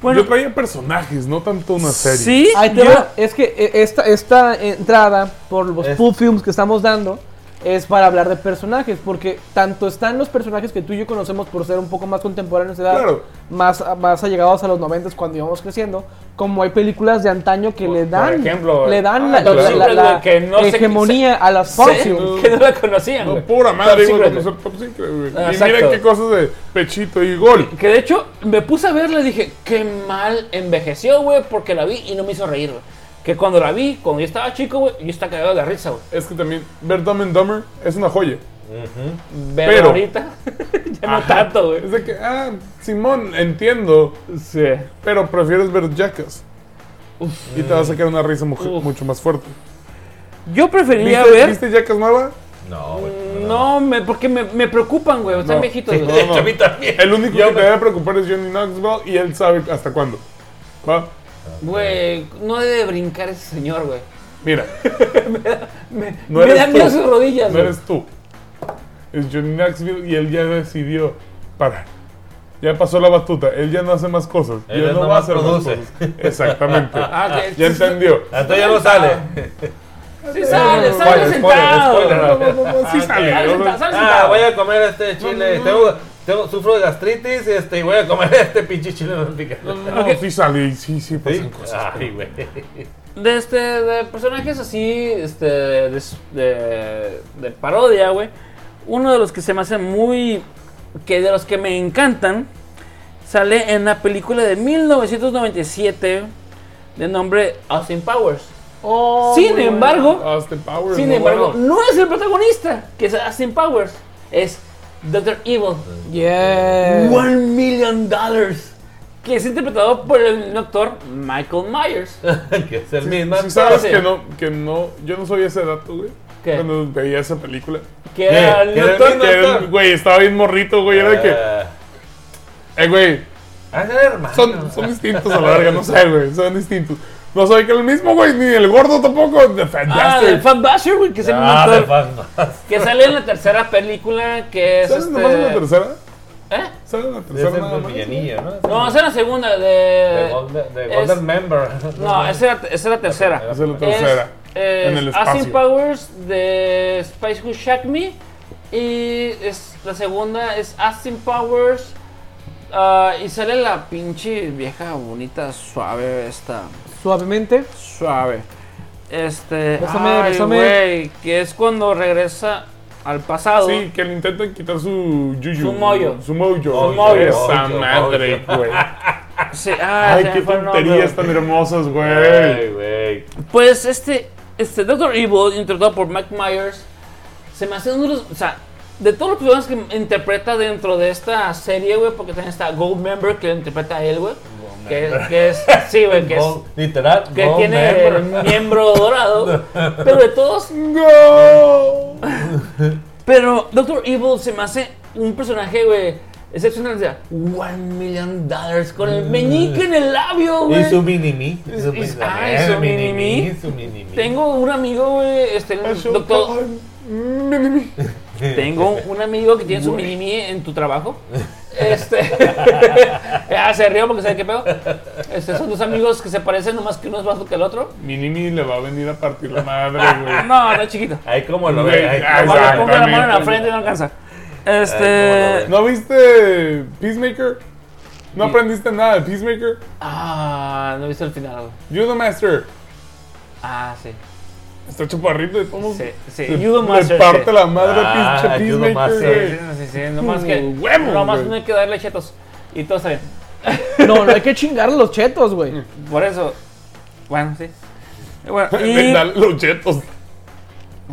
F: Yo traía personajes, no tanto una serie.
C: Sí,
D: Ahí te
C: yo-
D: va. Es que eh, esta, esta entrada por los
B: Es-
D: pub films que estamos dando es para hablar de personajes, porque tanto están los personajes que tú y yo conocemos por ser un poco más contemporáneos de edad,
F: Claro.
D: más, más allegados a los 90 cuando íbamos creciendo, como hay películas de antaño que le dan,
C: ejemplo,
D: le dan
C: ah,
D: la,
C: Doctor
D: la- la-
C: Strange,
D: la
C: güey, que no sé-
D: hegemonía a las Fox
C: Sí,
D: films.
C: que no la conocían, güey.
F: No, pura madre,
C: Top
F: güey,
C: Secret,
F: conocer Top Secret, güey.
C: Ah,
F: y
C: exacto.
F: mira qué cosas de pechito y gol.
C: Que de hecho me puse a verla y dije, qué mal envejeció, güey, porque la vi y no me hizo reír, güey. Que cuando la vi, cuando yo estaba chico, güey, yo estaba cagado de la risa, güey.
F: Es que también ver Dumb and Dumber es una joya.
C: Pero,
F: Pero-
C: ahorita, *laughs* ya no tanto, güey.
F: Es de que, ah, Simón, entiendo,
C: Sí.
F: pero prefieres ver Jackass. Y te va a sacar una risa mu-
C: Uf.
F: mucho más fuerte.
C: Yo preferiría
F: ¿Viste,
C: ver.
F: ¿Viste Jackass nueva?
B: No, güey.
D: Mm.
C: No, me, porque me, me preocupan, güey. Están
F: No.
C: viejitos, güey.
F: No, no.
B: A mí también.
F: El único que te debe preocupar es Johnny Knoxville y él sabe hasta cuándo. ¿Va?
C: Güey, no debe de brincar ese señor, güey.
F: Mira, No
C: me
F: eres
C: dan miedo
F: tú.
C: sus rodillas,
F: no
C: güey.
F: eres tú. Es Johnny Knoxville y él ya decidió parar. Ya pasó la batuta. Él ya no hace más cosas.
B: Él
F: ya
B: es
F: no va a
B: nomás
F: hacer
B: produce.
F: más cosas. Exactamente.
C: Ah, que-
F: ya entendió.
B: Hasta ya no sale.
D: *laughs*
C: Sí, sale,
F: no,
C: sale
F: spoiler,
C: sentado.
F: spoiler, no, no, no, no, sí sale.
C: Sale
F: ¿no?
C: sentado, sale
B: Ah,
C: sentado.
B: voy a comer este
D: Mm.
B: chile. Tengo, tengo, sufro de gastritis este, y voy a comer *laughs* este pinche chile no picante.
D: Mm.
F: No, sí sale y sí, sí pues, pasan
B: ¿Sí?
F: cosas.
B: Ay, güey.
C: De, este, de personajes así, este, de, de- de parodia, güey. Uno de los que se me hace muy... que de los que me encantan, sale en la película de 1997 de nombre Austin Powers.
F: Oh,
C: Sin
F: muy bueno.
C: embargo-
F: Austin Powers,
C: Sin
F: muy
C: embargo,
F: bueno.
C: no es el protagonista, que es Austin Powers. Es Dr. Evil.
F: Eh.
D: Yeah.
C: One million dollars. Que es interpretado por el doctor Michael Myers.
B: *laughs* que es el mismo.
F: Si sabes
C: Sí.
F: que no, que no, yo no soy ese dato, güey.
C: ¿Qué?
F: Cuando veía esa película.
C: Que era el
B: ¿Qué? ¿Qué?
C: doctor...
B: ¿Qué?
F: Eh, Que
B: doctor.
F: el- güey, estaba bien morrito, güey. Era de que,
B: Ah,
F: eh, güey,
B: ah, era hermano.
F: son, son distintos a la verga, no sé, güey, son distintos. No soy que el mismo, güey, ni el gordo tampoco. The
C: Ah,
F: Fantastic.
C: del Fat Basher, güey, que se
B: *laughs* Ah,
C: mató.
B: de *laughs* fantasma.
C: Que sale en la tercera película, que es
F: ¿Sabes
C: este...
F: nomás en la tercera?
C: ¿Eh?
F: ¿Sabes en la
B: Es
F: tercera? nada
B: el
F: más?
B: villanillo, ¿no?
C: No, esa es la segunda,
B: De
C: de...
B: Golden, de
C: es-
B: Golden Member. *laughs*
C: No, esa era, esa era la tercera.
F: Esa es la tercera.
C: Es,
F: en el
C: es
F: espacio.
C: Austin Powers de Spice Who Shack Me. Y es, la segunda es Austin Powers. ah, y sale la pinche vieja bonita, suave, esta.
D: Suavemente.
C: Suave. Este.
D: Bésame,
C: ay,
D: bésame.
C: güey, que es cuando regresa al pasado.
F: Sí, que le intentan quitar su yuyu.
C: Su moyo.
F: Su moyo.
B: Su moyo.
F: Esa
B: Moyo,
F: madre, güey.
C: Sí, ah,
F: Ay,
C: se me
F: qué
C: fue el nombre,
F: tonterías
C: güey.
F: tan hermosas,
B: Ay,
F: güey.
B: güey.
C: Pues este, este Doctor Evil, interpretado por Mike Myers, se me hace uno de los. O sea, de todos los personajes que interpreta dentro de esta serie, güey, porque también está Goldmember, que lo interpreta a él, güey. Que, que es. Sí, güey, que es.
B: Gold- Literal.
C: Que
B: Gold
C: tiene
B: Member.
C: el miembro
B: *laughs*
C: dorado. Pero de todos.
F: No.
C: Pero Doctor Evil se me hace un personaje, güey. Excepcional, o sea, one million dollars con el meñique en el labio, güey.
B: Y su mini-mi. Su
C: Y-
B: mini-mi,
C: ah, y su mini-mi.
B: Su mini-mi.
C: Tengo un amigo, güey, este, el
F: Eso,
C: doctor,
F: cabrón. Mini-mi.
C: Tengo un amigo que tiene su mini en
B: *laughs*
C: tu trabajo. Este. *laughs* ah, se rió porque sabe qué pedo. Este, son dos amigos que se parecen, nomás que uno es más alto que el otro.
F: Mini-mi le va a venir a partir
C: *laughs*
F: la madre, güey.
C: No, no es chiquito.
B: Ahí como lo
F: Güey,
B: ve. ahí
F: ah,
B: como-
C: Nomás le pongo la mano en la
F: Exactamente.
C: frente y no alcanza.
B: Ay,
C: Este.
B: cómo
F: ¿No viste Peacemaker? ¿No aprendiste nada de Peacemaker?
C: Ah, no he visto el final, güey.
F: Judo Master.
C: Ah, sí.
F: Está chuparrito de todos.
C: Sí, sí.
F: Le-
C: Judo Master,
F: Le parte
C: sí.
F: la madre
B: Ah,
F: a pinche
B: Judo
F: Peacemaker.
B: Master.
C: Sí,
F: güey.
C: sí, sí, sí. Nomás que.
F: Mm, huevo,
C: Nomás
F: güey.
C: no hay que darle chetos. Y todo está bien.
D: No, no hay que chingar a los chetos, güey.
C: Por eso. Bueno, sí.
F: *laughs*
C: Bueno,
F: Le
C: y.
F: dan los chetos.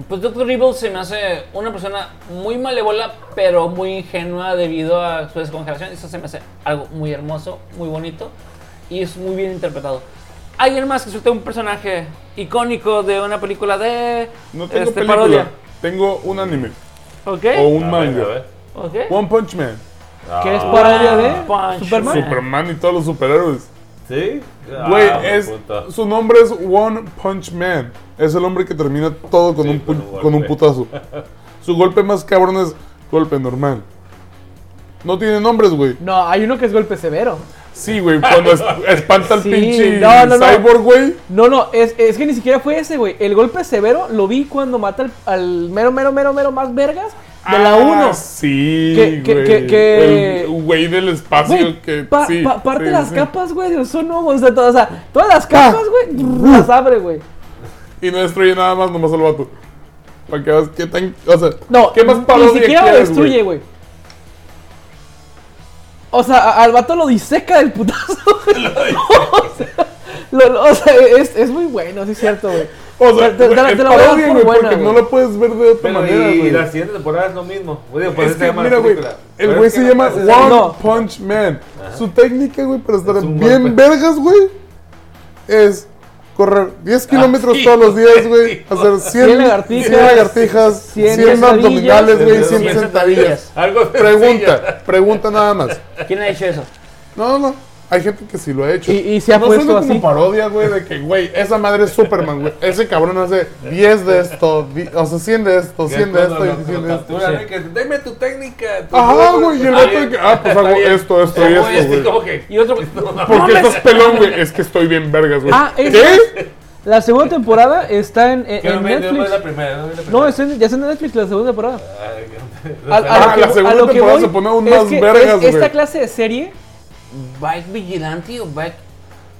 C: Pues Dr. Evil se me hace una persona muy malévola, pero muy ingenua debido a su descongelación. Eso se me hace algo muy hermoso, muy bonito y es muy bien interpretado. Alguien más que suelte un personaje icónico de una película de
F: No tengo
C: este,
F: película.
C: parodia.
F: Tengo un anime.
C: ¿Ok?
F: O un
B: A ver, a
F: manga.
B: ver.
C: ¿Ok?
F: One Punch Man.
D: Que es
B: Ah.
D: parodia de
C: Punch.
D: Superman.
F: Superman y todos los superhéroes.
B: ¿Sí?
F: Güey,
B: Ah, buen
F: es-
B: punto.
F: su nombre es One Punch Man. Es el hombre que termina todo con,
B: Sí,
F: un,
B: con
F: pu-
B: un
F: con un
B: golpe. *laughs*
F: putazo. Su golpe más cabrón es golpe normal. No tiene nombres, güey.
D: No, hay uno que es golpe severo.
F: Sí, güey, cuando
B: *laughs*
F: es- espanta al
D: Sí,
F: pinche
D: no, no, no.
F: cyborg, güey.
D: No, no, es, es que ni siquiera fue ese, güey. El golpe severo lo vi cuando mata al, al mero, mero, mero, mero más vergas de la
F: Ah,
D: 1.
F: Sí,
D: Que- que-
F: güey.
D: que- que-
F: El güey del espacio
D: Güey,
F: que.
D: pa-
F: sí,
D: pa- parte
F: sí,
D: las
F: sí.
D: capas, güey, de ozono, güey. O sea, todas, o sea, todas las capas, güey,
C: Uh.
D: las abre, güey.
F: Y no destruye nada más, nomás al vato. Para que veas qué tan. O sea,
D: No,
F: ¿qué más parodia
D: ni siquiera lo
F: quieres,
D: destruye, güey. O sea, a- al vato lo diseca del putazo.
F: *laughs*
D: güey. *laughs* o sea, lo- lo- o sea, es, es muy bueno, sí es cierto, güey.
F: O sea,
D: Te- te- te la-
F: es
D: te la voy a dar
F: parodia,
D: por
F: güey,
D: buena,
F: porque
D: güey.
F: no la puedes ver de otra
B: Pero
F: manera,
B: y
F: güey.
B: la siguiente temporada es lo mismo. Oye, pues
F: Es
B: se
F: que,
B: llama la
F: mira, güey,
B: película. Pero
F: el
B: es
F: güey
B: que
F: se
B: la-
F: llama
B: ese
F: One
B: es el-
D: No.
F: Punch Man. Su técnica, güey, para estar
B: Es un
F: bien
B: golpe.
F: vergas, güey, es correr
B: Ah,
F: 10 kilómetros todos los días, güey, hacer 100,
D: lagartijas,
F: 100 lagartijas, 100,
D: 100 sentadillas,
F: abdominales, güey, 100
B: 100
F: sentadillas.
B: Algo sencillo.
F: Pregunta, pregunta nada más.
C: ¿Quién ha hecho eso?
F: No, no, no. Hay gente que sí lo ha hecho.
D: Y- y se ha
F: no
D: puesto
F: suena
D: así.
F: como parodia, güey, de que, güey, esa madre es Superman, güey. Ese cabrón hace 10 de esto, di- o sea, 100 de esto,
B: Que
F: 100 de
B: cuando lo-
F: esto y 100
B: lo
F: de esto.
B: capturan, ¿eh? Que, Deme tu técnica. tu-
F: Ajá, güey, y el
B: Ah,
F: vato de
B: bien.
F: que, ah, pues hago
B: Está bien.
F: esto, esto y
B: Oye,
F: esto,
B: así
F: güey.
B: como este que-
C: Y
F: *laughs*
C: otro.
F: ¿Por qué estás pelón, güey? Es que estoy bien vergas, güey.
D: Ah, es-
F: ¿Qué?
D: La segunda temporada está en, en-
B: Que no
D: en
B: me- no
D: Netflix.
B: es la primera, no es la primera.
D: No, está en- ya está en Netflix la segunda temporada.
B: Ay,
F: *laughs*
B: que-
D: Al-
F: Ah,
D: a lo
F: la
D: que-
F: segunda
D: a lo que
F: temporada
D: voy
F: se pone aún
D: es
F: más
D: que
F: vergas,
D: es-
F: güey.
D: Esta clase de serie,
C: ¿Bike vigilante o bike.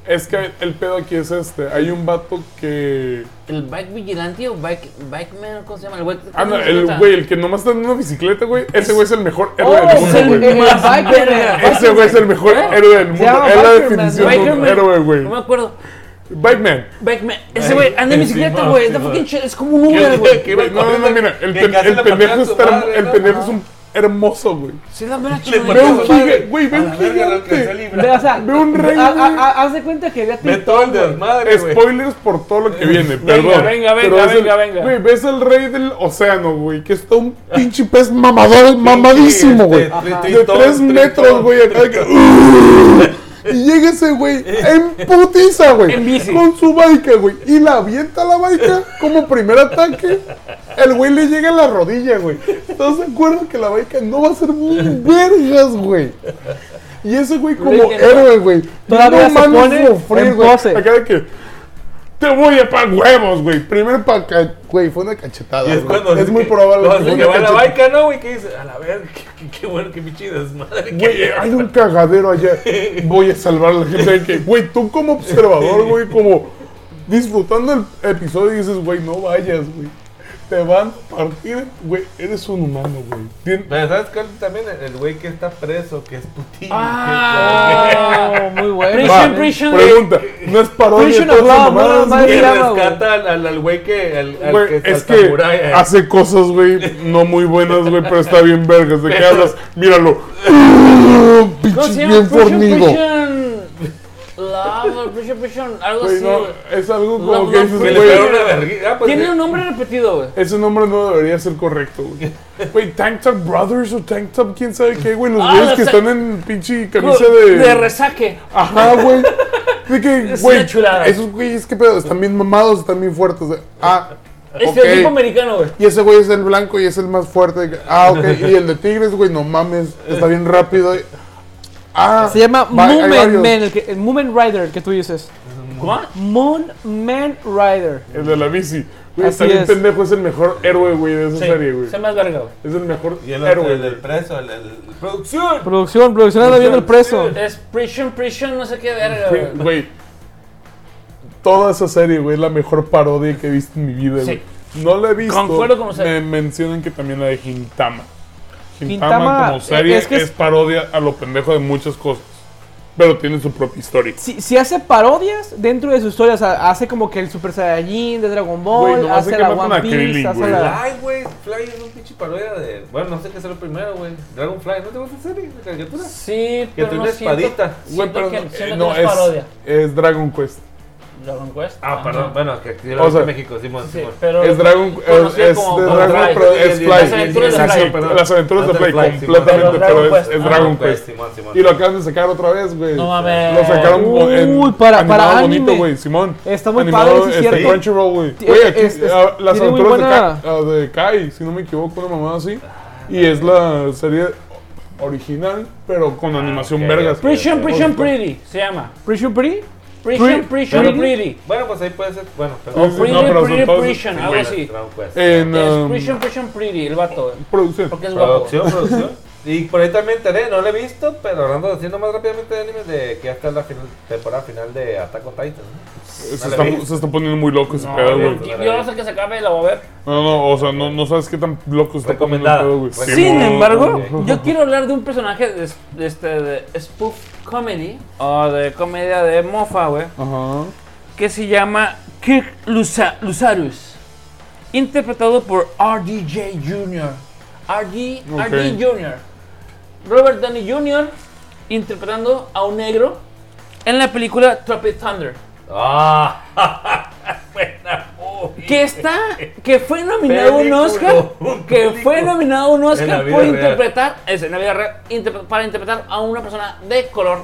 F: Es que el pedo aquí es este. Hay un vato que.
C: El bike vigilante o bike. Bike man, ¿cómo se llama? El güey.
F: Ah, no, el güey, el que nomás está en una bicicleta, güey. Ese güey es el mejor héroe
D: oh,
F: del
D: es el,
F: mundo,
D: el,
F: güey.
D: el biker,
F: Ese güey es el mejor héroe del mundo.
D: llama
F: Es la
D: Bikerman.
F: definición de un
C: Bikerman.
F: héroe,
C: No me
F: güey.
C: acuerdo.
F: Bike Man.
C: Bike man. Ese güey anda en bicicleta,
B: Simón,
C: güey. Está
B: Simón.
C: fucking chido. Es como un
B: ¿Qué-
C: Uber, güey.
B: qué- güey,
F: Eh, No, no, no, mira. El,
B: que
F: pen-
B: casi
F: el
B: le
F: pendejo,
B: patea a su
F: está hermo-
B: madre,
F: el
B: ¿no?
F: pendejo es un hermoso, güey.
C: Sí, la mera
B: Le
C: chingada.
F: Ve
B: partió
F: un
B: su madre.
F: giga- güey, ve
B: A
F: un
B: la verga, lo alcanzó a
F: gigante.
D: Ve,
B: librar.
D: o sea,
F: Ve un rey,
D: a- a-
F: güey.
D: a- haz de cuenta que había
B: Ve todo el desmadre, güey.
F: Spoilers por todo lo que viene,
A: Venga,
F: perdón.
A: venga, venga,
F: Pero es el-
A: venga, venga.
F: Güey, ves el rey del océano, güey, que está un pinche pez mamador, mamadísimo, güey.
B: Este,
F: De
B: tritón,
F: tres
B: tritón.
F: metros, güey, acá de que... ¡Ugh! Y llega ese güey en putiza, güey.
C: En bici.
F: Con su baica, güey. Y la avienta la baica como primer ataque. El güey le llega a la rodilla, güey. ¿Estás de acuerdo que la baica no va a ser muy vergas, güey? Y ese güey como
C: Legendario.
F: héroe, güey.
D: Todavía
F: no
D: se
F: mames,
D: pone
F: sufrir,
D: en
F: güey.
D: pose.
F: Acá de que... Te voy a pa' huevos, güey. Primero pa' ca- Güey, fue una cachetada,
B: Y es
F: güey.
B: cuando
F: Es muy probable
B: cuando se
F: que fue una
B: lleva la
F: cachetada.
B: baica, ¿no, güey? Que dice, a la verga, qué, qué- qué bueno, qué pinche desmadre.
F: Güey,
B: que-
F: hay un cagadero allá. Voy a salvar a la gente de que, güey, tú como
B: *laughs*
F: observador, güey, como disfrutando el episodio dices, güey, no vayas, güey. Te van a partir, güey, eres un humano, güey. Tien-
B: Pero ¿sabes cuál también? El- El güey que está preso, que es tu tío. *laughs*
D: Ah, muy bueno.
F: Va,
C: Prison, prison,
F: pregunta, no es parodia,
D: Prison
F: todas
D: of Love,
F: mamadas,
D: no, no,
B: Que,
F: güey.
B: que
D: llama,
B: rescata al- al al güey que. al- al
F: Güey,
B: que
F: es
B: salta
F: que
B: muralla, eh.
F: hace cosas, güey, no muy buenas, güey, pero está bien vergas. ¿De
C: *laughs*
F: qué hablas? Míralo.
C: ¿Cómo se
F: Pinche
C: llama?
F: bien
C: Prison,
F: fornido.
C: prison. Love, prison, prison. Algo
F: Güey,
C: así,
F: no,
C: güey.
F: es algo como
C: No,
F: que
C: no,
F: dices,
B: Se le
F: güey,
B: pega una vergüenza. Ah, pues,
C: Tiene
B: sí.
C: un nombre repetido, güey.
F: Ese nombre no debería ser
C: *laughs*
F: correcto, güey. Güey, Tank Top Brothers o Tank Top, quién sabe qué, güey. Los
C: Ah,
F: güeyes
C: los
F: que
C: ta-
F: están en pinche camisa de.
C: De resaque.
F: Ajá, güey. De que, güey.
C: una chulada.
F: Esos güeyes, qué pedo. Están bien mamados, están bien fuertes. Ah,
C: Este
F: ok.
C: tipo americano, güey.
F: Y ese güey es el blanco y es el más fuerte. Ah, ok. Y el de Tigres, güey, no *laughs* mames. Está bien rápido. Ah.
D: Se llama
F: va- hay
D: Moomin
F: varios.
D: Man, el, que- el Moomin Rider el que tú dices.
C: ¿Cómo?
D: Moon Man Rider.
F: El de la bici. Güey, está
D: Así
F: bien
D: es.
F: pendejo. Es el mejor héroe, güey, de esa serie, güey.
C: Se me verga, güey.
F: Es el mejor
B: Y el otro,
F: héroe.
B: el del
F: güey.
B: preso, el, el- el- ¡Producción!
D: Producción, producción anda viendo el preso.
C: Es prison, prison, no sé qué verga,
F: Güey,
C: güey.
F: Güey, toda esa serie, güey, es la mejor parodia que he visto en mi vida, güey. No la he visto.
C: Concuerdo con usted.
F: Me mencionan que también la de Gintama. Gintama,
D: Gintama,
F: como serie es,
D: es que es-
F: parodia a lo pendejo de muchas cosas. Pero tiene su propia historia.
D: Si, si hace parodias dentro de su historia, o sea, hace como que el Super Saiyajin de Dragon
F: Güey,
D: Ball,
F: nomás sé
D: hace
F: que
D: la
F: matan
D: One
F: a
D: Piece,
F: Krillin,
D: hace
F: güey.
D: la...
B: Fly, güey. Fly es un pinche parodia de. Bueno, no sé qué es lo primero, güey. Dragonfly, ¿no te gusta esa serie? ¿La caricatura?
C: Sí,
B: Que
C: pero
B: tiene
C: no
B: una
C: siento,
B: espadita.
C: siento
F: Güey, pero
C: que,
F: no-
C: siento
F: eh,
C: que
F: no,
C: no es parodia.
F: es Dragon Quest.
G: Dragon Quest.
B: Ah,
G: Ajá.
B: perdón, bueno, que aquí
F: O sea,
B: en México, Simón,
G: Sí,
B: Simón.
G: pero
F: Es Dragon, es,
G: conocido
F: es
G: como
F: de
G: Dragon
F: Dragon,
G: Quest.
F: pero es Fly.
C: Las aventuras de
F: Sí,
C: Fly,
F: sí,
B: perdón.
F: Las aventuras de
B: Las de
F: Play,
B: Fly, sí,
F: completamente,
G: pero Dragon
F: pero es,
G: Quest,
F: es
G: ajá.
F: Dragon Quest.
B: Simón, Simón.
F: Y lo acaban de sacar otra vez, güey.
G: No mames.
F: Lo sacaron
D: Uy,
F: en-
D: para-
F: animado
D: para
F: bonito,
D: anime.
F: güey, Simón.
D: Está muy
F: Animado,
D: padre, sí es
F: este,
D: cierto.
F: Crunchyroll, güey.
D: Sí,
F: Güey, aquí,
D: este,
F: ah, las
D: tiene muy
F: aventuras de,
D: buena-
F: Ka- ah, de Kai, si no me equivoco, una mamada así. Y es la serie original, pero con animación
B: Ah, ok,
F: vergas.
B: ok.
C: Preach and Preach and
F: Por supuesto.
C: Pretty se llama.
D: Pretty Pretty.
C: Preach
F: Pre-
C: and Preach and
F: Pretty.
C: Pretty.
B: Bueno, pues ahí puede ser. Bueno,
F: Sí,
B: perdón.
F: sí,
C: Pretty,
F: no, pero
C: pretty,
F: son todos-
C: pretty, algo
B: Bueno,
C: así.
B: Dragon Quest.
F: En
C: Es
F: um,
C: Preach and Preach and Pretty, el vato. eh,
F: producción.
C: Porque es guapo.
B: Producción, producción. Y por ahí también enteré, no lo he visto, pero hablando haciendo más rápidamente de animes de que hasta la final- temporada final de Attack on Titan. ¿no?
F: Se
B: Vale,
F: está,
B: bien.
F: se está poniendo muy loco ese
C: No,
F: pedo,
C: yo-
F: güey.
B: bien.
C: Yo no sé que se acabe, la voy a ver.
F: No, no, o sea, no, no sabes qué tan loco está poniendo el
B: Recomendada.
F: pedo, güey.
B: Recomendada.
C: Sin
F: Simón.
C: embargo, yo quiero hablar de un personaje de, de este, de spoof comedy o de comedia de mofa, güey,
F: Ajá.
C: que se llama Kirk Lusa- Lusarus, interpretado por RDJ Jr. RD, RD Jr. Robert Downey Jr. interpretando a un negro en la película Tropic Thunder,
B: ¡Ah! *laughs* Buena movie.
C: que está, que fue nominado a un
B: Película,
C: Oscar,
B: un
C: que fue
B: película.
C: nominado a un
B: En la
C: Oscar
B: vida
C: por
B: real.
C: interpretar, es, en la vida real, interpre- para interpretar a una persona de color,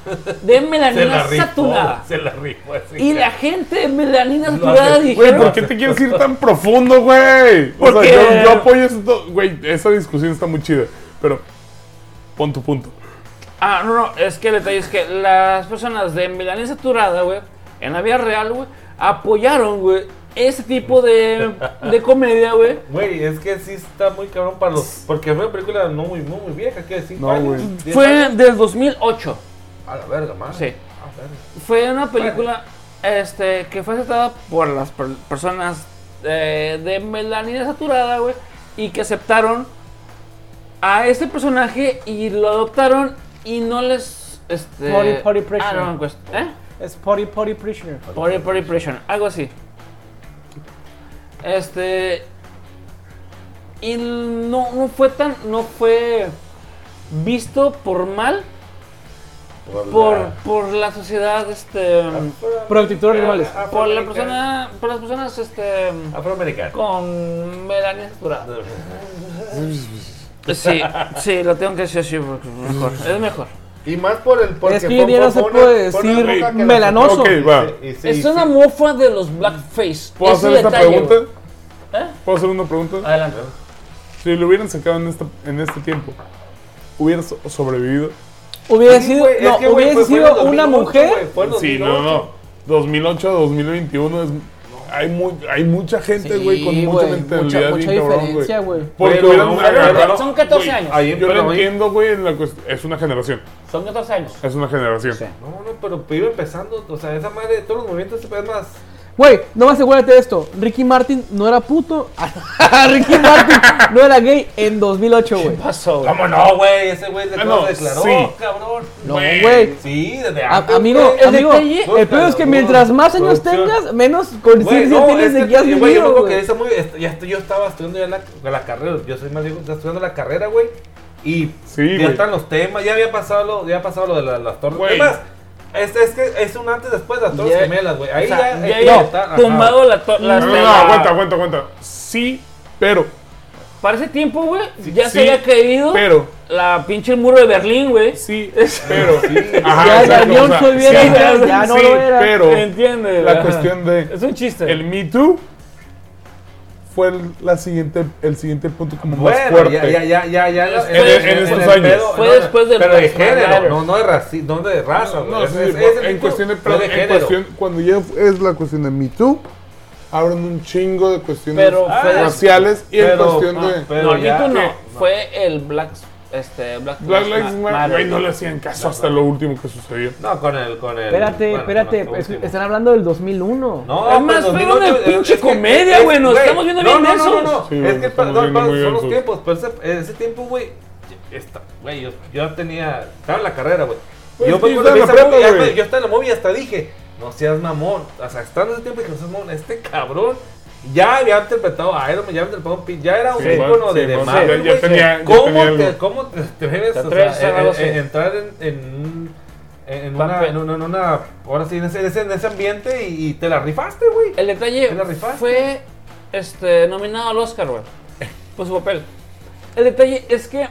B: *laughs*
C: de
B: Se la
C: melanina
B: rifó.
C: saturada.
B: Se la rifó. así
C: Y
B: que-
C: la gente de melanina
B: Lo
C: saturada *laughs*
B: hace.
F: Güey, ¿por
C: dijeron,
F: qué te quieres ir tan profundo, güey? O
C: Porque-
F: sea, yo, yo apoyo esto. Güey, esa discusión está muy chida, pero pon tu punto.
C: Ah, no, no, es que el detalle es que las personas de Milanesa Saturada, güey, en la vida real, güey, apoyaron, güey, ese tipo de, de comedia, güey.
B: Güey, es que sí está muy cabrón para los. Porque fue una película no muy, muy, muy vieja, que de 5
F: No,
B: años.
F: güey.
B: diez
C: Fue
B: años.
C: del 2008.
B: A la verga, man.
C: Sí.
B: A la verga.
C: Fue una película este, que fue aceptada por las per- personas eh, de melanina saturada, güey, y que aceptaron a este personaje y lo adoptaron y no les... Este,
D: Party- party pressure.
C: Ah, no, pues, ¿eh?
D: Es Potty Potty Prisoner.
C: Por por impresión, algo así. Este. Y no, no fue tan. No fue visto por mal por,
B: la-
C: por la sociedad, este.
D: Por actitudes normales.
F: Ah,
B: Afroamericana.
C: Por la persona. Por las personas, este.
B: Afroamericana.
C: Con melanina saturada. Sí, *laughs* sí, lo tengo que decir así porque es mejor.
F: Mm.
C: Es mejor.
B: Y más por el. Porque
D: Es que
B: fue-
D: ya no
B: fue
D: se
B: una-
D: puede
B: fue una
D: decir
B: época que la-
D: melanoso.
F: Ok, va.
B: Y sí,
C: es
B: sí.
C: una mofa de los blackface.
F: ¿Puedo
C: es
F: hacer
C: un
F: esta
C: detalle,
F: pregunta?
C: güey. Ah. ¿Eh?
F: ¿Puedo hacer una pregunta?
C: Adelante.
F: Si lo hubieran sacado en este, en este tiempo, ¿hubieras so- sobrevivido?
D: Hubiera
B: Sí,
D: sido,
B: güey, es
D: no,
B: que, güey, fue-
D: hubiera
B: fue en
D: sido
B: el
D: una
B: 2008, güey,
D: mujer.
B: fue en
F: Sí,
B: 2008.
F: no, no. 2008 a 2021 es. Hay, muy, hay mucha gente, güey, con mucha
D: güey,
F: mentalidad
D: mucha, mucha
F: bien cabrón, güey.
D: diferencia, güey.
F: Porque
B: Pero,
F: hubieran
B: no,
F: agarrado-
C: Son 14
F: güey,
C: años.
B: Ahí en
F: Yo no
B: Paraguay.
F: entiendo, güey, en la cuest- es una generación.
C: Son 14 años.
F: Es una generación.
B: No, no, pero iba empezando. O sea, esa madre de todos los movimientos es más.
D: Güey, nomás asegúrate de esto. Ricky Martin no era puto. *laughs* Ricky Martin no era gay en 2008, güey.
C: Pasó, güey.
B: ¿Cómo no, güey? Ese güey de
F: Ah,
B: todo
F: no,
B: declaró,
F: sí.
B: cabrón.
D: No, güey.
B: Sí, desde
D: A-
B: antes.
D: amigo,
B: güey.
C: el
D: amigo,
C: detalle-
D: el peor es que mientras más años
B: Producción.
D: tengas, menos conciencia
B: Güey, no,
D: tienes
B: es
D: de
B: que-
D: que has
B: güey, yo me
D: vivido,
B: acuerdo que
D: güey.
B: esa movie- est- ya estoy- yo estaba estudiando ya la, la carrera, yo soy más viejo, estaba estudiando la carrera, güey. Y
F: Sí,
B: ya
F: güey.
B: están los temas, ya había pasado lo, ya ha pasado lo de la- las torres.
F: Güey.
B: Es más, es, es que es un antes después de las torres
C: Ya-
B: gemelas, güey. Ahí
C: O sea,
B: ya,
C: ya
B: ahí
C: había
B: ya está, ajá.
C: tumbado la, to- la
F: No, no, no,
C: la-
F: aguanta, aguanta, aguanta. Sí, pero.
C: Para ese tiempo, güey, ya
F: sí,
C: se había caído
F: Pero.
C: la pinche muro de Berlín, güey.
F: Sí,
B: *laughs*
F: pero. Ajá,
D: Ya la
F: exacto,
D: Unión
F: o sea,
D: Soviética
F: sí,
D: ya no
F: sí,
D: lo era.
F: Pero
C: ¿Entiendes?
F: la
C: Ajá.
F: cuestión
C: Es
F: de.
C: un chiste.
F: El Me Too fue el, la siguiente, el siguiente punto como más
B: Bueno,
F: fuerte.
B: ya, ya, ya, ya, ya. En,
F: en estos
B: el
F: años.
B: pedo,
C: Fue
B: no,
C: después del
B: Pero de
C: Black
B: género,
C: Matter.
B: no, no de raci- no de raza, güey.
F: No,
B: Es-
F: sí,
B: es-
F: bueno,
B: es el
F: en
B: tipo-
F: cuestión de,
B: fue de
F: en
B: género.
F: cuestión, cuando ya es la cuestión de Me Too, abren un chingo de cuestiones
C: Pero fue des-
F: raciales y en
B: pero-
F: cuestión
B: ah,
F: de
B: pero
C: no, el
B: ya-
C: Tito no.
B: ¿qué?
C: Fue el Black. Este, Black,
F: Black Lives
C: Ma-
F: Matter.
C: Matter.
F: Güey, no le hacían caso hasta lo último que sucedió.
B: No, con el, con el.
D: Espérate,
B: bueno, con
D: espérate, pues,
B: lo
D: es-
B: último.
D: están hablando del 2001.
B: No, pues,
C: Es más,
B: pero
C: fue una
B: 2008,
C: pinche
B: eh, es que-
C: comedia,
B: es-
C: güey, nos estamos viendo
B: no,
C: bien
B: no, no, no, no,
C: mensos.
F: Sí,
B: es
F: nos
B: que
F: estamos
B: perdón,
F: viendo
B: perdón,
F: muy
B: son los
F: mensos.
B: tiempos, pero ese, ese tiempo, güey, esta, güey, yo, yo tenía, estaba en la carrera, güey.
F: Pues
B: yo
F: sí,
B: me acuerdo
F: estaba
B: que
F: en la
B: esa
F: prepa,
B: movie, ya
F: güey.
B: me- yo estaba en la movie y hasta dije, no seas mamón, o sea, estando ese tiempo y que no seas mamón, este cabrón ya había interpretado a Iron Man, ya había interpretado a Pin- ya era un
F: Sí,
B: ícono
F: sí,
B: de, de
F: sí,
B: Marvel,
F: ya
B: güey.
F: tenía- ya
B: ¿Cómo
F: tenía
B: te,
F: algo.
B: cómo te atreves,
C: Te
B: o sea,
C: atreves a
B: en-
C: algo
B: en-
C: así.
B: entrar en, en un- en una, en una, en una- ahora sí, en ese, en ese- en ese ambiente y, y te la rifaste, güey.
C: El detalle
B: ¿Te la rifaste?
C: fue este, nominado al Oscar, güey. *laughs* Por su papel. El detalle es que,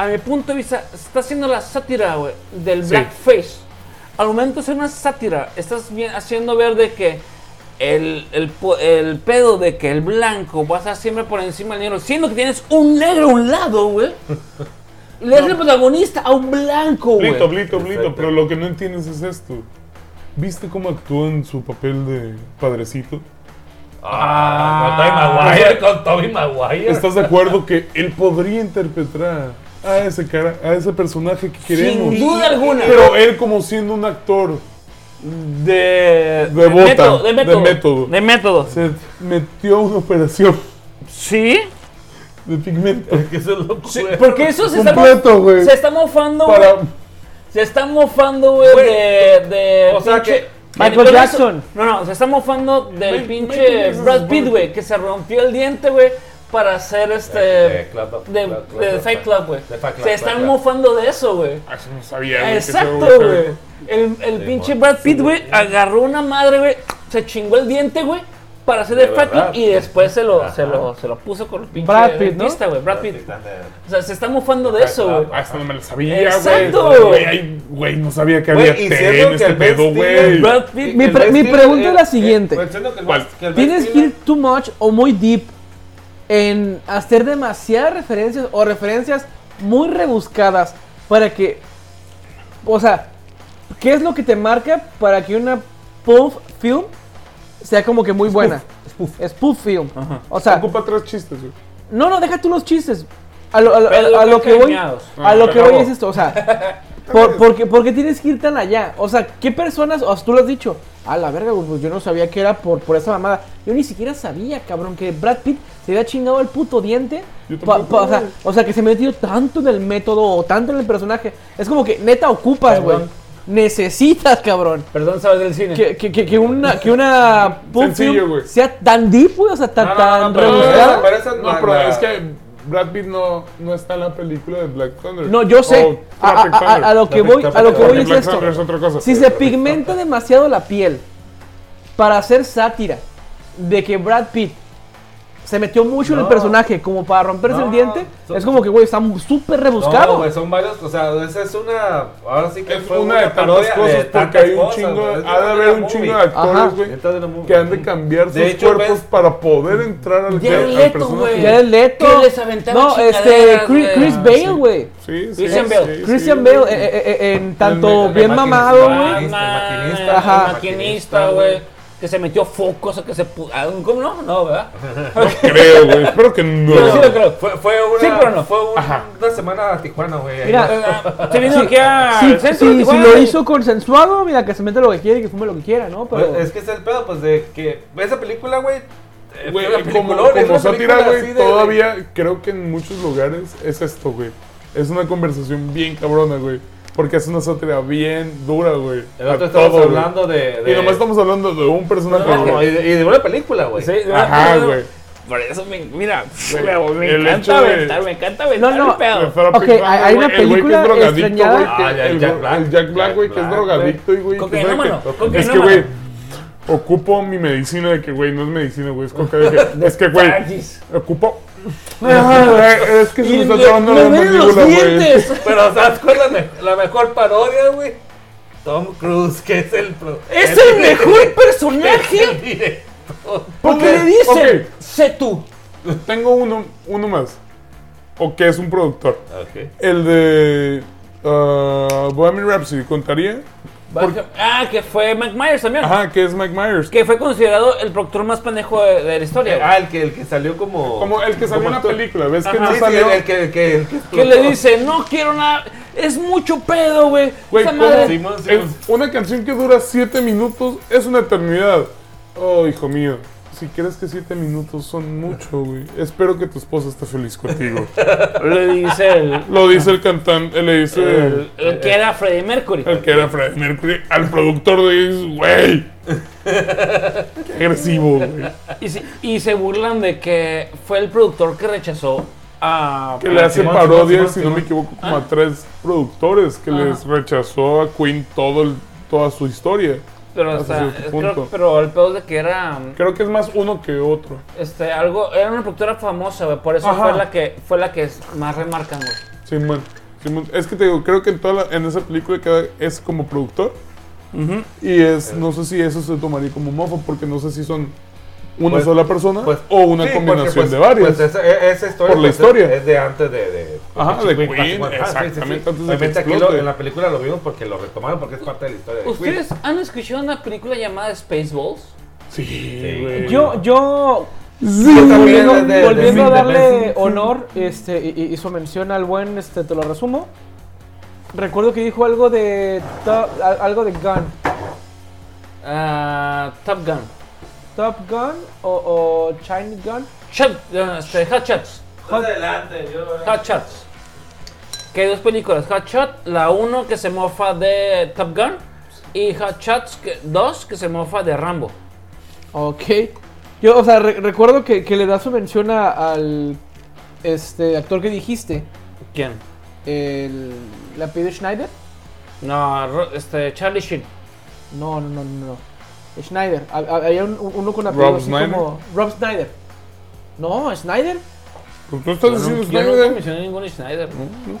C: a mi punto de vista, se está haciendo la sátira, güey, del
F: Sí.
C: blackface. Al momento de hacer una sátira, estás bien- haciendo ver de que el, el po- el pedo de que el blanco va a estar siempre por encima del negro, siendo que tienes un negro a un lado,
F: *laughs*
C: güey. Le das el protagonista a un blanco, güey.
F: Blito, blito, blito.
B: Perfecto.
F: Pero lo que no entiendes es esto. ¿Viste cómo actuó en su papel de padrecito?
B: Ah, con Toby Maguire, con Toby Maguire.
F: ¿Estás de acuerdo que él podría interpretar a ese, cara, a ese personaje que queremos?
C: Sin duda alguna.
F: Pero él como siendo un actor
C: de,
F: de bota,
C: método,
F: de
C: de método.
F: método.
C: De método.
F: se metió una operación
C: Sí.
F: de pigmento
B: Que eso es lo
C: Sí,
B: culero.
C: porque eso se está,
F: completo, güey.
C: se está mofando, güey.
F: Para...
C: Se está mofando, güey,
B: Güey,
C: de, de.
B: o sea
C: pinche-
B: que-
D: Michael
C: Entonces,
D: Jackson.
C: No, no, se está mofando del
F: Michael
C: pinche
F: Jackson
C: Brad
F: se
C: Pitt,
F: supone
C: güey, que se rompió el diente, güey, para hacer este.
B: eh, De Club-
C: de,
B: Club- Club-
C: de
B: Club-
C: Fight Club, güey.
B: De Fight Club,
C: Se están
B: Fight Club.
C: mofando de eso, güey.
F: Ah, eso no sabía. güey, que se
C: Exacto,
F: iba a
C: güey.
F: buscar.
C: El, el pinche
B: mon.
C: Brad Pitt, güey, agarró una madre, güey, se chingó el diente, güey, para hacer el Fight Club
B: verdad.
C: y después se lo, se
B: Ajá.
C: lo, se lo puso con el pinche
D: Brad Pitt, ¿no?
C: dentista, güey, Brad Pitt. O sea, se está mofando de
B: Fight
C: eso,
B: Club.
C: güey.
F: Ah, esto no me lo sabía, güey.
C: Exacto.
F: Güey, ay, güey, no sabía que
B: Güey,
F: había
B: y
F: té
B: siendo
F: en
B: que
F: este
B: el Ben
F: pedo,
B: Stiller-
F: güey.
C: Brad Pitt,
D: Mi
B: El
D: pre-
B: Ben
D: mi
B: Stiller,
D: pregunta es la
B: eh,
D: siguiente.
B: eh, siendo que el
F: ¿Cuál?
B: Ben- que el Ben
D: Tienes que
B: Stiller-
D: ir too much o muy deep en hacer demasiadas referencias o referencias muy rebuscadas para que. O sea, ¿qué es lo que te marca para que una puff film sea como que muy buena?
F: Spoof.
D: Spoof film. O sea,
F: Ocupa tres chistes, güey.
D: no, no, deja tú los chistes. A lo, a lo-
C: Pero
D: a lo
C: no
D: que voy.
C: premiados.
D: A lo que
F: Bravo.
D: voy es esto, o sea.
C: *laughs*
D: Por, porque, porque tienes que ir tan allá. O sea, ¿qué personas? O sea, tú lo has dicho. A la verga, güey, pues yo no sabía que era por, por esa mamada. Yo ni siquiera sabía, cabrón, que Brad Pitt se había chingado el puto diente.
F: Yo
D: pa-
F: tampoco,
D: pa- o, sea,
F: güey.
D: o sea, que se metió tanto en el método o tanto en el personaje. Es como que neta ocupas, güey.
C: Cabrón.
D: Necesitas, cabrón.
C: Perdón, sabes del cine.
D: Que, que, que, que una, que
B: *laughs*
D: una pulp
F: Sencillo,
D: film
F: güey.
D: sea tan deep, güey. O sea, tan,
B: No, no, no,
D: tan
B: pero-
D: rebuscada.
B: pero esa es
F: No,
B: la-
F: pero
B: la-
F: es que Brad Pitt no, no está en la película de Black Thunder.
D: No, yo sé.
F: O
D: A-
F: Tropic
D: a- a-
F: Thunder.
D: a lo que voy- a lo que
F: Porque
D: voy es
F: Black
D: esto.
F: Thunder es otra cosa.
D: Si se pigmenta demasiado la piel para hacer sátira de que Brad Pitt se metió mucho en el
B: No.
D: personaje como para romperse el
B: No,
D: diente,
B: son-
D: es como que, güey, está mu- súper
B: No,
D: rebuscado.
B: güey, son varios, o sea, esa es una, ahora sí que
F: Es
B: fue
F: una de tantas
B: parodia
F: cosas porque
B: tantas
F: hay un
B: cosas,
F: chingo,
B: güey. Es
F: ha de
B: una
F: haber un
B: movie.
F: chingo de
D: Ajá.
F: actores, güey,
B: Dentro de la movie.
F: que han de cambiar sus
B: De hecho,
F: cuerpos
B: ves-
F: para poder entrar al,
C: Ya
F: al
C: leto,
F: personaje.
C: güey.
D: Ya eres Leto.
C: Que les aventaba
D: no, este,
C: chingaderas,
D: Chris,
C: güey.
D: Chris
C: Ah,
D: Bale, güey.
F: Sí, sí,
C: Christian
F: sí,
C: Bale.
F: sí,
D: Christian
F: sí.
D: Bale, eh, eh, eh, en tanto
F: El- el
D: bien
B: maquinista,
D: mamado,
B: el
D: güey.
B: maquinista.
C: maquinista,
D: Ajá.
C: el maquinista, güey. Que se metió focos, o que se. pu- ah, ¿Cómo no? No, ¿verdad?
F: Creo, güey. Espero que
C: Pero sí
F: no.
C: lo creo.
B: Fue, fue una,
C: Sí, pero no.
B: fue un- una semana a Tijuana, güey. ahí.
D: Mira,
C: Se vino aquí
F: Ah,
C: a.
D: si,
C: al centro de
D: si- si
C: Tijuana,
D: lo
C: güey.
D: hizo consensuado, mira, que se mete lo que quiere y que fume lo que quiera, ¿no? Pero,
B: Pues, es que es el pedo, pues, de que esa película, güey, eh,
F: Güey,
B: fue una
F: como,
B: peliculón, es
F: como
B: una
F: sátira,
B: película
F: güey,
B: así de-
F: todavía creo que en muchos lugares es esto, güey. Es una conversación bien cabrona, güey. Porque es una sátira bien dura, güey.
B: El
F: A
B: otro estamos
F: todo, güey.
B: hablando de, de-
F: Y nomás estamos hablando de un personaje,
B: No,
F: güey.
B: no, y de, y de una película, güey. Ah,
C: Sí, de
F: Ajá,
C: verdad,
F: güey.
C: Por eso me. Mira,
F: Güey,
C: me- me
F: el hecho
C: encanta
F: de-
C: aventar, me encanta aventar.
D: No, no.
C: el pedo.
F: Pero
D: Ok,
F: Pink
D: hay- hay una
F: Panther, güey, el güey que es
D: película
F: drogadicto,
D: extrañada.
F: güey, que
B: Ah, ya,
F: el,
B: Jack
F: Jack
B: Black.
F: el Jack Black, güey, que es
B: Jack
F: drogadicto y güey. que sabe
C: Cocainómano,
F: que- Es que,
C: cocainómano.
F: güey, ocupo mi medicina de que, güey, no es medicina, güey, es coca
D: *laughs*
F: de que- Es que, güey,
C: Taxis.
F: ocupo. es que se me está trabando la mandíbula, güey.
B: Pero ¿sabes cuál es la, me- la mejor parodia, güey? Tom Cruise, que es el... pro-
C: ¡Es
B: *laughs*
C: el mejor
B: el
C: personaje!
B: director.
C: Porque
F: Ok,
C: le dicen,
F: ok.
C: sé tú.
F: Tengo uno, uno más. O que es un productor.
B: Ok.
F: El de. ah, Bohemian Rhapsody, ¿contaría?
C: Ah, que fue Mike Myers también.
F: Ajá, que es Mike Myers.
C: Que fue considerado el productor más pendejo de, de la historia. güey.
B: Ah, el que, el que salió como...
F: Como el que salió en la
B: actor.
F: película, ¿ves que
B: Sí,
F: no
B: sí,
F: salió?
B: el que... El que, el que
C: que le dice, no quiero nada, es mucho pedo, güey.
F: Güey,
C: Esa
F: ¿cómo?
C: madre.
B: Simón,
F: Es
B: Simón.
F: una canción que dura 7 minutos es una eternidad. Oh, hijo mío. Si crees que 7 minutos son mucho, güey. Espero que tu esposa esté feliz contigo.
C: Le dice
F: *laughs*
C: el,
F: Lo dice el cantante, le dice
C: el-
F: el,
C: el que era Freddie Mercury.
F: que era Freddie Mercury al productor de güey. Qué agresivo, güey.
C: Y, se- y se burlan de que fue el productor que rechazó a.
F: Que le hace
B: Ah, Simón, Simón,
F: parodias, si no
B: Simón. Ah.
F: me equivoco, como a tres productores que les rechazó a Queen todo el- toda su historia.
C: Pero,
F: hasta
C: hasta,
F: cierto
C: creo-
F: punto.
C: pero el pedo es de que era.
F: Creo que es más uno que otro.
C: Este, algo. Era una productora famosa, güey. Por eso
F: Ajá.
C: fue la, que, fue la que más remarcan, güey.
F: Simón. Simón. Es que te digo, creo que en, toda la- en esa película cada- es como productor. Y es, no sé si eso se tomaría como mofo, porque no sé si son una
B: Pues-
F: sola persona
B: pues-
F: o una
B: Sí, porque,
F: combinación
B: pues,
F: de varias.
B: pues, esa, e- esa historia,
F: Por
B: pues,
F: la
B: es-
F: historia.
B: Es de antes de. de
F: Ajá, de Queen,
B: casi cuando- ah, sí, sí, sí.
F: exactamente, antes de que
B: Obviamente aquí
F: explote.
B: lo- en la película lo vimos porque lo retomaron porque es parte de la historia de Queen.
C: ¿Ustedes han escuchado una película llamada Spaceballs?
F: sí,
B: Sí.
F: güey.
D: Yo, yo,
B: Yo también,
D: volviendo,
B: de- de-
D: volviendo a
B: de- de-
D: darle
B: de-
D: honor este, y, y- y su mención al buen, este, te lo resumo. Recuerdo que dijo algo de Top- a- algo de Gun.
C: Ah, Top Gun.
D: Top Gun o, o China Gun.
C: Shot, ah, este, Hot Shots.
B: adelante, yo.
C: Hot Shots. Que hay dos películas, Hot Shot, la uno que se mofa de Top Gun y Hot Shots 2 que se mofa de Rambo.
D: Ok. Yo, o sea, re- recuerdo que, que le da su mención a- al este, actor que dijiste.
C: ¿Quién?
D: El, ¿La pide Schneider?
C: No, Ro- este, Charlie Sheen.
D: No, no, no, no. no. Schneider. Ha- ha- Había un- uno con apellido
F: Rob
D: así
F: Schneider.
D: como... Rob Schneider. No, Schneider.
F: Pues tú estás
C: Yo
F: diciendo
C: no- yo
F: Snyder.
C: nunca mencioné ningún Schneider.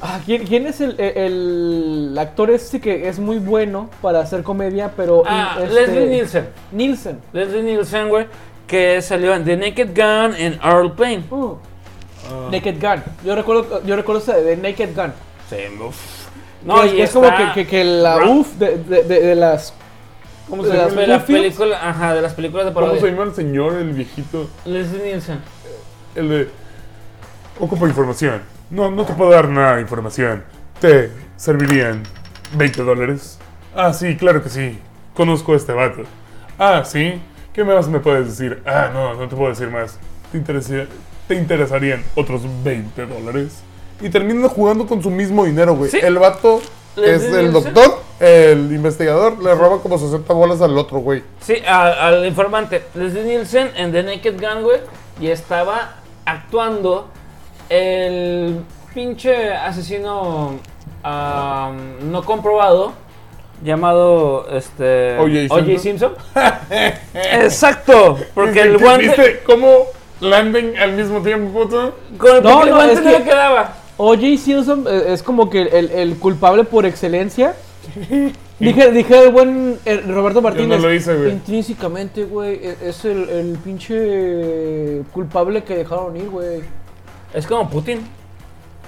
D: Ah, ¿quién, quién es el, el- el actor este que es muy bueno para hacer comedia, pero...
C: Ah,
D: este,
C: Leslie Nielsen.
D: Nielsen.
C: Leslie Nielsen, güey, que salió en The Naked Gun en Earl Payne.
D: Uh.
F: Ah.
D: Naked Gun. Yo recuerdo, yo recuerdo esa de Naked Gun.
C: No,
D: es,
C: y
D: es como que,
C: está-
D: que- que la
C: Ra-
D: UF de, de- de- de las... ¿Cómo
C: de las, de las
D: películas.
C: películas, ajá, de las películas de
F: ¿Cómo se
C: parodia.
F: llama el señor, el viejito?
C: Leslie Nielsen.
F: El de. Ocupa información. No, no te puedo dar nada de información. Te servirían 20 dólares. Ah, sí, claro que sí. Conozco a este vato. Ah, sí. ¿Qué más me puedes decir? Ah, no, no te puedo decir más. Te, interesa- te interesarían otros 20 dólares. Y termina jugando con su mismo dinero, güey.
C: Sí.
F: El vato
C: Le-
F: es
C: le-
F: el
C: le-
F: doctor, el investigador, le roba como 60 bolas al otro, güey.
C: Sí, al, al informante. Leslie Nielsen en The Naked Gun, güey. Y estaba actuando el pinche asesino ah, no comprobado llamado este
F: O.J.
C: Simpson.
F: *laughs*
C: Exacto, porque el
F: ¿Viste-
C: guante *laughs*
F: ¿Viste cómo landing al mismo tiempo, puto?
C: con el,
D: No,
C: porque el
D: no,
C: guante
D: es
C: no
D: que-
C: le quedaba.
D: OJ Simpson eh, es como que el, el culpable
C: *laughs*
D: por excelencia. Dije, dije el buen eh, Roberto Martínez.
F: lo hice, güey.
D: Intrínsecamente, güey, e- es el, el pinche culpable que dejaron ir, güey.
C: Es como Putin.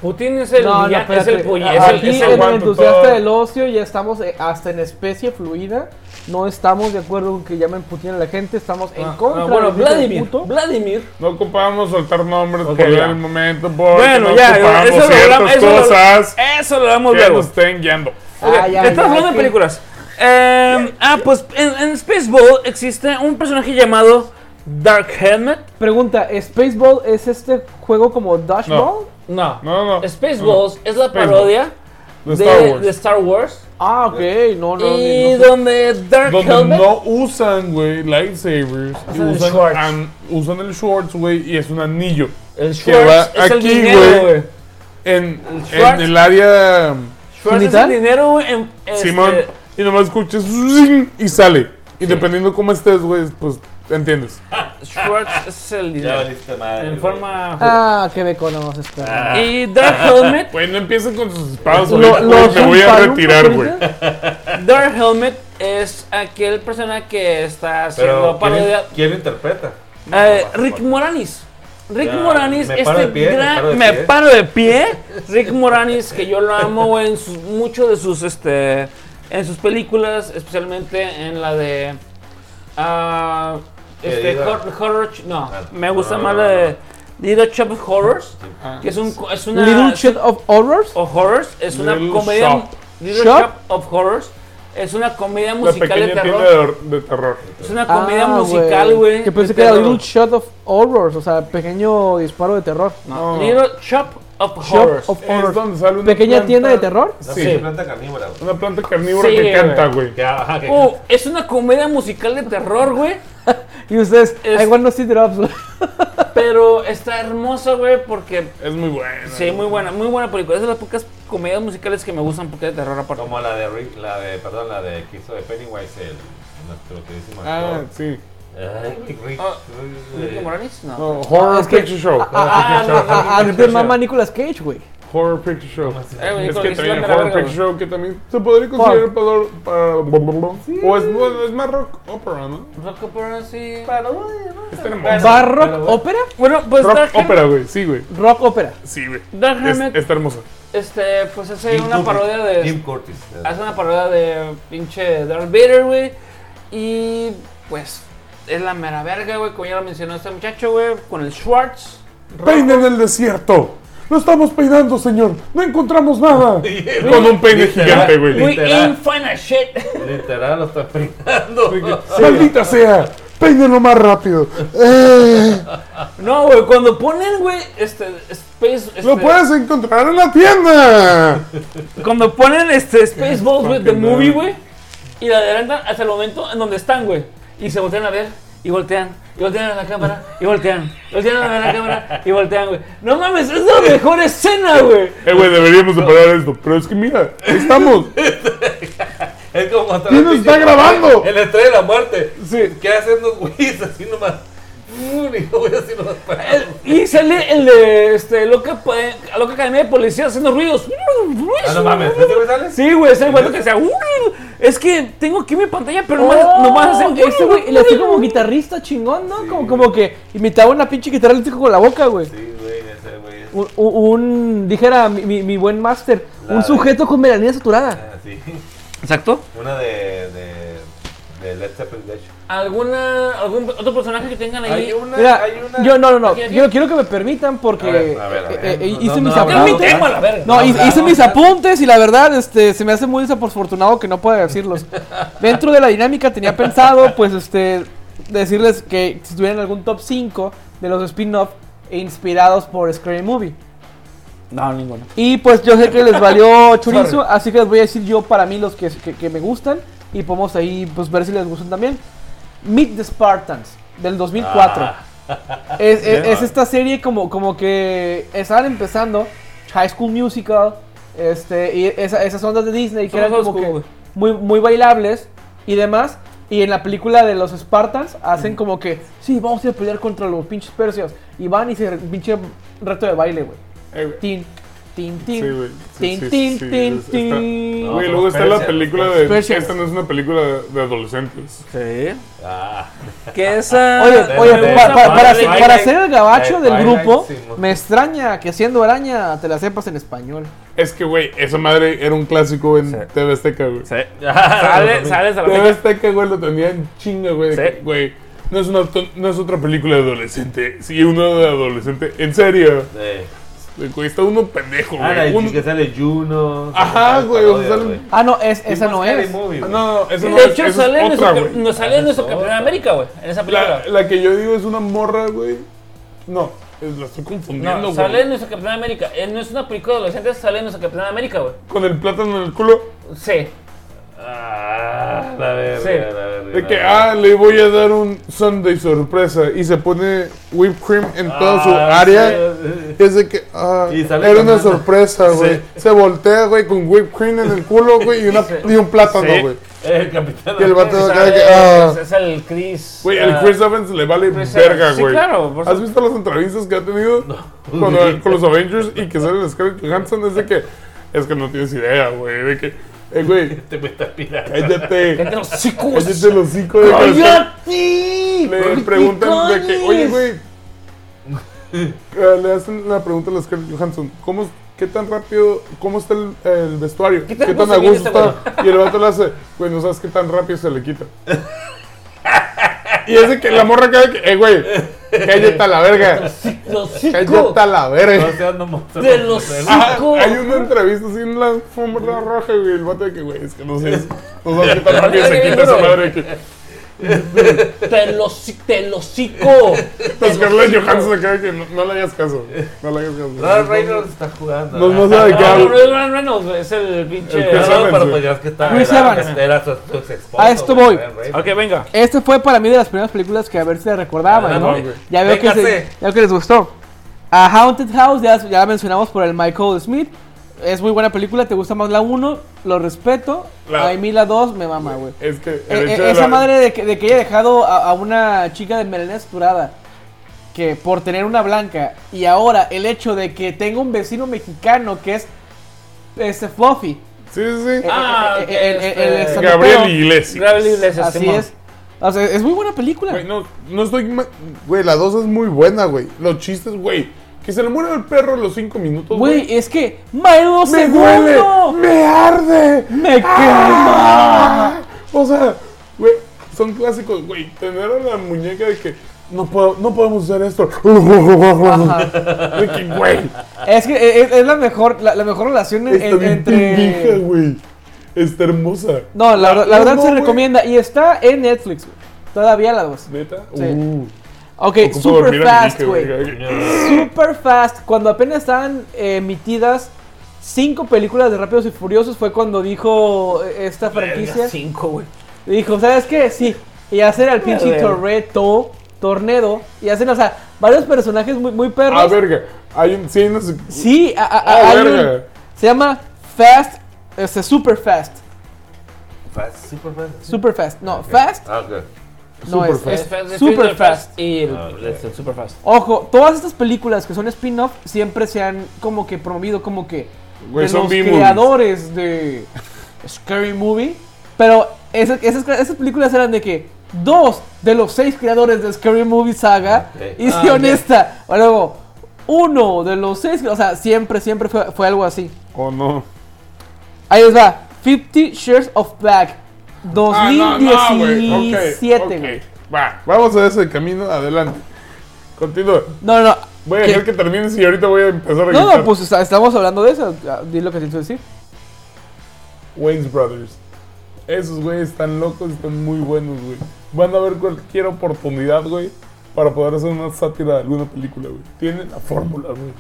C: Putin es el
D: No, no,
C: villano- es el
D: espérate.
C: puy- es
D: Aquí
C: el- es
D: en
C: el
D: el
F: guante
D: entusiasta
F: todo.
D: del ocio ya estamos eh, hasta en especie fluida. No estamos de acuerdo con que llamen Putin a la gente, estamos en
C: Ah,
D: contra
C: ah, bueno,
D: del hijo de
C: Vladimir,
D: puto.
C: Vladimir
F: No ocupamos soltar nombres
C: Ok,
F: por
C: ya.
F: el momento, porque
C: Bueno,
F: no
C: ya,
F: ocupamos
C: eso lo
F: ciertas
C: hablamos- eso lo-
F: cosas
C: Eso lo damos
F: que
C: luego.
F: nos estén guiando.
C: Ok,
D: Ah, ya,
C: estamos
D: ya,
C: hablando
D: sí.
C: de películas. Eh, ah, pues en, en Spaceball existe un personaje llamado Dark Helmet.
D: Pregunta, ¿Spaceball es este juego como Dodgeball?
C: No,
F: No, no, no.
C: Spaceballs es la
F: Spaceball.
C: parodia
F: De
C: de,
F: Star Wars.
C: de Star Wars.
D: Ah, ok, no, no, ni-
C: y
D: no sé.
C: donde Dark
F: Donde
C: Helmet.
F: no usan, güey, lightsabers. y
C: el
F: usan,
C: shorts.
F: an- usan el shorts, güey, y es un anillo.
C: el
F: que va
C: Schwartz es el
F: aquí,
C: dinero,
F: güey.
C: güey.
F: En en el,
C: shorts.
F: área.
C: Schwartz es el
D: ¿Genital?
C: dinero, güey. en- este,
F: Simón. Y nomás escuchas zing, y sale. Y dependiendo cómo estés, güey, pues entiendes.
C: Schwartz es el
B: Ya
C: dinero.
B: valiste madre.
C: En
B: güey.
C: forma.
D: Ah, que me conoces, cara.
F: Ah,
C: Y
F: *laughs*
C: Dark Helmet
F: Güey, no empiecen con sus espadas,
D: Lo-
F: ahorita,
D: los
F: güey, me voy a
D: Umpalumpas,
F: retirar, güey.
D: ahorita.
C: Dark Helmet es aquel personaje que está
B: Pero,
C: haciendo
B: ¿quién,
C: parodia.
B: quién lo interpreta?
C: Eh, Rick Moranis. Rick
B: Ya,
C: Moranis,
B: me paro
C: este
B: de pie, me paro de
C: gran. Me
B: pie.
C: paro de pie. Rick Moranis, que yo lo amo güey, en sus- mucho de sus. este En sus películas, especialmente en la de. ah,
B: Que
C: este,
B: diga-
C: Hor- Horror. Ch- No,
B: Ah,
C: me gusta
B: no,
C: más
B: no,
C: la de
B: no. Ah,
C: Little Shop of Horrors. Que es, un, es una.
D: Little Shit of Horrors.
C: of Horrors es una
F: Little
C: comedia
F: Shop.
C: Little
D: Shop.
C: Shop of Horrors es una comedia
F: La
C: musical de
F: pequeña tienda
C: terror
F: de, de terror.
C: es una comedia musical
D: Ah, güey.
C: güey
D: Que pensé
C: de
D: que era
C: terror.
D: Little Shot of Horrors, o sea, pequeño disparo de terror.
C: No,
F: No.
C: Little Shop of
D: Shop
C: Horrors
D: of
F: Es
D: Horrors.
F: donde sale una
D: Pequeña
F: planta-
D: tienda de terror.
B: No,
F: Sí.
B: sí. planta carnívora, güey.
F: Una planta carnívora
C: Sí,
F: que
C: güey.
F: canta, güey.
B: Que, ajá, que-
C: Uh, es una comedia musical de terror güey
D: Y ustedes,
C: Es- *laughs*
D: I want no see drops.
C: Pero está hermosa, güey, porque
F: Es muy buena.
C: sí, muy buena, muy buena película. Es de las pocas comedias musicales que me gustan porque de terror
F: eh,
C: aparte.
B: Como la de, Rick- la de, perdón, la de que hizo de Pennywise, el, nuestro queridísimo
F: Ah,
B: actor.
F: sí.
B: Ay, Rick, Rick,
C: Ah,
B: eh,
C: ¿Ricky Moranis? No.
F: No, Horror
D: es que-
F: Picture Show.
D: Ah, no, *laughs* a- a- de mamá Nicolas Cage, güey.
F: Horror Picture Show.
C: Eh, güey,
F: Es
C: con
F: que
C: Isla
F: también
C: Mera
F: Horror
C: Verga,
F: Picture Show, que también se podría considerar para, para- O es, bueno, es más rock opera, ¿no?
C: güey. Rock opera, Pues, sí.
F: Está hermosa.
D: ¿Barrock ópera?
C: Bueno, pues
F: rock
C: Dark
F: opera, güey. Sí, güey.
D: Rock ópera.
F: Sí, güey.
C: Dark
F: Es-
C: Hermit,
F: está hermosa.
C: este, pues hace
B: Jim
C: una
B: Curtis.
C: parodia de Ah,
B: Jim Curtis. eh,
C: hace una parodia de pinche Darth Vader, güey. Y pues es la mera verga, güey, como ya lo mencionó este muchacho, güey, con el Schwartz.
F: Peinen el desierto. Lo estamos peinando, señor. No encontramos nada. Con un peine
B: Literal.
F: gigante, güey.
C: We
B: Literal.
C: in final shit.
B: Literal, lo está peinando.
F: Maldita sea. Peínenlo más rápido. Eh,
C: No, güey, cuando ponen, güey, este Space este,
F: lo puedes encontrar en la tienda.
C: cuando ponen este Spaceballs, güey, the
F: fucking
C: movie,
F: man.
C: güey, y la adelantan hasta el momento en donde están, güey, y se voltean a ver y voltean y voltean a la cámara y voltean, voltean a ver la cámara y voltean, güey. No mames, es la mejor escena, güey.
F: Eh, güey, deberíamos de parar esto. Pero es que mira,
C: *laughs*
F: ahí estamos.
B: Es como hasta
F: ¿Quién
B: la
F: está
B: pinche-
F: grabando?
B: El estrella de la muerte.
F: Sí.
B: ¿Qué hacen los güeyes así nomás? Uy, güey, así nomás parados.
C: Y sale el de este, loca, pa- loca Academia de Policía haciendo ruidos.
B: Ah, no mames, ¿no te güey sale?
C: Sí, güey, ese güey que sea. Es que tengo aquí mi pantalla, pero nomás,
D: Oh,
C: nomás hacen
D: este güey, y le hacía como guitarrista chingón, ¿no? Como, como que imitaba una pinche guitarra eléctrica con la boca, güey.
B: Sí, güey, ese güey. es-
D: Un, un- un- dijera mi, mi- mi buen máster,
B: La
D: un
B: de-
D: sujeto con melanina saturada.
B: Ah, sí.
C: Exacto.
B: Una de. de. de Led Zeppelin, de hecho.
C: ¿Alguna, ¿Algún otro personaje que tengan ahí?
B: una.
D: Mira, yo no, no, no,
C: Aquí, aquí.
D: yo quiero que me permitan porque
B: A ver, a ver, a ver.
D: eh, eh,
B: No,
D: hice
B: no,
D: mis
B: no,
C: ¡Es mi
B: no,
D: apuntes.
C: tema, la verga!
D: No,
B: No,
D: hice,
B: claro,
D: hice mis
B: claro.
D: apuntes y la verdad, este, se me hace muy desafortunado que no pueda
C: *laughs*
D: decirlos. Dentro de la dinámica tenía pensado, pues, este, decirles que si tuvieran algún top 5 de los spin-off inspirados por Scary Movie.
C: No, ninguno.
D: Y pues yo sé que les
C: *laughs*
D: valió chorizo, así que les voy a decir yo para mí los que, que- que me gustan y podemos ahí pues ver si les gustan también. Meet the Spartans del 2004.
B: Ah.
D: *laughs* Es, es-
B: Yeah.
D: es esta serie como, como que estaban empezando High School Musical este, y esa- esas ondas de Disney que
C: Somos
D: eran
C: old
D: como
C: school,
D: que
C: güey.
D: muy, muy bailables y demás. Y en la película de los Spartans
F: Mm.
D: hacen como que, sí, vamos a ir a pelear contra los pinches persios. Y van y se pinche reto de baile, güey.
F: Eh, güey.
D: Tin, tin, tin.
F: Sí, güey. Sí,
D: Tin,
F: sí,
D: tin,
F: sí,
D: tin,
F: es-
D: tin.
F: está- Güey,
B: No,
F: luego
B: son
F: está la
B: Persians,
F: película de.
D: Persians.
F: Esta no es una película de, de adolescentes.
C: Sí.
B: Ah,
C: Que esa.
D: Oye,
B: de-
D: oye,
B: de-
D: pa- pa-
B: de-
D: para,
B: de-
D: ser,
B: de-
D: para
B: de-
D: ser el gabacho
B: de-
D: del
B: de-
D: grupo,
B: de- de-
D: me extraña que siendo araña te la sepas en español.
F: Es que, güey, esa madre era un clásico en TV Azteca, güey.
B: *laughs*
C: Sale, sales a la
F: TV
C: fecha.
F: Azteca, güey, lo tenía en chinga, güey. de
C: Sí.
F: que, Güey, no es, una, to- no es otra película de adolescente. Sí, uno de adolescente. En serio.
B: de-
F: De- Güey, está uno pendejo,
B: Ah, la
F: güey. Un-
B: que sale Juno.
F: Ajá, güey, o sea,
B: parodias,
F: salen-
D: Ah, no, es, esa no
B: Scary
D: es.
B: Movie,
F: Ah, No,
B: güey.
F: no, esa no
C: De
F: es-
C: hecho,
F: esa es
C: sale en
F: otra,
C: nuestro,
F: güey.
C: nos sale en nuestro
B: Esa es
C: campeón de
B: otra.
C: América, güey. En esa película.
F: La, la que yo digo es una morra, güey. No, es- la estoy
C: no,
F: confundiendo, güey.
C: sale en nuestro campeón de América. Eh, No es una película de adolescentes, sale en nuestro campeón de América, güey.
F: Con el plátano en el culo.
C: Sí.
B: Ah, la verga,
C: Sí.
B: la verga.
F: De
B: la
F: que,
B: verga.
F: ah, le voy a dar un Sunday sorpresa y se pone whipped cream en toda su
B: Ah,
F: área.
B: sí.
F: Es de que, ah,
B: Y
F: era
B: sale
F: una
B: caminando.
F: sorpresa, güey. Se voltea, güey, con whipped cream en el culo, güey, y, una, y un plátano,
B: Sí, *laughs*
F: güey.
B: El capitán.
F: Y el vato de acá, de que,
C: Sale-
F: ah.
C: Es el Chris.
F: Güey, el
C: ah,
F: Chris Evans le vale
B: Pues,
C: Chris
F: verga,
C: Evans. Sí,
F: güey.
C: claro, por
F: ¿Has visto las entrevistas que ha tenido con, con los Avengers y que sale el Scarlett Johansson? Es de que, es que no tienes idea, güey. De que, eh, güey,
B: Te metas pirata.
F: cállate.
C: Entre los chicos.
F: Cállate el hocico de
D: ¡Cállate!
F: Le preguntan de que, oye, güey. eh, le hacen la pregunta a la Scarlett Johansson: ¿cómo, ¿Qué tan rápido, cómo está el, el vestuario? ¿Qué
C: tan
F: tan,
C: gusto
F: a
C: viene
F: gusto
C: este
F: está? Y el vato le hace: Güey, no sabes qué tan rápido se le quita. *laughs* y es de que la morra cae que, eh, güey, cállate a la verga.
C: Los chicos.
F: Cállate a la verga.
B: No seas mamoso.
C: De los
F: Ah,
C: cinco.
F: hay una entrevista así en la *laughs* alfombra roja, güey. El vato de que, güey, es que no sé, no sabes qué tan
C: Ya
F: rápido se
C: que
F: quita esa
C: viene,
F: *laughs* madre. de Que,
C: Te lo, te lo
F: *laughs*
C: cico.
F: Scarlett Johansson acá que no, no le hagas caso. No le hagas caso.
B: Ryan Reynolds está jugando.
F: No, no
B: ¿verdad?
F: sabe qué
C: No, no, no
F: hablo.
C: es Ryan Reynolds, es el pinche.
F: El que
B: No,
F: sabe.
B: no, pero pues ya es que está.
D: Luis
B: era-
D: Evans.
B: Era su, su exesposo,
D: A esto
B: güey,
D: voy.
B: Ryan Reynolds.
G: Ok, venga.
D: Este fue para mí de las primeras películas que a ver si la recordaba, ¿no?
F: Adelante.
D: Ya veo, que se-
B: Véngase.
D: ya veo que les gustó. A Haunted House ya, ya la mencionamos por el Michael Smith. Es muy buena película, te gusta más la 1, lo respeto.
F: La-
D: A mí la 2 me mama, güey.
F: Es que el
D: Eh,
F: hecho
D: eh,
F: de
D: esa
F: la-
D: madre de que, de que haya dejado a, a una chica de melena esturada que por tener una blanca y ahora el hecho de que tenga un vecino mexicano que es este Fluffy.
F: Sí, sí, sí.
C: Ah,
D: eh, eh, el- el- el-
C: este,
D: el-
F: Gabriel Iglesias.
C: Gabriel Iglesias,
D: Así
C: Simón.
D: es. O sea, es muy buena película.
F: Güey, no, no estoy. ma- Güey, la 2 es muy buena, güey. Los chistes, güey. Que se le muera el perro a los 5 minutos, güey.
D: Güey, es que Maelo
F: ¡Me
D: segundo.
F: duele! ¡Me arde!
D: Me
F: ¡Ah! O sea, güey, son clásicos, güey. Tener a la muñeca de que no, puedo, no podemos hacer esto. De que, güey.
D: Es que e- e- es, la mejor, la, la mejor relación en-
F: Está
D: en-
F: bien pendija,
D: entre.
F: güey. Está hermosa.
D: No, la, verdad- la
F: No,
D: verdad
F: no,
D: se
F: güey.
D: recomienda y está en Netflix. güey. Todavía la dos.
F: ¿Neta?
D: Sí.
F: Uh,
D: Ok,
F: ocupo
D: super
F: dormir a mi
D: fast,
F: hija,
D: güey. Super fast. Cuando apenas estaban eh, emitidas cinco películas de Rápidos y Furiosos fue cuando dijo eh, esta franquicia.
C: Cinco, güey.
D: Y dijo, ¿sabes qué? Sí. Y hacer al pinche
C: ver.
D: Torreto, Tornado. Y hacen, o sea, varios personajes muy, muy perros.
F: Ah, verga. Hay un. Sí, hay unos-
D: Sí, a- a-
F: Ah,
D: a- hay un-
F: verga.
D: se llama Fast, este, Super Fast.
B: Fast, super fast.
D: Super Fast. No, Fast
B: Ah, ok.
D: no es,
F: Superfast.
D: es
C: Es fa- es
D: Super
C: Super
D: Fast.
C: Fast y el,
B: Ah, ok.
C: este, Super Fast.
D: Ojo, todas estas películas que son spin-off siempre se han como que promovido como que
F: Güey,
D: de
F: son
D: los
F: B-movies.
D: creadores
F: *laughs*
D: de Scary Movie. Pero esas, esas, esas películas eran de que dos de los seis creadores de Scary Movie saga
B: Ok.
D: hicieron esta. O luego, uno de los seis. O sea, siempre, siempre fue, fue algo así.
F: Oh, no.
D: Ahí les va. 50 Shirts of Black.
F: Ah, no, no, güey.
D: 2017,
F: Ok, ok.
D: güey.
F: Va, vamos a ese camino adelante. Continúa.
D: No, no, no.
F: Voy a
D: ¿Qué?
F: dejar que termines y ahorita voy a empezar
D: No,
F: a gritar.
D: no, pues está- estamos hablando de eso. Ah, Di lo que tienes que decir.
F: Wayne's Brothers. Esos güeyes están locos, están muy buenos, güey. Van a ver cualquier oportunidad, güey, para poder hacer una sátira de alguna película, güey. Tienen la fórmula, güey.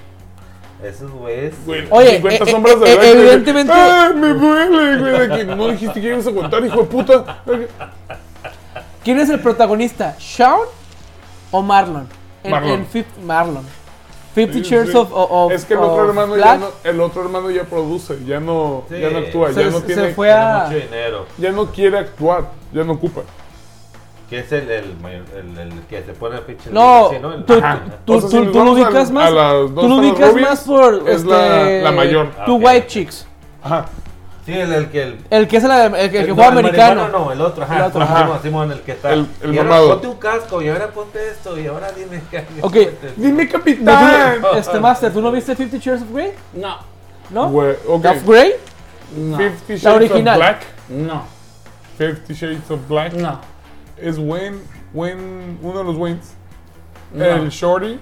B: Esos güeyes.
F: Güey,
D: Oye,
F: 50
D: eh,
F: sombras de
D: eh,
F: Grey,
D: evidentemente-
F: güey. ¡Ah, me duele, güey! De que no dijiste que ibas a contar, hijo de puta.
D: ¿Quién es el protagonista? ¿Shawn o Marlon? En,
F: Marlon.
D: en fif- Marlon. 50
F: Sí,
D: Shirts
F: sí.
D: of, of- of-
F: Es que el otro
D: of
F: hermano ya
D: Black
F: no, el otro hermano ya produce, ya no,
B: Sí.
F: ya no actúa,
D: se,
F: ya no
D: se
F: tiene,
D: fue a...
B: Mucho dinero.
F: ya no quiere actuar, ya no ocupa.
B: Que es el, el, mayor- el, el que se pone pinche.
D: No,
B: así, ¿no? El-
D: tú,
B: Ajá.
D: tú,
F: Ah. O sea, si
D: tú-
F: nos
D: tú lo
F: vamos a-
D: ubicas
F: a
D: más,
F: las dos
D: tú lo
F: caras
D: ubicas
F: rubias,
D: más por este,
F: es la- la mayor.
B: Ah,
D: Two
B: ok.
D: White Chicks,
F: Ajá.
B: Sí, el, el que. El,
D: el que es el, el- el que
B: no,
D: juega
B: el
D: americano.
B: marihuano No, el otro, ajá.
D: El otro,
B: Simón,
F: ajá.
B: Simón, el que está.
F: El- el
B: y ahora
F: mamado.
B: Ponte un casco y ahora ponte esto y ahora dime qué. *laughs*
D: Ok.
F: Dime
D: No, tú no-
F: capitán.
D: este Master, ¿tú no viste 50 Shirts of Grey?
C: No,
D: ¿No?
F: Güey, ok.
D: ¿Of Grey?
C: no,
F: Fifty Shades
D: La original.
F: of Black.
C: no,
F: Fifty Shades of Black.
C: no.
F: Es Wayne, Wayne, uno de los Waynes.
C: No.
F: El Shorty.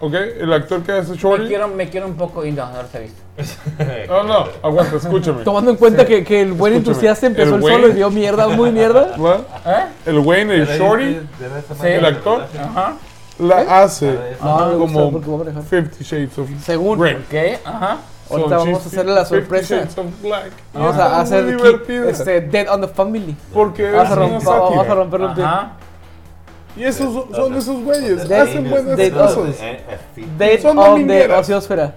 F: Ok, el actor que hace
C: Me
F: Shorty.
C: quiero, me quiero un poco y no, no los he visto.
F: No, Oh, no,
D: *laughs*
F: aguanta, escúchame.
D: Tomando en cuenta que, que el buen
F: Escúchame,
D: entusiasta empezó
F: el
D: el
F: güey-
D: solo y dio mierda, muy mierda.
F: ¿Va?
C: ¿Eh?
F: El Wayne, el Shorty, el actor,
C: Ajá.
D: ¿Eh?
F: la hace
B: No,
D: no me gusta
F: Ah, como
D: porque voy a manejar.
F: Fifty Shades of
D: Según.
F: Grey.
C: Ok, ajá.
D: Ahorita
F: Son
D: vamos a
F: Fifty-
D: hacerle la
F: Fifty
D: sorpresa.
F: Shades of Black.
D: Vamos
F: Está
D: a hacer
F: muy
D: aquí,
F: divertida,
D: este, Dead on the Family.
F: Porque es
D: Vamos a,
F: una
D: romper, vamos a
F: sátira.
D: romperlo un tiempo.
C: Ajá.
F: Y esos son- son esos güeyes.
D: Dead-
F: Hacen buenas
D: Dead-
F: cosas.
B: eh,
D: Dead
F: Son no
D: on the
F: niñeras.
D: Ociosfera.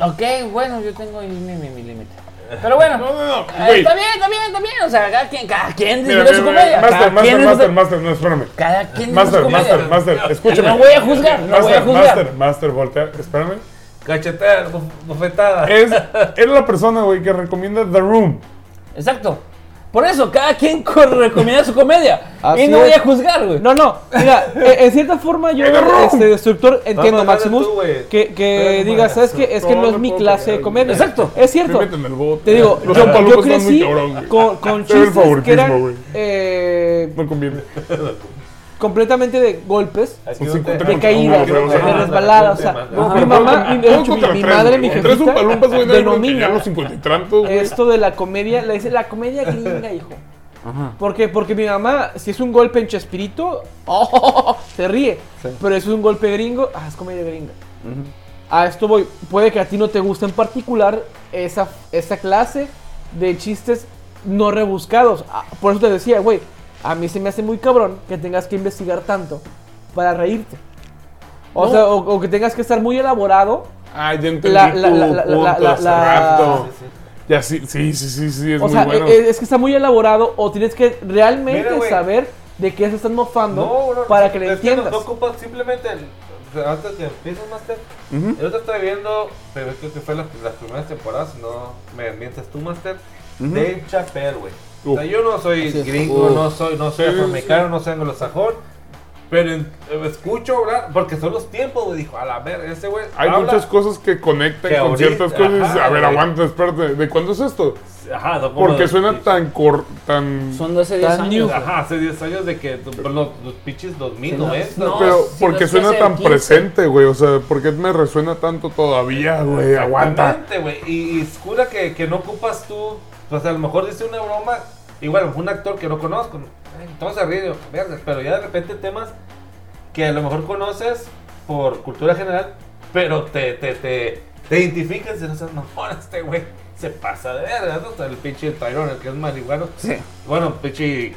C: Ok, bueno, yo tengo ahí mi, mi, mi límite. Pero bueno,
F: No, no, no.
C: eh,
F: Güey.
C: está bien, está bien, está bien. O sea, cada quien, cada quien
F: Mira,
C: disfruta
F: mira,
C: su
F: mira,
C: comedia.
F: Master,
C: cada quien
F: master, master,
C: disfruta-
F: master, no, espérame.
C: Cada quien disfruta
F: Master,
C: su
F: master,
C: comedia.
F: master, escúchame.
C: No voy a juzgar, no voy a
F: Master,
C: juzgar.
F: master, master, voltea, espérame.
B: Cachetear, buf- bofetada.
F: Es, es la persona, güey, que recomienda The Room.
C: Exacto. Por eso, cada quien *laughs* co- recomienda su comedia.
D: Así
C: y no
D: es.
C: voy a juzgar, güey.
D: No, no, mira, e- en cierta forma yo, este destructor, entiendo,
B: Vamos,
D: Maximus,
B: dale tú, güey.
D: que, que
B: Pero,
D: diga,
B: bueno,
D: ¿sabes qué? Es que no
F: no
D: es mi
F: puedo
D: clase de
F: pegar,
D: comedia.
C: Exacto.
D: Es cierto.
F: Me meten el bote.
D: Te digo,
F: Los
D: yo,
F: champalucos
D: yo
F: están muy
D: crecí
F: cabrón, güey. *laughs*
D: con, con
F: Se ve el
D: chistes que
F: favoritismo,
D: eran
F: güey.
D: eh,
F: No conviene.
D: completamente de golpes.
B: Aquí
F: Son
B: donde-
F: 50
D: de
F: Con-
D: caídas,
F: con-
D: de
F: con-
D: resbaladas, o sea,
B: Ajá.
D: mi mamá, mi, de
F: Todo
D: hecho, mi-
F: contra
D: mi
F: tres,
D: madre,
F: güey.
D: mi
F: Tres
D: jefita,
F: upalumpas, güey, no hay bronca, ya
D: denomina
F: los cincuenta y tantos, güey.
D: esto de la comedia, le dice la comedia gringa, hijo.
C: *laughs* Ajá.
D: ¿Por qué? Porque mi mamá, si es un golpe en Chespirito, *laughs* oh, se ríe.
C: Sí.
D: Pero si es un golpe gringo, ah, es comedia gringa.
C: Ujú.
D: A esto voy. Puede que a ti no te guste en particular esa, esa clase de chistes no rebuscados. Ah, Por eso te decía, güey, a mí se me hace muy cabrón que tengas que investigar tanto para reírte. O
C: No.
D: sea, o, o que tengas que estar muy elaborado.
F: Ah, ya entendí
D: La-
F: tu
D: la- la- la-
F: punto,
D: la- la-
F: Sarrafto.
B: Sí, sí.
F: Ya sí, sí, sí, sí, sí, es
D: o
F: muy
D: sea,
F: bueno.
D: e- e- es, que está muy elaborado o tienes que realmente
B: Mira, güey.
D: saber de qué se están mofando
B: No, no,
D: para
B: no,
D: que
B: es
D: le entiendas.
B: No, no ocupas simplemente el, antes que empieces Master.
F: Ujú.
B: Yo te estoy viendo, pero creo que fue las, las primeras temporadas, si no me mientes tú Master. Dave Chappelle, güey. O sea,
F: Uf.
B: yo no soy
C: Así es.
B: gringo,
C: Uf.
B: no soy, no soy
F: Sí,
B: afroamericano, no soy anglosajón. Pero en- eh, escucho hablar, porque son los tiempos, güey. Dijo, a la ver, ese güey.
F: Hay
B: habla-
F: muchas cosas que conectan
B: Que
F: con
B: ahorita,
F: ciertas cosas.
B: ajá,
F: a ver,
B: güey.
F: aguanta, espérate. ¿De cuándo es esto?
B: Ajá, no, como
F: Porque
B: de-
F: suena tan cor, tan
C: Son 12 10
D: Tan
C: años.
D: new.
B: Ajá, hace 10 años de que tu- los, los pinches 2000,
C: no,
B: 90.
C: no,
B: güey.
F: pero
C: si
F: porque
C: no es que
F: suena
C: hace
F: tan
C: 15.
F: presente, güey. O sea, ¿por qué me resuena tanto todavía, güey? Aguanta.
B: Exactamente, güey. Y, y es cura que, que no ocupas tú. Pues a lo mejor dice una broma. Igual, un actor que no conozco. ay, Todos se ríen, digo, "Verga", pero ya de repente temas que a lo mejor conoces por cultura general, pero te, te, te, te identificas y no sabes, no, ahora este güey se pasa de verga, ¿no? O sea, El pinche Tyrone, el que es marihuano.
C: Sí.
B: Bueno, pinche